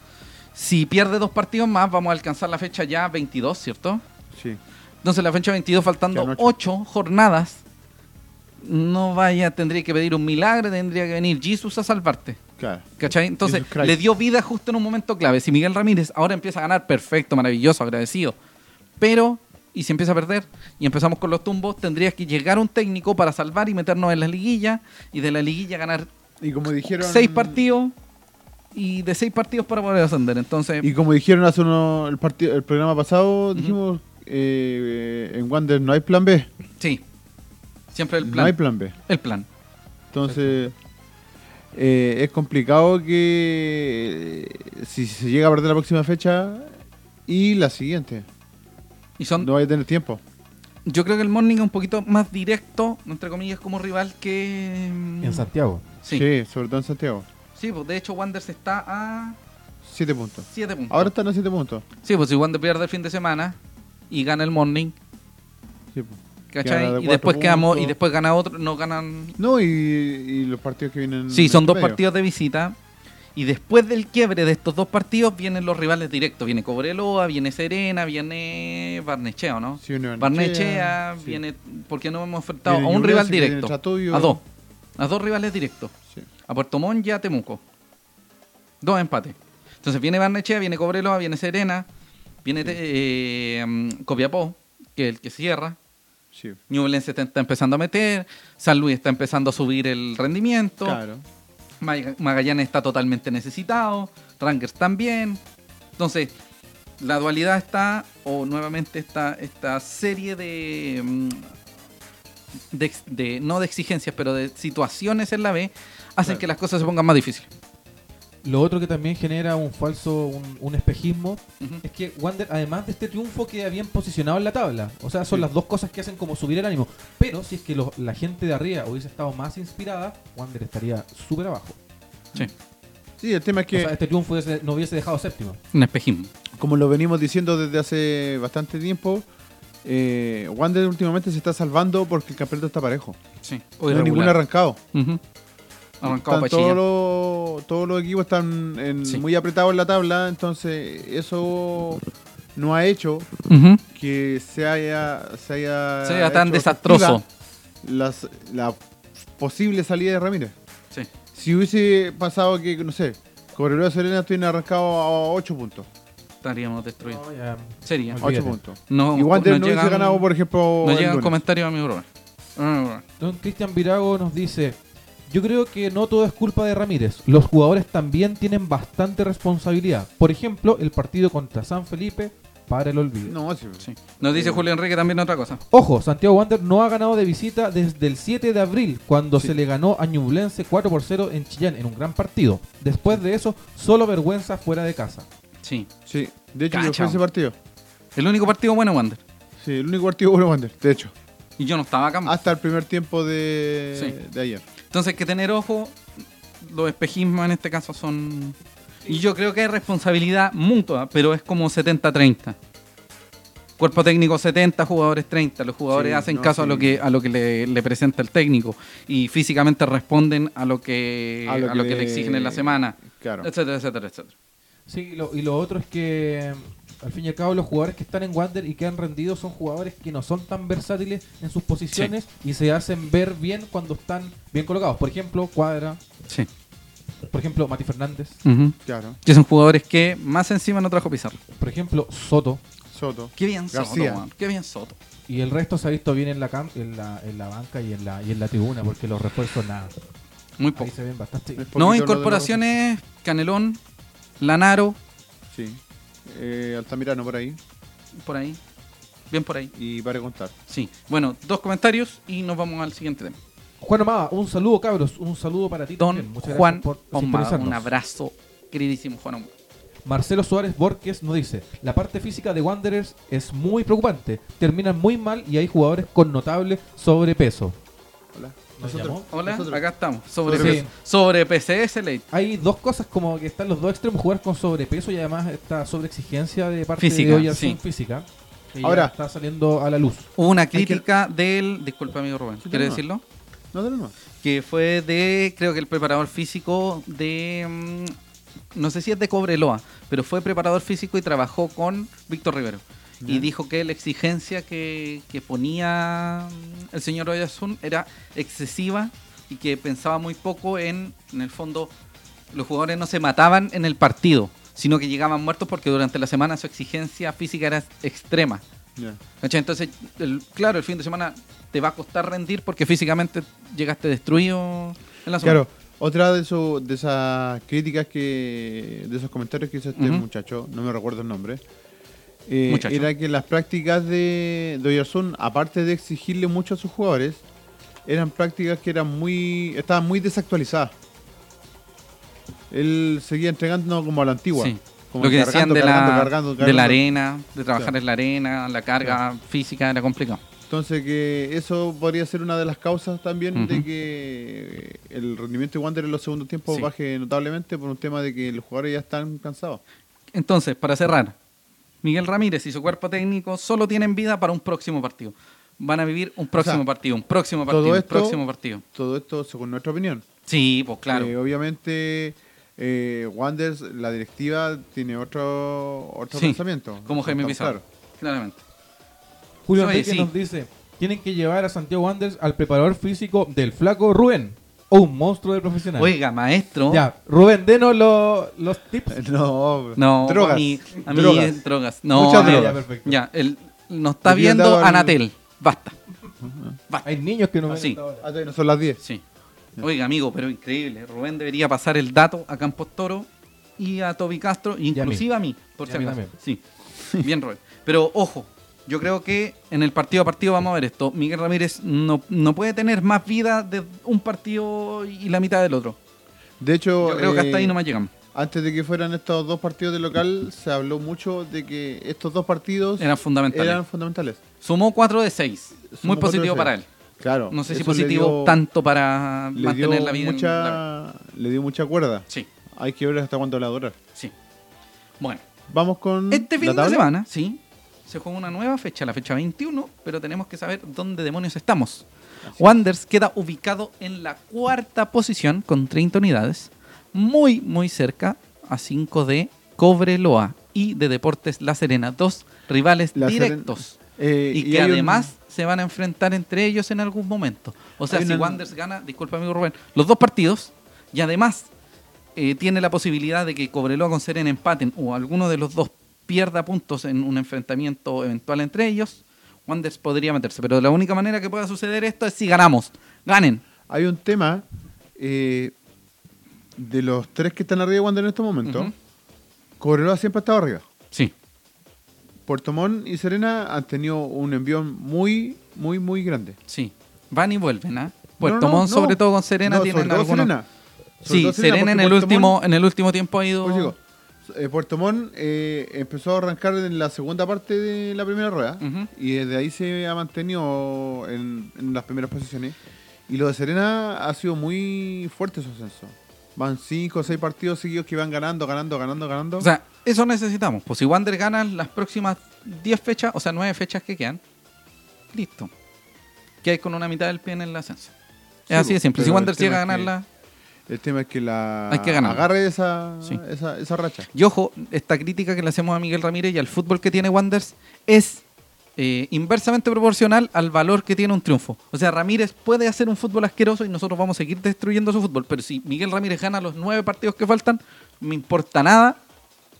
Speaker 2: si pierde dos partidos más, vamos a alcanzar la fecha ya 22, ¿cierto?
Speaker 1: Sí.
Speaker 2: Entonces la fecha 22,
Speaker 1: Quedan
Speaker 2: faltando
Speaker 1: ocho.
Speaker 2: 8 jornadas, no vaya, tendría que pedir un milagro, tendría que venir Jesús a salvarte.
Speaker 1: Claro.
Speaker 2: ¿Cachai? Entonces
Speaker 1: Jesus Christ.
Speaker 2: le dio vida justo en un momento clave. Si Miguel Ramírez ahora empieza a ganar, perfecto, maravilloso, agradecido. Pero, y si empieza a perder y empezamos con los tumbos, tendrías que llegar un técnico para salvar y meternos en la liguilla y de la liguilla ganar
Speaker 1: Y como dijeron.
Speaker 2: seis partidos y de seis partidos para poder ascender. Entonces,
Speaker 1: Y como dijeron hace uno, el, parti- el programa pasado, dijimos: eh, eh, en Wander no hay plan B.
Speaker 2: sí, siempre el
Speaker 1: No
Speaker 2: plan.
Speaker 1: hay plan B.
Speaker 2: El plan.
Speaker 1: Entonces, eh, es complicado que eh, si se llega a perder la próxima fecha y la siguiente,
Speaker 2: Y son
Speaker 1: no vaya a tener tiempo.
Speaker 2: Yo creo que el Morning es un poquito más directo, entre comillas, como rival que. mm,
Speaker 3: En Santiago.
Speaker 2: Sí. Sí,
Speaker 1: Sí, sobre todo en Santiago.
Speaker 2: pues de hecho Wander está a
Speaker 1: Siete puntos.
Speaker 2: 7 puntos.
Speaker 1: Ahora están a siete puntos.
Speaker 2: Sí, pues si Wander pierde el fin de semana y gana el Morning,
Speaker 1: Sí, po. Queda de
Speaker 2: ¿cachai? y
Speaker 1: cuatro
Speaker 2: después quedamos, y
Speaker 1: puntos.
Speaker 2: después gana otro, no ganan.
Speaker 1: No, y, y los partidos que vienen.
Speaker 2: Sí, son
Speaker 1: entre
Speaker 2: dos
Speaker 1: medio.
Speaker 2: partidos de visita. Y después del quiebre de estos dos partidos vienen los rivales directos. Viene Cobreloa, viene Serena, viene Barnechea, ¿o ¿no?
Speaker 1: Sí, uno en
Speaker 2: Barnechea,
Speaker 1: sí.
Speaker 2: viene. Porque no hemos enfrentado
Speaker 1: Viene
Speaker 2: a un
Speaker 1: Ñublense,
Speaker 2: rival
Speaker 1: que viene
Speaker 2: directo.
Speaker 1: Tratoyo.
Speaker 2: A dos. A dos rivales directos.
Speaker 1: Sí.
Speaker 2: a Puerto Montt y a Temuco. Dos empates. Entonces viene Barnechea, viene Cobreloa, viene Serena, viene te- eh, mm, Copiapó, que es el que cierra.
Speaker 1: sí.
Speaker 2: Ñublense está, está empezando a meter, San Luis está empezando a subir el rendimiento,
Speaker 1: Claro.
Speaker 2: Mag- Magallanes está totalmente necesitado, Rangers también. Entonces, la dualidad está, o nuevamente está esta serie de, mm, de, ex- de- no de exigencias, pero de situaciones en la B, hacen
Speaker 1: Claro.
Speaker 2: que las cosas se pongan más difíciles.
Speaker 3: Lo otro que también genera un falso, un, un espejismo,
Speaker 2: Ujú.
Speaker 3: es que Wander, además de este triunfo, queda bien posicionado en la tabla. O sea, son las dos cosas que hacen como subir el ánimo. Pero si es que los- la gente de arriba hubiese estado más inspirada, Wander estaría súper abajo.
Speaker 2: Sí,
Speaker 1: Sí, el tema es que,
Speaker 3: O sea, este triunfo hubiese- no hubiese dejado séptimo.
Speaker 2: un espejismo.
Speaker 1: como lo venimos diciendo desde hace bastante tiempo, eh, Wander últimamente se está salvando porque el campeonato está parejo.
Speaker 2: Sí.
Speaker 1: No hay ningún arrancado.
Speaker 2: Ujú. Arrancado
Speaker 1: Están
Speaker 2: para
Speaker 1: todos
Speaker 2: Chillán.
Speaker 1: los, todos los equipos están en-
Speaker 2: Sí.
Speaker 1: muy apretados en la tabla, entonces eso no ha hecho
Speaker 2: Ujú.
Speaker 1: que se haya, se haya
Speaker 2: Se vea tan
Speaker 1: hecho
Speaker 2: desastroso.
Speaker 1: efectiva las, la posible salida de Ramírez.
Speaker 2: Sí.
Speaker 1: Si hubiese pasado que, no sé, Cobreloa Serena estuvieran arrancado a 8 puntos.
Speaker 2: Estaríamos destruidos.
Speaker 3: No, ya-
Speaker 2: Sería.
Speaker 3: Olvídate.
Speaker 1: 8 puntos.
Speaker 2: No,
Speaker 1: Y Wander no
Speaker 2: llegan-
Speaker 1: hubiese ganado, por ejemplo,
Speaker 2: no
Speaker 1: el
Speaker 2: llegan
Speaker 1: lunes.
Speaker 2: comentarios a mi brother. Ah,
Speaker 3: Don Cristian Virago nos dice, yo creo que no todo es culpa de Ramírez, los jugadores también tienen bastante responsabilidad. Por ejemplo, el partido contra San Felipe para el olvido.
Speaker 1: No, sí.
Speaker 2: sí. Nos dice Julio Enrique también otra cosa.
Speaker 3: Ojo, Santiago Wander no ha ganado de visita desde el 7 de abril, cuando se le ganó a Ñublense 4 por 0 en Chillán, en un gran partido. Después de eso, solo vergüenza fuera de casa.
Speaker 2: Sí.
Speaker 1: Sí. De hecho, yo
Speaker 2: Cacha.
Speaker 1: fui a ese partido.
Speaker 2: El único partido bueno es Wander.
Speaker 1: Sí, el único partido bueno Wander, de hecho.
Speaker 2: Y yo no estaba acá.
Speaker 1: Hasta el primer tiempo de,
Speaker 2: Sí.
Speaker 1: de ayer.
Speaker 2: Entonces hay que tener ojo. Los espejismos en este caso son... Y yo creo que hay responsabilidad mutua, pero es como 70-30. Cuerpo técnico 70, jugadores 30. Los jugadores
Speaker 1: Sí,
Speaker 2: hacen
Speaker 1: no,
Speaker 2: caso a
Speaker 1: sí.
Speaker 2: lo que a lo que le, le presenta el técnico y físicamente responden a lo que a lo que, le... exigen en la semana,
Speaker 1: Claro.
Speaker 2: etcétera, etcétera, etcétera.
Speaker 3: Sí, y lo, y lo otro es que mm, al fin y al cabo los jugadores que están en Wander y que han rendido son jugadores que no son tan versátiles en sus posiciones y se hacen ver bien cuando están bien colocados. Por ejemplo, Cuadra,
Speaker 2: Sí.
Speaker 3: por ejemplo, Mati Fernández,
Speaker 2: Ujú.
Speaker 1: Claro.
Speaker 2: Que son jugadores que más encima no trajo Pizarro.
Speaker 3: por ejemplo, Soto.
Speaker 1: Soto.
Speaker 2: Qué bien
Speaker 1: García.
Speaker 2: Soto, weón. Qué bien Soto.
Speaker 3: Y el resto se ha visto bien en la, cam- en la, en la banca y en la, y en la tribuna porque los refuerzos nada.
Speaker 2: Muy
Speaker 3: Ahí
Speaker 2: poco.
Speaker 3: se ven bastante.
Speaker 1: Es poquito lo
Speaker 2: No,
Speaker 1: de los-
Speaker 2: incorporaciones, Canelón, Lanaro,
Speaker 1: Sí. Eh, Altamirano por ahí.
Speaker 2: por ahí. Bien por ahí.
Speaker 1: Y para contar.
Speaker 2: Sí. Bueno, dos comentarios y nos vamos al siguiente tema.
Speaker 3: Juan Omada, un saludo cabros, un saludo para ti.
Speaker 2: Don
Speaker 3: también. Muchas
Speaker 2: Juan
Speaker 3: gracias por
Speaker 2: Omada.
Speaker 3: sintonizarnos.
Speaker 2: Un abrazo, queridísimo Juan Omada.
Speaker 3: Marcelo Suárez Borges nos dice, la parte física de Wanderers es muy preocupante, terminan muy mal y hay jugadores con notable sobrepeso.
Speaker 1: Hola.
Speaker 3: ¿Nos
Speaker 1: Nosotros-
Speaker 3: llamó?
Speaker 2: Hola,
Speaker 1: nosotros-
Speaker 2: acá estamos. Sobre,
Speaker 1: Sobre-
Speaker 2: P- sobre PCS Late.
Speaker 3: Hay dos cosas como que están los dos extremos, jugar con sobrepeso y además esta sobreexigencia de parte
Speaker 2: Física,
Speaker 3: de hoy
Speaker 2: sí.
Speaker 3: física. que ya
Speaker 1: Ahora-
Speaker 3: está saliendo a la luz.
Speaker 2: Hubo una
Speaker 1: que-
Speaker 2: crítica del. Disculpa, amigo Rubén,
Speaker 1: Sí,
Speaker 2: ¿quieres
Speaker 1: no.
Speaker 2: decirlo?
Speaker 1: No, no, no.
Speaker 2: Que fue de, creo que el preparador físico de. mm, no sé si es de Cobreloa, pero fue preparador físico y trabajó con Víctor Rivero. Y
Speaker 1: Ya.
Speaker 2: dijo que la exigencia que, que ponía mm, el señor Oyarzún era excesiva y que pensaba muy poco en, en el fondo, los jugadores no se mataban en el partido, sino que llegaban muertos porque durante la semana su exigencia física era extrema.
Speaker 1: Ya.
Speaker 2: ¿Cachai? Entonces, el- claro, el fin de semana te va a costar rendir porque físicamente llegaste destruido en la zona.
Speaker 1: Claro, otra de, eso- de esas críticas que. de esos comentarios que hizo este
Speaker 2: Ujú.
Speaker 1: muchacho, no me recuerdo el nombre. eh,
Speaker 2: Muchacho.
Speaker 1: era que las prácticas de, de Oyarzún, aparte de exigirle mucho a sus jugadores, eran prácticas que eran muy. estaban muy desactualizadas. Él seguía entregando como a la antigua.
Speaker 2: Sí.
Speaker 1: como
Speaker 2: Lo que decían
Speaker 1: cargando,
Speaker 2: de,
Speaker 1: cargando,
Speaker 2: la,
Speaker 1: cargando,
Speaker 2: de
Speaker 1: cargando.
Speaker 2: la arena, de trabajar
Speaker 1: Claro.
Speaker 2: en la arena, la carga física era complicado.
Speaker 1: Entonces que eso podría ser una de las causas también
Speaker 2: Ujú.
Speaker 1: de que eh, el rendimiento de Wander en los segundos tiempos
Speaker 2: Sí.
Speaker 1: baje notablemente por un tema de que los jugadores ya están cansados.
Speaker 2: Entonces, para cerrar, Miguel Ramírez y su cuerpo técnico solo tienen vida para un próximo partido. Van a vivir un próximo partido, un próximo
Speaker 1: todo
Speaker 2: partido, un
Speaker 1: esto-
Speaker 2: próximo partido.
Speaker 1: Todo esto según nuestra opinión.
Speaker 2: Sí, pues claro.
Speaker 1: Eh, obviamente eh, Wander, la directiva, tiene otro, otro
Speaker 2: Sí,
Speaker 1: pensamiento.
Speaker 2: como Jaime
Speaker 1: Estamos
Speaker 2: Pizarro.
Speaker 1: claros.
Speaker 2: Claramente.
Speaker 3: Julio
Speaker 2: Sí,
Speaker 3: Enrique
Speaker 2: sí.
Speaker 3: nos dice, tienen que llevar a Santiago Wanderers al preparador físico del flaco Rubén, o un monstruo de profesional.
Speaker 2: Oiga, maestro.
Speaker 3: Ya, Rubén, denos lo- los tips.
Speaker 1: No,
Speaker 2: No,
Speaker 1: drogas.
Speaker 2: a mí, a mí
Speaker 1: drogas.
Speaker 2: drogas. No,
Speaker 1: Muchas
Speaker 2: a mí-
Speaker 1: drogas.
Speaker 3: Ya, perfecto.
Speaker 2: Ya, el, nos está
Speaker 1: Nos habían
Speaker 2: viendo
Speaker 1: dado el-
Speaker 2: Anatel. Basta. Basta.
Speaker 3: Hay niños que no ven
Speaker 2: Sí.
Speaker 3: esta hora.
Speaker 1: Ah, todavía no son las 10.
Speaker 2: Sí. Oiga, amigo, pero increíble. Rubén debería pasar el dato a Campos Toro y a Toby Castro,
Speaker 3: a mí.
Speaker 2: inclusive a mí, por
Speaker 3: Y
Speaker 2: si
Speaker 3: a mí
Speaker 2: acaso.
Speaker 3: también.
Speaker 2: Sí. Bien, Rubén. Pero ojo, yo creo que en el partido a partido vamos a ver esto. Miguel Ramírez no, no puede tener más vida de un partido y la mitad del otro.
Speaker 1: De hecho,
Speaker 2: Yo creo que hasta
Speaker 1: eh,
Speaker 2: ahí nomás llegamos.
Speaker 1: antes de que fueran estos dos partidos de local, se habló mucho de que estos dos partidos
Speaker 2: Eran fundamentales.
Speaker 1: eran fundamentales.
Speaker 2: Sumó 4 de 6. Muy
Speaker 1: Somos
Speaker 2: positivo
Speaker 1: cuatro
Speaker 2: para
Speaker 1: de
Speaker 2: él.
Speaker 1: seis. Claro.
Speaker 2: No sé si
Speaker 1: eso le
Speaker 2: positivo
Speaker 1: dio-
Speaker 2: tanto para
Speaker 1: le
Speaker 2: mantener
Speaker 1: dio
Speaker 2: la vida en la-
Speaker 1: mucha, Le dio mucha cuerda.
Speaker 2: Sí,
Speaker 1: Hay que ver hasta cuánto la durar.
Speaker 2: sí. Bueno,
Speaker 1: Vamos con.
Speaker 2: este
Speaker 1: la
Speaker 2: fin de
Speaker 1: tabla.
Speaker 2: semana, sí, se juega una nueva fecha, la fecha 21, pero tenemos que saber dónde demonios estamos. Wanders queda ubicado en la cuarta posición con 30 unidades, muy, muy cerca a 5 de Cobreloa y de Deportes La Serena, dos rivales
Speaker 1: La Serena-
Speaker 2: directos.
Speaker 1: Eh,
Speaker 2: Y, que
Speaker 1: hay un-
Speaker 2: además se van a enfrentar entre ellos en algún momento. O sea,
Speaker 1: Hay
Speaker 2: si
Speaker 1: una-
Speaker 2: Wanders gana, disculpa amigo Rubén, los dos partidos y además eh, tiene la posibilidad de que Cobreloa con Serena empaten o alguno de los dos pierda puntos en un enfrentamiento eventual entre ellos, Wanders podría meterse. Pero la única manera que pueda suceder esto es si ganamos. Ganen.
Speaker 1: Hay un tema eh, de los tres que están arriba de Wander en este momento.
Speaker 2: Ujú.
Speaker 1: Cobreloa siempre ha estado arriba.
Speaker 2: Sí.
Speaker 1: Puerto Montt y Serena han tenido un envión muy, muy, muy grande.
Speaker 2: Sí. Van y vuelven, ¿ah?
Speaker 1: No,
Speaker 2: Puerto
Speaker 1: no, no,
Speaker 2: Montt,
Speaker 1: no.
Speaker 2: sobre todo con Serena,
Speaker 1: No, sobre
Speaker 2: tienen
Speaker 1: todo
Speaker 2: algunos...
Speaker 1: Serena. Sobre
Speaker 2: Sí,
Speaker 1: todo
Speaker 2: Serena en
Speaker 1: porque
Speaker 2: el,
Speaker 1: Puerto
Speaker 2: último,
Speaker 1: Montt-
Speaker 2: en el último tiempo ha ido...
Speaker 1: Pues digo, eh, Puerto Montt eh, empezó a arrancar en la segunda parte de la primera rueda
Speaker 2: Ujú.
Speaker 1: y desde ahí se ha mantenido en, en las primeras posiciones. Y lo de Serena ha sido muy fuerte su ascenso. Van cinco o seis partidos seguidos que van ganando, ganando, ganando, ganando.
Speaker 2: O sea, eso necesitamos. Pues si Wander gana las próximas 10 fechas, o sea, 9 fechas que quedan, listo. Que hay con una mitad del pie en el ascenso. Es
Speaker 1: Sí,
Speaker 2: así de
Speaker 1: pues,
Speaker 2: simple. Si
Speaker 1: pero
Speaker 2: Wander
Speaker 1: el tema
Speaker 2: llega a
Speaker 1: es que-
Speaker 2: ganarla.
Speaker 1: el tema es que la
Speaker 2: Hay que ganar.
Speaker 1: agarre esa,
Speaker 2: Sí.
Speaker 1: esa, esa racha.
Speaker 2: Y ojo, esta crítica que le hacemos a Miguel Ramírez y al fútbol que tiene Wanders es eh, inversamente proporcional al valor que tiene un triunfo. O sea, Ramírez puede hacer un fútbol asqueroso y nosotros vamos a seguir destruyendo su fútbol. Pero si Miguel Ramírez gana los 9 partidos que faltan, me importa nada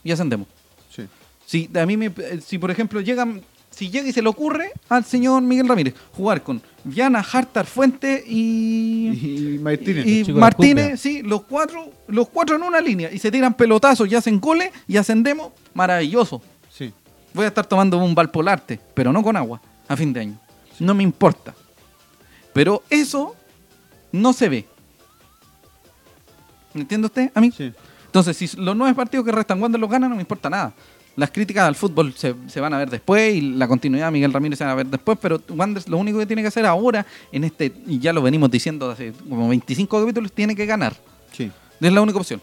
Speaker 2: y ascendemos.
Speaker 1: Sí.
Speaker 2: Si a mí me- eh, si por ejemplo llegan, si llega y se le ocurre al señor Miguel Ramírez jugar con Viana, Hartar, Fuente y,
Speaker 1: Y, y Martínez.
Speaker 2: y
Speaker 3: los chicos de Cumbia.
Speaker 2: Martínez, sí, los cuatro, los cuatro en una línea y se tiran pelotazos y hacen goles y ascendemos, maravilloso.
Speaker 1: Sí.
Speaker 2: Voy a estar tomando un valpolarte, pero no con agua, a fin de año. No me importa. Pero eso no se ve. ¿Me entiende usted, amigo?
Speaker 1: Sí.
Speaker 2: Entonces, si los nueve partidos que restan Wander los gana, no me importa nada. Las críticas al fútbol se, se van a ver después y la continuidad de Miguel Ramírez se va a ver después, pero Wanderers lo único que tiene que hacer ahora, en este, y ya lo venimos diciendo hace como 25 capítulos, tiene que ganar.
Speaker 1: Sí.
Speaker 2: Es la única opción.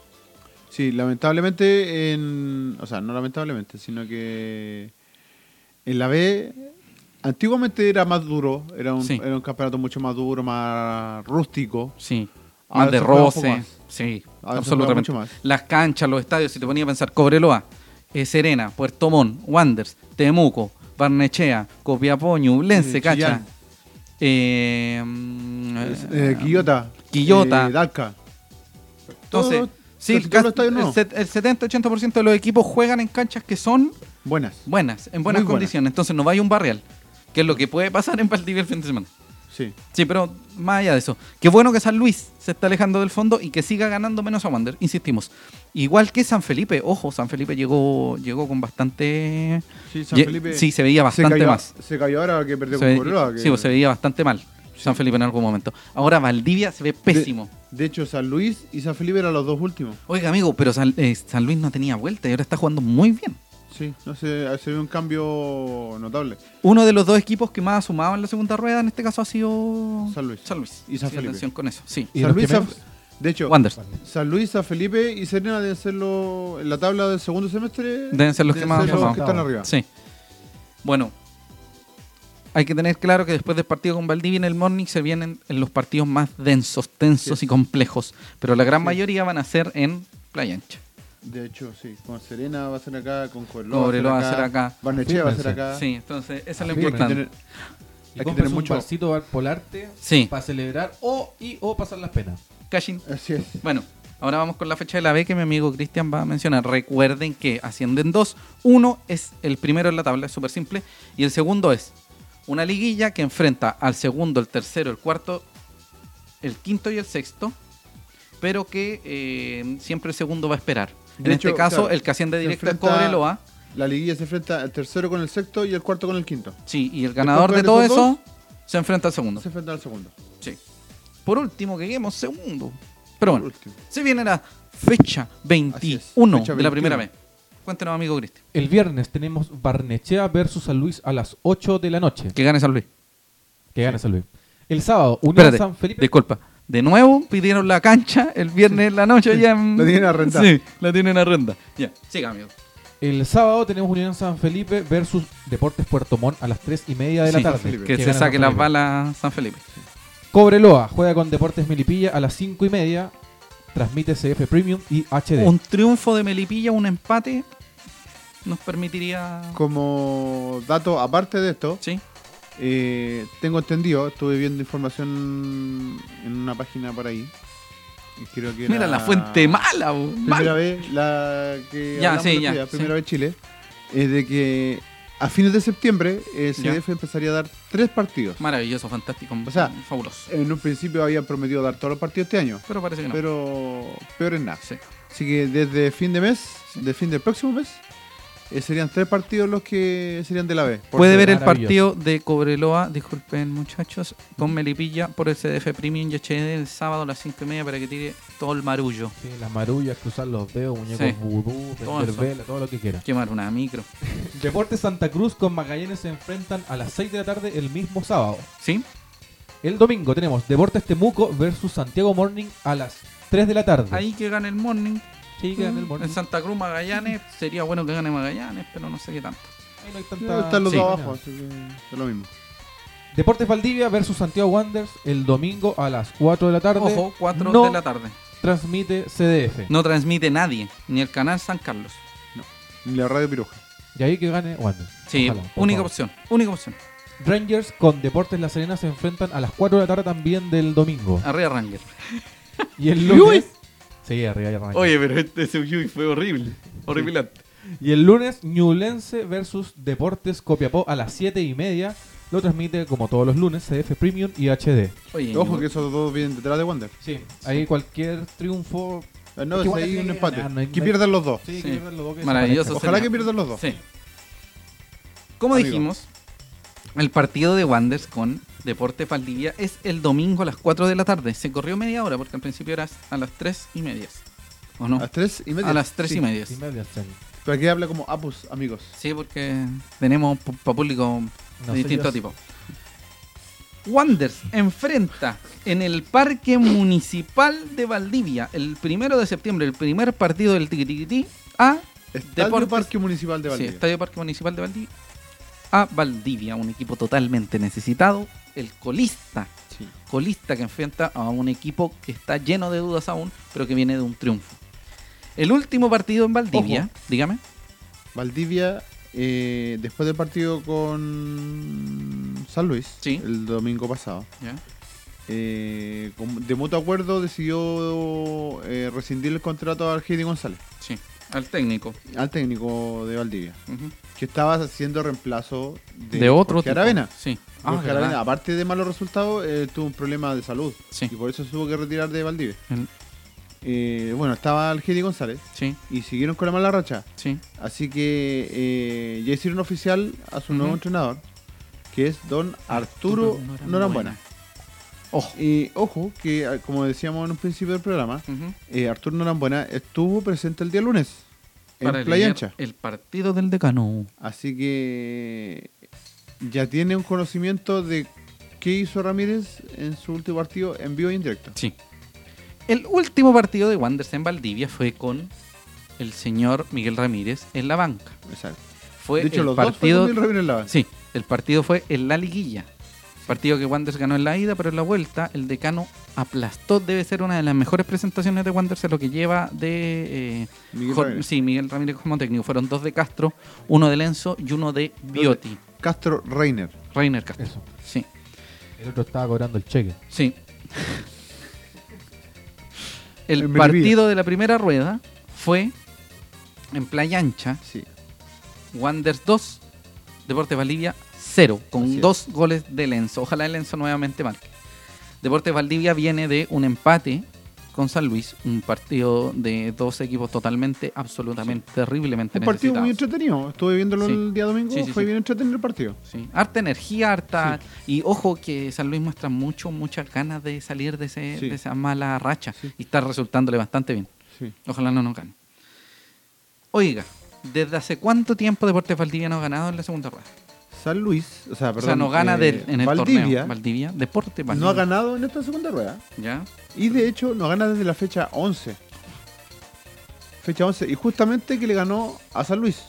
Speaker 1: Sí, lamentablemente, en, o sea, no lamentablemente, sino que en la B antiguamente era más duro, era un,
Speaker 2: Sí.
Speaker 1: era un campeonato mucho más duro, más rústico.
Speaker 2: Sí.
Speaker 1: Ahora
Speaker 2: Más de
Speaker 1: se juega un poco
Speaker 2: roce.
Speaker 1: más.
Speaker 2: Sí,
Speaker 1: Ahora se
Speaker 2: absolutamente.
Speaker 1: juega mucho
Speaker 2: Las canchas, los estadios, si te ponía a pensar, Cobreloa, eh, Serena, Puerto Montt, Wanders, Temuco, Barnechea, Copiapó, Ñublense,
Speaker 1: Eh,
Speaker 2: cacha.
Speaker 1: Chillán.
Speaker 2: Eh, mm,
Speaker 1: Eh, Quillota.
Speaker 2: Quillota.
Speaker 1: eh, Dalca.
Speaker 2: Entonces,
Speaker 1: Todos-
Speaker 2: sí,
Speaker 1: casi todos los
Speaker 2: casi-
Speaker 1: estadios nuevos.
Speaker 2: el set- el 70-80% de los equipos juegan en canchas que son
Speaker 1: Buenas.
Speaker 2: buenas, en buenas
Speaker 1: Muy buenas.
Speaker 2: condiciones. Entonces no vaya un barrial, que es lo que puede pasar en Valdivia el fin de semana.
Speaker 1: Sí.
Speaker 2: Sí, pero más allá de eso. Qué bueno que San Luis se está alejando del fondo y que siga ganando menos a Wander, insistimos. Igual que San Felipe, ojo, San Felipe llegó, llegó con bastante.
Speaker 1: Sí, San
Speaker 2: Ye-
Speaker 1: Felipe
Speaker 2: sí, se veía
Speaker 1: se
Speaker 2: bastante
Speaker 1: cayó-
Speaker 2: más.
Speaker 1: Se cayó ahora que perdió
Speaker 2: Se
Speaker 1: con
Speaker 2: ve-
Speaker 1: Cobreloa. que-
Speaker 2: Sí, pues, se veía bastante mal. San Felipe en algún momento. Ahora Valdivia se ve
Speaker 1: de-
Speaker 2: pésimo.
Speaker 1: De, hecho, San Luis y San Felipe eran los dos últimos.
Speaker 2: Oiga, amigo, pero San, eh, San Luis no tenía vuelta y ahora está jugando muy bien.
Speaker 1: Sí, no sé, se vio un cambio notable.
Speaker 2: Uno de los dos equipos que más ha sumado en la segunda rueda en este caso ha sido
Speaker 1: San Luis.
Speaker 2: San Luis.
Speaker 1: Y San
Speaker 2: Sí,
Speaker 1: Felipe.
Speaker 2: atención con eso. Sí.
Speaker 3: ¿Y
Speaker 1: San
Speaker 3: los
Speaker 1: Luis,
Speaker 3: que
Speaker 1: San-
Speaker 3: menos?
Speaker 1: de hecho,
Speaker 2: Wander.
Speaker 1: San Luis, San Felipe y Serena deben ser los, en la tabla del segundo semestre.
Speaker 2: Deben ser los que más han
Speaker 1: ser los
Speaker 2: pasado.
Speaker 1: que están arriba.
Speaker 2: Sí. Bueno, hay que tener claro que después del partido con Valdivia en el Morning se vienen en los partidos más densos, tensos
Speaker 1: Sí.
Speaker 2: y complejos. Pero la gran
Speaker 1: Sí.
Speaker 2: mayoría van a ser en Playa Ancha.
Speaker 1: De hecho, sí. Con Serena va a ser acá, con
Speaker 2: Cobreloa
Speaker 1: Cobreloa va a ser acá. Barnechea va a ser
Speaker 3: Fíjense.
Speaker 1: acá.
Speaker 2: Sí, entonces eso es lo
Speaker 1: Hay que
Speaker 2: importante.
Speaker 1: tener- hay
Speaker 3: Y
Speaker 1: que
Speaker 3: compras
Speaker 1: tener
Speaker 3: un
Speaker 1: mucho-
Speaker 3: barcito bar- polarte
Speaker 2: Sí.
Speaker 3: para celebrar o y o pasar las penas.
Speaker 2: Cashin.
Speaker 1: Así es.
Speaker 2: Bueno, ahora vamos con la fecha de la B que mi amigo Cristian va a mencionar. Recuerden que ascienden dos. Uno es el primero en la tabla, es súper simple. Y el segundo es una liguilla que enfrenta al segundo, el tercero, el cuarto, el quinto y el sexto. Pero que eh, siempre el segundo va a esperar.
Speaker 1: De
Speaker 2: en
Speaker 1: hecho,
Speaker 2: este caso,
Speaker 1: claro,
Speaker 2: el que asciende
Speaker 1: se
Speaker 2: directo es ¿ah?
Speaker 1: enfrenta-
Speaker 2: Cobreloa.
Speaker 1: La liguilla se enfrenta el tercero con el sexto y el cuarto con el quinto.
Speaker 2: Sí, y el ganador de
Speaker 1: juegan
Speaker 2: todo
Speaker 1: esos
Speaker 2: eso se enfrenta al segundo.
Speaker 1: Se enfrenta al segundo.
Speaker 2: Sí. Por último, que quedemos segundo. Pero bueno.
Speaker 1: Por último.
Speaker 2: Se viene la fecha 21
Speaker 1: Así es, fecha
Speaker 2: de la
Speaker 1: 21.
Speaker 2: primera vez. Cuéntenos, amigo Cristian.
Speaker 3: El viernes tenemos Barnechea versus San Luis a las 8 de la noche.
Speaker 2: Que gane San Luis.
Speaker 3: Que gana San Luis. El sábado, Unión
Speaker 2: Espérate,
Speaker 3: San Felipe.
Speaker 2: disculpa. De nuevo pidieron la cancha el viernes en la noche. Ya en-
Speaker 1: La tienen a rentar.
Speaker 2: Sí, la tienen a renta. Ya, siga, amigo.
Speaker 3: El sábado tenemos Unión San Felipe versus Deportes Puerto Montt a las 3 y media de
Speaker 2: Sí,
Speaker 3: la tarde.
Speaker 1: Felipe.
Speaker 2: Que, se
Speaker 3: gana San
Speaker 2: saque las
Speaker 3: Felipe.
Speaker 2: balas San Felipe.
Speaker 3: Cobreloa juega con Deportes Melipilla a las 5 y media. Transmite CF Premium y HD.
Speaker 2: Un triunfo de Melipilla, un empate, nos permitiría.
Speaker 1: Como dato aparte de esto,
Speaker 2: Sí,
Speaker 1: eh, tengo entendido, estuve viendo información en una página por ahí. y creo que
Speaker 2: mira
Speaker 1: era-
Speaker 2: la fuente mala, bo,
Speaker 1: Primera
Speaker 2: mal.
Speaker 1: vez la que
Speaker 2: Ya,
Speaker 1: hablamos
Speaker 2: sí,
Speaker 1: el otro
Speaker 2: ya,
Speaker 1: día,
Speaker 2: sí.
Speaker 1: primera vez Chile, es de que a fines de septiembre eh, el
Speaker 2: Ya.
Speaker 1: CDF empezaría a dar tres partidos.
Speaker 2: Maravilloso, fantástico,
Speaker 1: O sea,
Speaker 2: fabuloso.
Speaker 1: En un principio habían prometido dar todos los partidos este año,
Speaker 2: Pero parece que no.
Speaker 1: pero peor es nada.
Speaker 2: Sí.
Speaker 1: Así que desde fin de mes, de fin del próximo mes, eh, serían tres partidos los que serían de la B. Por
Speaker 2: Puede
Speaker 1: ser-
Speaker 2: ver el partido
Speaker 3: Maravilloso.
Speaker 2: de Cobreloa, disculpen muchachos, con Melipilla por el CDF Premium y HD el sábado a las 5 y media para que tire todo el marullo.
Speaker 3: Sí, las marullas, cruzar los dedos, muñecos
Speaker 2: Sí.
Speaker 3: vudú,
Speaker 2: Todo
Speaker 3: prender
Speaker 2: eso.
Speaker 3: vela, todo lo que quiera.
Speaker 2: Quemar una micro.
Speaker 3: Deportes Santa Cruz con Magallanes se enfrentan a las 6 de la tarde el mismo sábado.
Speaker 2: ¿Sí?
Speaker 3: El domingo tenemos Deportes Temuco versus Santiago Morning a las 3 de la tarde.
Speaker 2: Ahí Mm, que gane el morning.
Speaker 3: Sí, que gane el Morning.
Speaker 2: En Santa Cruz Magallanes sería bueno que gane Magallanes, pero no sé qué tanto.
Speaker 3: Ahí no hay
Speaker 1: Sí,
Speaker 3: tanta-
Speaker 1: Están los
Speaker 2: Sí.
Speaker 1: dos abajo, así que es lo mismo.
Speaker 3: Deportes Valdivia versus Santiago Wanderers el domingo a las 4 de la tarde.
Speaker 2: Ojo, 4
Speaker 3: No
Speaker 2: de la tarde.
Speaker 3: Transmite CDF.
Speaker 2: No transmite nadie, ni el canal San Carlos.
Speaker 1: Y La radio piruja.
Speaker 3: Y ahí que gane Wanderers.
Speaker 2: Sí,
Speaker 3: Ojalá, por
Speaker 2: única
Speaker 3: favor.
Speaker 2: opción, única opción.
Speaker 3: Rangers con Deportes La Serena se enfrentan a las 4 de la tarde también del domingo.
Speaker 2: Arriba Ranger.
Speaker 3: Y el lunes. Sí, arriba y Rangers.
Speaker 2: pero este Yui fue horrible, horripilante.
Speaker 3: Y el lunes, Ñublense versus Deportes Copiapó a las 7 y media. Lo transmite como todos los lunes, CF Premium y HD.
Speaker 2: Oye,
Speaker 1: Ojo que esos dos vienen detrás de Wander.
Speaker 3: Sí, ahí cualquier triunfo.
Speaker 1: Eh, No,
Speaker 3: Es que
Speaker 1: es
Speaker 3: Wander
Speaker 1: ahí
Speaker 3: tiene
Speaker 1: un
Speaker 3: que
Speaker 1: empate.
Speaker 3: ganar, no hay-
Speaker 1: que pierdan los dos.
Speaker 2: Sí.
Speaker 3: que pierdan los dos que se
Speaker 2: Maravilloso.
Speaker 3: parezcan.
Speaker 1: Ojalá
Speaker 2: sería.
Speaker 1: que pierdan los dos.
Speaker 2: Sí. Como
Speaker 1: Amigo.
Speaker 2: dijimos, el partido de Wanders con Deporte Valdivia es el domingo a las 4 de la tarde. Se corrió media hora porque al principio era a las 3 y media. ¿O no?
Speaker 1: A las tres y media.
Speaker 2: A las 3
Speaker 1: Sí.
Speaker 2: y media.
Speaker 3: Y media, sí.
Speaker 1: Pero aquí habla como Apus, amigos.
Speaker 2: Sí, porque tenemos pu- pa' público
Speaker 3: No
Speaker 2: de
Speaker 3: sé
Speaker 2: distinto
Speaker 3: yo.
Speaker 2: tipo. Wanders enfrenta en el Parque Municipal de Valdivia el primero de septiembre, el primer partido del Tiquitiquití a
Speaker 1: Estadio
Speaker 2: Deportes-
Speaker 1: Parque Municipal de
Speaker 2: sí,
Speaker 1: Valdivia.
Speaker 2: Estadio Parque Municipal de Valdivia a Valdivia, un equipo totalmente necesitado, el colista,
Speaker 1: Sí.
Speaker 2: colista que enfrenta a un equipo que está lleno de dudas aún, pero que viene de un triunfo. El último partido en Valdivia, dígame.
Speaker 1: Valdivia, eh, después del partido con San Luis,
Speaker 2: Sí.
Speaker 1: el domingo pasado, eh, con- de mutuo acuerdo decidió eh, rescindir el contrato a Argidi González,
Speaker 2: Sí, al técnico.
Speaker 1: al técnico de Valdivia, que estaba haciendo reemplazo de,
Speaker 2: De, otro
Speaker 1: Jorge
Speaker 2: tipo.
Speaker 1: Aravena.
Speaker 2: Sí.
Speaker 1: Jorge
Speaker 2: Ah,
Speaker 1: Aravena,
Speaker 2: verdad.
Speaker 1: aparte de malos resultados, eh, tuvo un problema de salud
Speaker 2: Sí.
Speaker 1: y por eso se tuvo que retirar de Valdivia.
Speaker 2: El-
Speaker 1: Eh, bueno, estaba Argidi González
Speaker 2: Sí,
Speaker 1: y siguieron con la mala racha.
Speaker 2: sí.
Speaker 1: Así que eh, ya hicieron oficial a su nuevo
Speaker 2: Ujú.
Speaker 1: entrenador, que es don Arturo,
Speaker 2: Norambuena.
Speaker 1: Norambuena.
Speaker 2: Ojo.
Speaker 1: Y ojo, que ah, como decíamos en un principio del programa,
Speaker 2: Ujú.
Speaker 1: eh, Arturo Norambuena estuvo presente el día lunes en
Speaker 2: Para
Speaker 1: Playa
Speaker 2: leer
Speaker 1: Ancha.
Speaker 2: El partido del decano.
Speaker 1: Así que ya tiene un conocimiento de qué hizo Ramírez en su último partido en vivo e indirecto.
Speaker 2: Sí. El último partido de Wanderers en Valdivia fue con el señor Miguel Ramírez en la banca.
Speaker 1: Exacto.
Speaker 2: Fue
Speaker 1: De hecho,
Speaker 2: el
Speaker 1: los
Speaker 2: partido.
Speaker 1: dos fueron Ramírez en la base.
Speaker 2: Sí, el partido fue en la liguilla. Partido que Wanderers ganó en la ida, pero en la vuelta el decano aplastó. Debe ser una de las mejores presentaciones de Wanderers en lo que lleva de eh,
Speaker 1: Miguel
Speaker 2: Jo-
Speaker 1: Ramírez.
Speaker 2: Sí, Miguel Ramírez como técnico. Fueron dos de Castro, uno de Lenzo y uno de Bioti.
Speaker 1: Castro Reiner.
Speaker 2: Rainer Castro.
Speaker 3: Eso.
Speaker 2: Sí,
Speaker 3: El otro estaba cobrando el cheque.
Speaker 2: sí. El
Speaker 1: En
Speaker 2: partido de la primera rueda fue en Playa Ancha,
Speaker 1: Sí.
Speaker 2: Wanderers 2, Deportes Valdivia 0, con
Speaker 1: Así es.
Speaker 2: dos goles de Lenzo. Ojalá el Lenzo nuevamente marque. Deportes Valdivia viene de un empate con San Luis, un partido de dos equipos totalmente, absolutamente, terriblemente
Speaker 1: Un partido muy
Speaker 2: necesitados.
Speaker 1: entretenido. Estuve viéndolo
Speaker 2: Sí.
Speaker 1: el día domingo.
Speaker 2: Sí, sí,
Speaker 1: Fue
Speaker 2: sí.
Speaker 1: bien entretenido el partido.
Speaker 2: Sí. Harta energía, harta. Y ojo que San Luis muestra mucho, muchas ganas de salir de, ese-
Speaker 1: Sí.
Speaker 2: de esa mala racha.
Speaker 1: Sí.
Speaker 2: Y está resultándole bastante bien.
Speaker 1: Sí.
Speaker 2: Ojalá no nos gane. Oiga, ¿desde hace cuánto tiempo Deportes Valdivia no ha ganado en la segunda rueda?
Speaker 1: San Luis, o sea,
Speaker 2: o
Speaker 1: perdón,
Speaker 2: sea, no gana
Speaker 1: eh,
Speaker 2: del- en el
Speaker 1: Valdivia
Speaker 2: torneo. Valdivia, Deportes Valdivia.
Speaker 1: no ha ganado en esta segunda rueda.
Speaker 2: ¿Ya?
Speaker 1: Y de hecho, no gana desde la fecha 11. Fecha 11. Y justamente que le ganó a San Luis.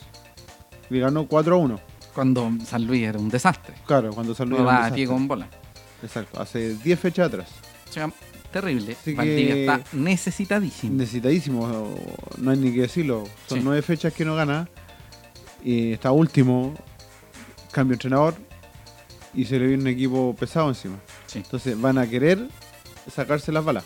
Speaker 1: Le ganó 4 a 1.
Speaker 2: Cuando San Luis era un desastre.
Speaker 1: Claro, cuando San Luis.
Speaker 2: No
Speaker 1: era un
Speaker 2: daba
Speaker 1: desastre.
Speaker 2: pie con bola.
Speaker 1: Exacto, hace 10 fechas atrás.
Speaker 2: O sea, terrible.
Speaker 1: Así que-
Speaker 2: Valdivia está necesitadísimo.
Speaker 1: Necesitadísimo, no hay ni que decirlo. Son
Speaker 2: Mm. Sí.
Speaker 1: 9 fechas que no gana. Y está último. Cambio de entrenador. Y se le viene un equipo pesado encima.
Speaker 2: Sí.
Speaker 1: Entonces van a querer sacarse las balas.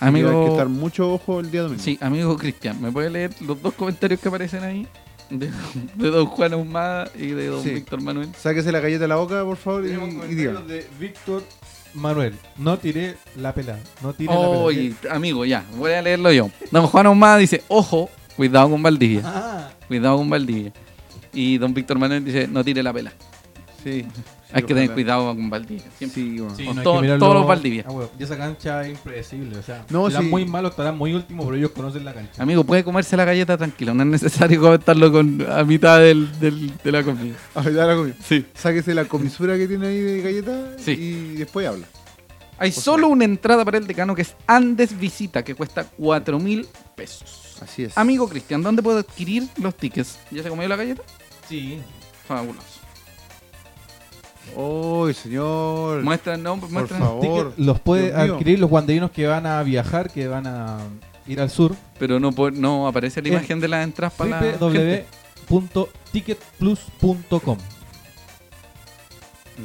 Speaker 1: Y Hay que
Speaker 2: Amigo,
Speaker 1: estar mucho ojo el día domingo.
Speaker 2: Sí, amigo Cristian, ¿me puede leer los dos comentarios que aparecen ahí? De, de don Juan Ahumada y de don
Speaker 1: Sí.
Speaker 2: Víctor Manuel.
Speaker 1: Sáquese la galleta de la boca, por favor, y, y diga.
Speaker 3: de Víctor Manuel. No tiré la pelada. No tiré
Speaker 2: Oye, amigo, ya, voy a leerlo yo. Don Juan Ahumada dice, ojo, cuidado con Valdivia,
Speaker 3: Ah.
Speaker 2: cuidado con Valdivia. Y don Víctor Manuel dice, no tire la pela.
Speaker 1: Sí.
Speaker 2: Hay que tener cuidado con Valdivia. siempre.
Speaker 1: Sí, bueno.
Speaker 3: Sí,
Speaker 2: Con
Speaker 3: no, hay
Speaker 2: todo-
Speaker 3: que mirarlo-
Speaker 2: todos los Valdivia.
Speaker 3: Ah, bueno, y esa cancha es impredecible. O sea,
Speaker 1: No,
Speaker 3: estarán
Speaker 1: sí.
Speaker 3: muy malos, estarán muy últimos, pero ellos conocen la cancha.
Speaker 2: Amigo, puede comerse la galleta tranquilo, no es necesario comentarlo con, a mitad del, del- de la comida.
Speaker 1: A ver, ahora comi-
Speaker 2: Sí.
Speaker 1: Sáquese la comisura que tiene ahí de galleta
Speaker 2: Sí.
Speaker 1: y después habla.
Speaker 2: Hay solo una entrada para el decano que es Andes Visita, que cuesta 4 mil pesos.
Speaker 1: Así es.
Speaker 2: Amigo Cristian, ¿dónde puedo adquirir los tickets? ¿Ya se comió la galleta?
Speaker 3: Sí.
Speaker 2: Fabuloso.
Speaker 1: Uy, señor.
Speaker 2: Muestra el nombre,
Speaker 1: por
Speaker 2: muestra el-
Speaker 1: favor.
Speaker 3: Ticket los puede
Speaker 1: Dios mío.
Speaker 3: adquirir los guanderinos que van a viajar, que van a ir al sur.
Speaker 2: Pero no, po- no aparece la
Speaker 1: Eh,
Speaker 3: En
Speaker 2: imagen de las entradas para la gente.
Speaker 3: www.ticketplus.com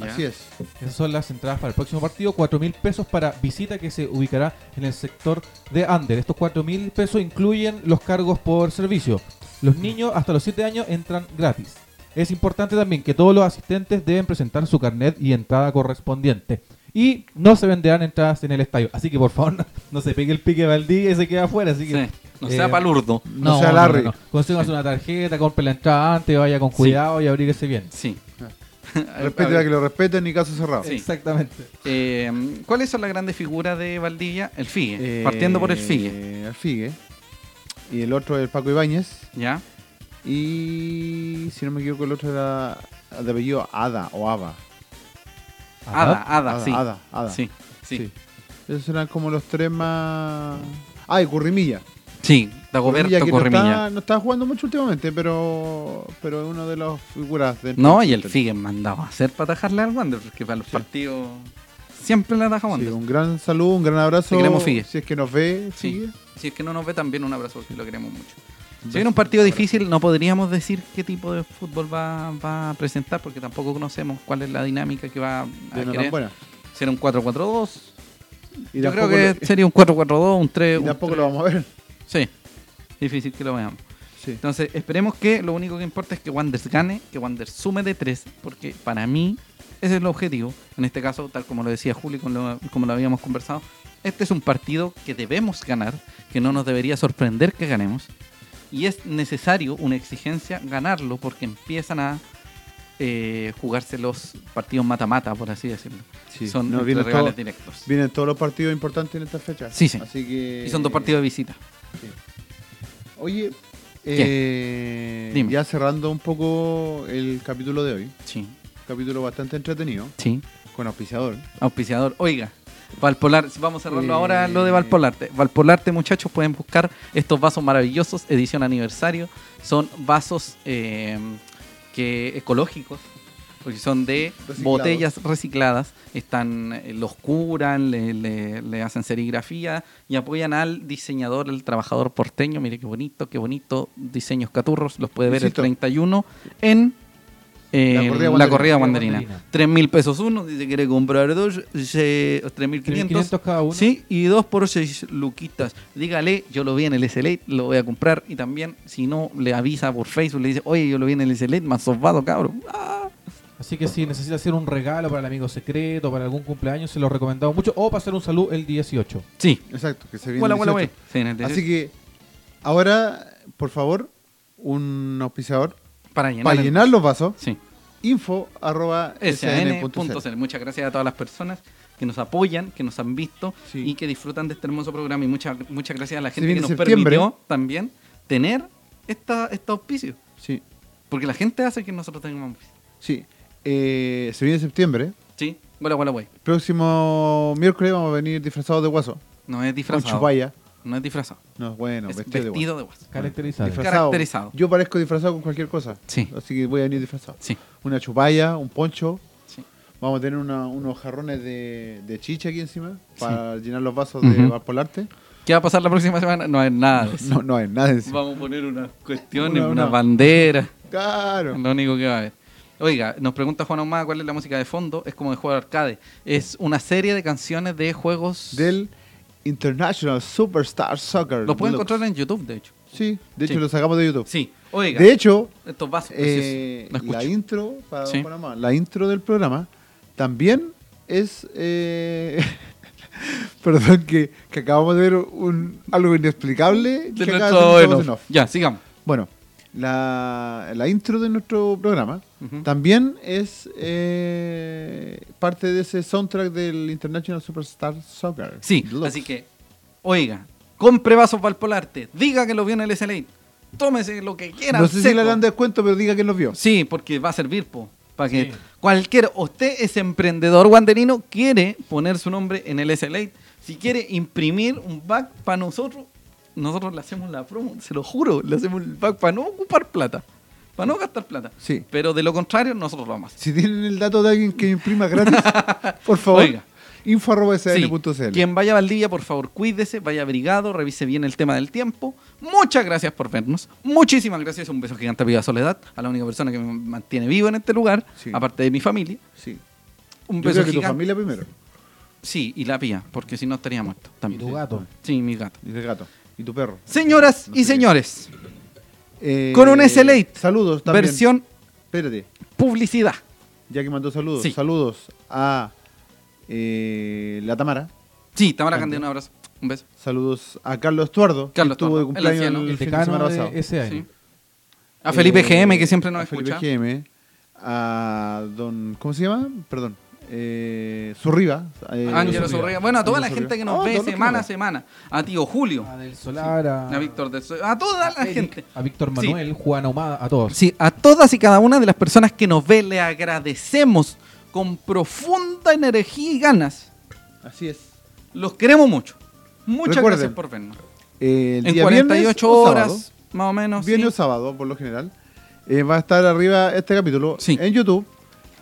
Speaker 2: Ya.
Speaker 1: Así es.
Speaker 3: Esas son las entradas para el próximo partido. 4 mil pesos para visita que se ubicará en el sector de Ander. Estos 4 mil pesos incluyen los cargos por servicio. Los niños hasta los 7 años entran gratis. Es importante también que todos los asistentes deben presentar su carnet y entrada correspondiente. Y no se venderán entradas en el estadio. Así que por favor, no, no se pegue el pique Valdí y se queda afuera. Así
Speaker 2: Sí,
Speaker 3: que
Speaker 2: No
Speaker 3: eh,
Speaker 2: sea palurdo.
Speaker 1: No sea Larry.
Speaker 3: Consígase una tarjeta, compre la entrada antes, vaya con cuidado y abríguese bien.
Speaker 2: Sí. A
Speaker 1: Ah. Respete a
Speaker 2: ver,
Speaker 1: que lo respeten ni caso cerrado.
Speaker 2: Sí.
Speaker 3: Exactamente.
Speaker 2: eh, ¿Cuáles son las grandes figuras de Valdivia? El Figue. Partiendo por el Figue.
Speaker 1: Eh, El Figue. Y el otro es Paco Ibáñez.
Speaker 2: ¿Ya?
Speaker 1: Y si no me equivoco, el otro era de apellido Ada o Ava.
Speaker 2: Ada, Ada,
Speaker 1: Ada,
Speaker 2: sí.
Speaker 1: Ada, Ada.
Speaker 2: Sí, sí. sí.
Speaker 1: Esos eran como los tres más. Ah, y Currimilla. Currimilla,
Speaker 2: Dagoberto
Speaker 1: que No
Speaker 2: Corrimilla.
Speaker 1: está, no está jugando mucho últimamente, pero, pero es uno de las figuras del.
Speaker 2: No, y el
Speaker 1: del-
Speaker 2: Figue mandaba a hacer para atajarle al Wander, porque para los partidos siempre le ataja
Speaker 1: Sí,
Speaker 2: a Wander.
Speaker 1: un gran saludo, un gran abrazo.
Speaker 2: Te queremos, Figue.
Speaker 1: Si es que nos ve,
Speaker 2: Sí.
Speaker 1: Figue.
Speaker 2: Si es que no nos ve también, un abrazo, porque lo queremos mucho. Si viene un partido difícil, no podríamos decir qué tipo de fútbol va, va a presentar, porque tampoco conocemos cuál es la dinámica que va a
Speaker 1: De no tan
Speaker 2: querer.
Speaker 1: buena.
Speaker 2: Será un 4-4-2.
Speaker 1: Y
Speaker 2: Yo creo
Speaker 1: tampoco
Speaker 2: que este
Speaker 1: lo-
Speaker 2: sería un 4-4-2, un 3.
Speaker 1: y
Speaker 2: un
Speaker 1: tampoco
Speaker 2: 3.
Speaker 1: lo vamos a ver.
Speaker 2: Sí, difícil que lo veamos.
Speaker 1: Sí.
Speaker 2: Entonces, esperemos que lo único que importa es que Wanders gane, que Wanders sume de tres, porque para mí ese es el objetivo. En este caso, tal como lo decía Juli, con lo- como lo habíamos conversado, este es un partido que debemos ganar, que no nos debería sorprender que ganemos. Y es necesario, una exigencia, ganarlo, porque empiezan a eh, jugarse los partidos mata-mata, por así decirlo.
Speaker 1: Sí,
Speaker 2: Son
Speaker 1: no,
Speaker 2: entre
Speaker 1: vienen,
Speaker 2: rivales
Speaker 1: todos-
Speaker 2: directos.
Speaker 1: vienen todos los partidos importantes en esta fecha.
Speaker 2: Sí, sí.
Speaker 1: Así que,
Speaker 2: Y son dos partidos de visita.
Speaker 1: Sí. Oye, eh,
Speaker 2: Dime.
Speaker 1: ya cerrando un poco el capítulo de hoy,
Speaker 2: Sí,
Speaker 1: capítulo bastante entretenido,
Speaker 2: sí.
Speaker 1: con auspiciador.
Speaker 2: auspiciador. Oiga, Valpolar, vamos a cerrarlo
Speaker 1: Eh.
Speaker 2: ahora lo de Valpolarte. Valpolarte, muchachos, pueden buscar estos vasos maravillosos, edición aniversario. Son vasos eh, que ecológicos, porque son de
Speaker 1: Reciclados.
Speaker 2: botellas recicladas. Están, eh, los curan, le, le- le hacen serigrafía y apoyan al diseñador, el trabajador porteño. Mire qué bonito, qué bonito. Diseños caturros, los puede ver
Speaker 1: Insisto.
Speaker 2: el 31 en eh,
Speaker 1: La corrida
Speaker 2: la
Speaker 1: guanderina.
Speaker 2: corrida banderina.
Speaker 3: Guanderina.
Speaker 2: 3 mil pesos uno, dice quiere comprar dos, se- 3.500.
Speaker 3: 500 cada uno.
Speaker 2: Sí, y dos por seis luquitas. Dígale, yo lo vi en el SLA, lo voy a comprar. Y también, si no, le avisa por Facebook, le dice, oye, yo lo vi en el SLA, más sobado, cabrón. Ah,
Speaker 3: Así que si necesita hacer un regalo para el amigo secreto, para algún cumpleaños, se lo recomendamos mucho. O pasar un saludo el 18.
Speaker 2: Sí,
Speaker 1: Exacto, que se viene.
Speaker 2: huela,
Speaker 1: el
Speaker 2: huela,
Speaker 1: 18.
Speaker 2: huela. Sí, en el
Speaker 1: Así
Speaker 2: 18.
Speaker 1: que ahora, por favor, un auspiciador
Speaker 2: para llenar.
Speaker 1: para
Speaker 2: el-
Speaker 1: llenar los vasos.
Speaker 2: Sí.
Speaker 1: Info arroba SN.cl.
Speaker 2: SAN.cl. Muchas gracias a todas las personas que nos apoyan, que nos han visto
Speaker 1: Sí.
Speaker 2: y que disfrutan de este hermoso programa. Y muchas, muchas gracias a la
Speaker 1: Se
Speaker 2: gente que
Speaker 1: viene
Speaker 2: nos
Speaker 1: septiembre.
Speaker 2: permitió también tener esta, este auspicio.
Speaker 1: Sí,
Speaker 2: Porque la gente hace que nosotros tengamos auspicio.
Speaker 1: sí. Eh, se viene septiembre.
Speaker 2: Sí, huela, huela, güey.
Speaker 1: Próximo miércoles vamos a venir disfrazados de guaso.
Speaker 2: No es
Speaker 1: Con
Speaker 2: disfrazado.
Speaker 1: chupalla.
Speaker 2: No es disfrazado.
Speaker 1: No, bueno,
Speaker 2: es
Speaker 1: vestido, de guaso.
Speaker 2: vestido de guaso.
Speaker 3: Caracterizado.
Speaker 2: Disfra- Caracterizado.
Speaker 1: Yo parezco disfrazado con cualquier cosa.
Speaker 2: Sí.
Speaker 1: Así que voy a venir disfrazado.
Speaker 2: Sí,
Speaker 1: Una chupalla, un poncho.
Speaker 2: sí.
Speaker 1: Vamos a tener una- unos jarrones de, de chicha aquí encima para llenar los vasos de
Speaker 2: Ujú.
Speaker 1: Valpolarte.
Speaker 2: ¿Qué va a pasar la próxima semana? No es nada. de eso.
Speaker 1: No, no es nada encima.
Speaker 2: Vamos a poner unas cuestiones,
Speaker 1: Una-
Speaker 2: unas
Speaker 1: una-
Speaker 2: banderas.
Speaker 1: Claro.
Speaker 2: Lo único que va a haber. Oiga, nos pregunta Juan Ahumada cuál es la música de fondo. Es como de juego de arcade. Es una serie de canciones de juegos.
Speaker 1: Del International Superstar Soccer.
Speaker 2: Los pueden
Speaker 1: Deluxe.
Speaker 2: encontrar en YouTube, de hecho.
Speaker 1: Sí, de hecho
Speaker 2: Sí.
Speaker 1: lo sacamos de YouTube.
Speaker 2: Sí. Oiga,
Speaker 1: De hecho,
Speaker 2: estos vasos.
Speaker 1: eh,
Speaker 2: preciosos. Lo escucho.
Speaker 1: la intro para Don
Speaker 2: Sí.
Speaker 1: Juan Amado, la intro del programa también es eh, perdón que, que acabamos de ver un algo inexplicable
Speaker 2: De
Speaker 1: que acaba
Speaker 2: nuestro
Speaker 1: hacer
Speaker 2: en
Speaker 1: Voz
Speaker 2: off.
Speaker 1: en off.
Speaker 2: Ya, sigamos.
Speaker 1: Bueno, la, la intro de nuestro programa
Speaker 2: Ujú.
Speaker 1: también es eh, parte de ese soundtrack del International Superstar Soccer.
Speaker 2: Sí,
Speaker 1: Deluxe.
Speaker 2: así que, oiga, compre vasos Valpolarte, diga que lo vio en el SLA, tómese lo que quiera.
Speaker 1: no sé si
Speaker 2: seco.
Speaker 1: le dan descuento, pero diga que los vio.
Speaker 2: Sí, porque va a servir, po, para que
Speaker 3: Sí.
Speaker 2: cualquier, usted es emprendedor guanderino, quiere poner su nombre en el SLA, si quiere imprimir un back para nosotros, nosotros le hacemos la promo, se lo juro, le hacemos el back para no ocupar plata, para no gastar plata.
Speaker 1: Sí.
Speaker 2: Pero de lo contrario, nosotros lo vamos a hacer.
Speaker 1: Si tienen el dato de alguien que imprima gratis, por favor,
Speaker 2: Oiga.
Speaker 1: info arroba
Speaker 2: Sí.
Speaker 1: SN.cl.
Speaker 2: Quien vaya a Valdivia, por favor, cuídese, vaya abrigado, revise bien el tema del tiempo. Muchas gracias por vernos. Muchísimas gracias. Un beso gigante a Viva Soledad, a la única persona que me mantiene vivo en este lugar,
Speaker 1: Sí.
Speaker 2: aparte de mi familia.
Speaker 1: Sí.
Speaker 2: Un
Speaker 1: Yo
Speaker 2: beso
Speaker 1: creo que tu
Speaker 2: gigante.
Speaker 1: familia primero.
Speaker 2: Sí, y la pía, porque si no estaría muerto
Speaker 3: Y
Speaker 2: también.
Speaker 3: tu gato.
Speaker 2: Sí, mi gato.
Speaker 1: Y el gato. Y tu perro.
Speaker 2: Señoras
Speaker 1: No sé
Speaker 2: y
Speaker 1: qué.
Speaker 2: señores,
Speaker 1: Eh,
Speaker 2: con un SLA.
Speaker 1: Saludos también.
Speaker 2: versión
Speaker 1: Espérate.
Speaker 2: publicidad.
Speaker 1: Ya que mandó saludos.
Speaker 2: Sí.
Speaker 1: Saludos a eh, la Tamara.
Speaker 2: Sí, Tamara
Speaker 1: Grande.
Speaker 2: Candé, un abrazo. Un beso.
Speaker 1: Saludos a Carlos Estuardo.
Speaker 2: Carlos
Speaker 1: que estuvo
Speaker 2: Estuardo,
Speaker 1: de cumpleaños
Speaker 2: el anciano.
Speaker 1: el,
Speaker 3: El
Speaker 1: fin de semana
Speaker 3: decano
Speaker 1: pasado.
Speaker 3: de ese
Speaker 2: Sí.
Speaker 3: año.
Speaker 2: A Felipe
Speaker 1: Eh,
Speaker 2: GM, que siempre nos
Speaker 1: a Felipe
Speaker 2: escucha.
Speaker 1: GM. A don. ¿Cómo se llama? Perdón. eh, Zurriba. eh,
Speaker 2: Ángelo Zorrilla. Bueno, a toda la
Speaker 1: Ángelo
Speaker 2: gente que
Speaker 1: Zurriba.
Speaker 2: nos
Speaker 1: Ah,
Speaker 2: ve
Speaker 1: todos los que
Speaker 2: semana a
Speaker 1: nos ven.
Speaker 2: semana. A tío Julio.
Speaker 1: Ah,
Speaker 3: A Del Solar, a,
Speaker 2: A Víctor del Sol- A toda la
Speaker 3: Eric,
Speaker 2: gente.
Speaker 3: a Víctor
Speaker 2: Sí.
Speaker 3: Manuel, Juan Ahumada, a todos.
Speaker 2: Sí, a todas y cada una de las personas que nos ve le agradecemos con profunda energía y ganas.
Speaker 1: Así es.
Speaker 2: Los queremos mucho. Muchas
Speaker 1: Recuerden,
Speaker 2: gracias por vernos.
Speaker 1: Eh, el
Speaker 2: En
Speaker 1: día
Speaker 2: 48
Speaker 1: viernes o
Speaker 2: horas,
Speaker 1: sábado,
Speaker 2: más o menos. sí.
Speaker 1: Viernes o sábado, por lo general. eh, va a estar arriba este capítulo
Speaker 2: Sí.
Speaker 1: en YouTube,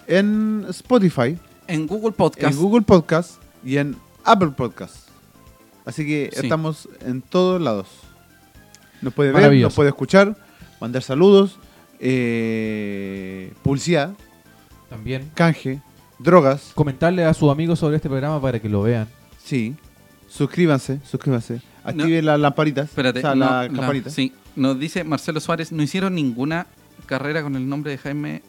Speaker 1: en Spotify,
Speaker 2: En Google Podcast.
Speaker 1: en Google Podcast y en Apple Podcast. Así que
Speaker 2: Sí.
Speaker 1: estamos en todos lados. Nos puede ver,
Speaker 3: Maravilloso.
Speaker 1: nos puede escuchar, mandar saludos, eh, publicidad,
Speaker 3: También.
Speaker 1: canje, drogas.
Speaker 3: Comentarle a sus amigos sobre este programa para que lo vean.
Speaker 1: Sí. Suscríbanse, suscríbanse. Activen las lamparitas.
Speaker 2: Espérate,
Speaker 1: o sea,
Speaker 2: no,
Speaker 1: la
Speaker 2: no,
Speaker 1: campanita.
Speaker 2: sí, nos dice Marcelo Suárez, no hicieron ninguna carrera con el nombre de Jaime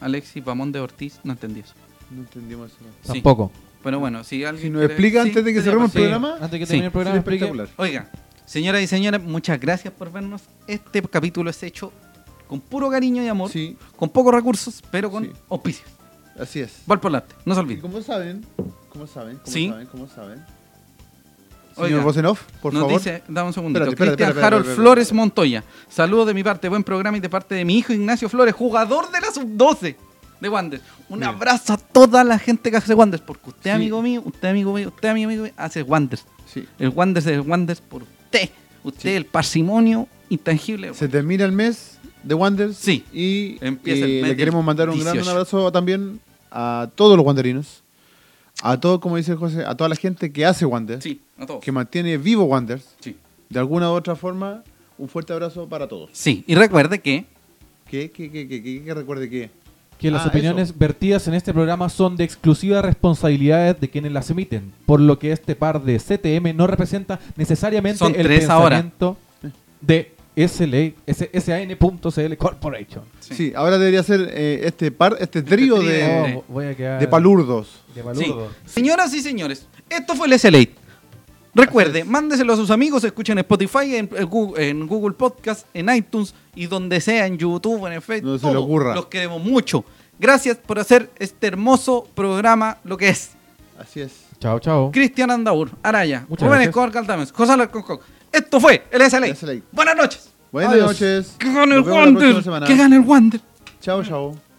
Speaker 2: Alexis Bamón de Ortiz, no entendí eso.
Speaker 1: No entendimos eso.
Speaker 2: Sí.
Speaker 3: Tampoco.
Speaker 2: Pero bueno, si alguien
Speaker 1: Si nos
Speaker 2: quiere-
Speaker 1: explica
Speaker 2: sí,
Speaker 1: antes de que
Speaker 2: sería
Speaker 1: cerremos el
Speaker 2: perfecto.
Speaker 1: programa,
Speaker 3: Antes que
Speaker 2: Sí.
Speaker 3: termine
Speaker 1: Sería
Speaker 3: el programa, explique-
Speaker 1: espectacular.
Speaker 2: Oiga, señoras y señores, muchas gracias por vernos. Este capítulo es hecho con puro cariño y amor,
Speaker 1: Sí,
Speaker 2: con pocos recursos, pero con
Speaker 1: Sí.
Speaker 2: auspicios.
Speaker 1: así es.
Speaker 2: Valpolate, no se
Speaker 1: Y
Speaker 2: olviden.
Speaker 1: como saben, como saben, como
Speaker 2: Sí.
Speaker 1: saben, como saben.
Speaker 2: Oiga,
Speaker 1: Señor Bosenov, por
Speaker 2: Nos
Speaker 1: favor.
Speaker 2: dice, dame un segundito,
Speaker 1: Espérate, espérate,
Speaker 2: Cristian
Speaker 1: espérate,
Speaker 2: Harold
Speaker 1: espérate,
Speaker 2: Flores
Speaker 1: espérate.
Speaker 2: Montoya. Saludos de mi parte, buen programa y de parte de mi hijo Ignacio Flores, jugador de la sub-12 de Wander. Un
Speaker 1: Mira.
Speaker 2: abrazo a toda la gente que hace Wander, porque
Speaker 1: Sí.
Speaker 2: usted, amigo mío, usted, amigo mío, usted, amigo mío, hace Wander.
Speaker 1: Sí.
Speaker 2: El Wander es el Wander por usted. Usted,
Speaker 1: Sí.
Speaker 2: el patrimonio intangible. de
Speaker 1: Se termina el mes de Wanderers.
Speaker 2: Sí.
Speaker 1: Y
Speaker 2: Empieza el
Speaker 1: eh,
Speaker 2: mes
Speaker 1: le
Speaker 2: del
Speaker 1: queremos mandar un gran
Speaker 2: 18.
Speaker 1: abrazo también a todos los wanderinos. A todo, como dice José, a toda la gente que hace Wanderers.
Speaker 2: Sí, a todos.
Speaker 1: Que mantiene vivo Wanderers.
Speaker 2: Sí.
Speaker 1: De alguna u otra forma, un fuerte abrazo para todos.
Speaker 2: Sí, y recuerde que
Speaker 1: ¿Qué, qué, qué, qué, qué, qué recuerde qué?
Speaker 3: que las
Speaker 1: Ah,
Speaker 3: opiniones vertidas en este programa son de exclusiva responsabilidad de quienes las emiten, por lo que este par de CTM no representa necesariamente
Speaker 2: Son
Speaker 3: el
Speaker 2: tres ahora.
Speaker 3: pensamiento de SLA, S- SAN.cl Corporation.
Speaker 1: Sí. ahora debería ser eh, este par, este trío
Speaker 2: trío eh.
Speaker 1: de,
Speaker 3: Oh, voy a quedar
Speaker 1: de palurdos.
Speaker 3: de
Speaker 2: Sí.
Speaker 3: palurdo.
Speaker 2: Señoras y señores, esto fue el SLA. Recuerde, mándeselo a sus amigos, escuchen en Spotify, en, en Gu- en Google Podcast, en iTunes y donde sea, en YouTube, en Facebook.
Speaker 1: No se le
Speaker 2: todo.
Speaker 1: ocurra.
Speaker 2: Los queremos mucho. Gracias por hacer este hermoso programa, lo que es.
Speaker 1: Así es.
Speaker 3: Chao, chao.
Speaker 2: Cristian Andaur, Araya,
Speaker 3: Muchas
Speaker 2: Rubén
Speaker 3: gracias.
Speaker 2: Escobar Caldames, José Alarcón Cox. Esto fue el SLA.
Speaker 1: El SLA.
Speaker 2: Buenas noches.
Speaker 1: Buenas
Speaker 3: Adiós.
Speaker 1: noches.
Speaker 2: Que gane el
Speaker 1: Nos vemos la próxima
Speaker 2: Wander.
Speaker 1: semana.
Speaker 2: Que gane el Wander.
Speaker 1: Chao, chao.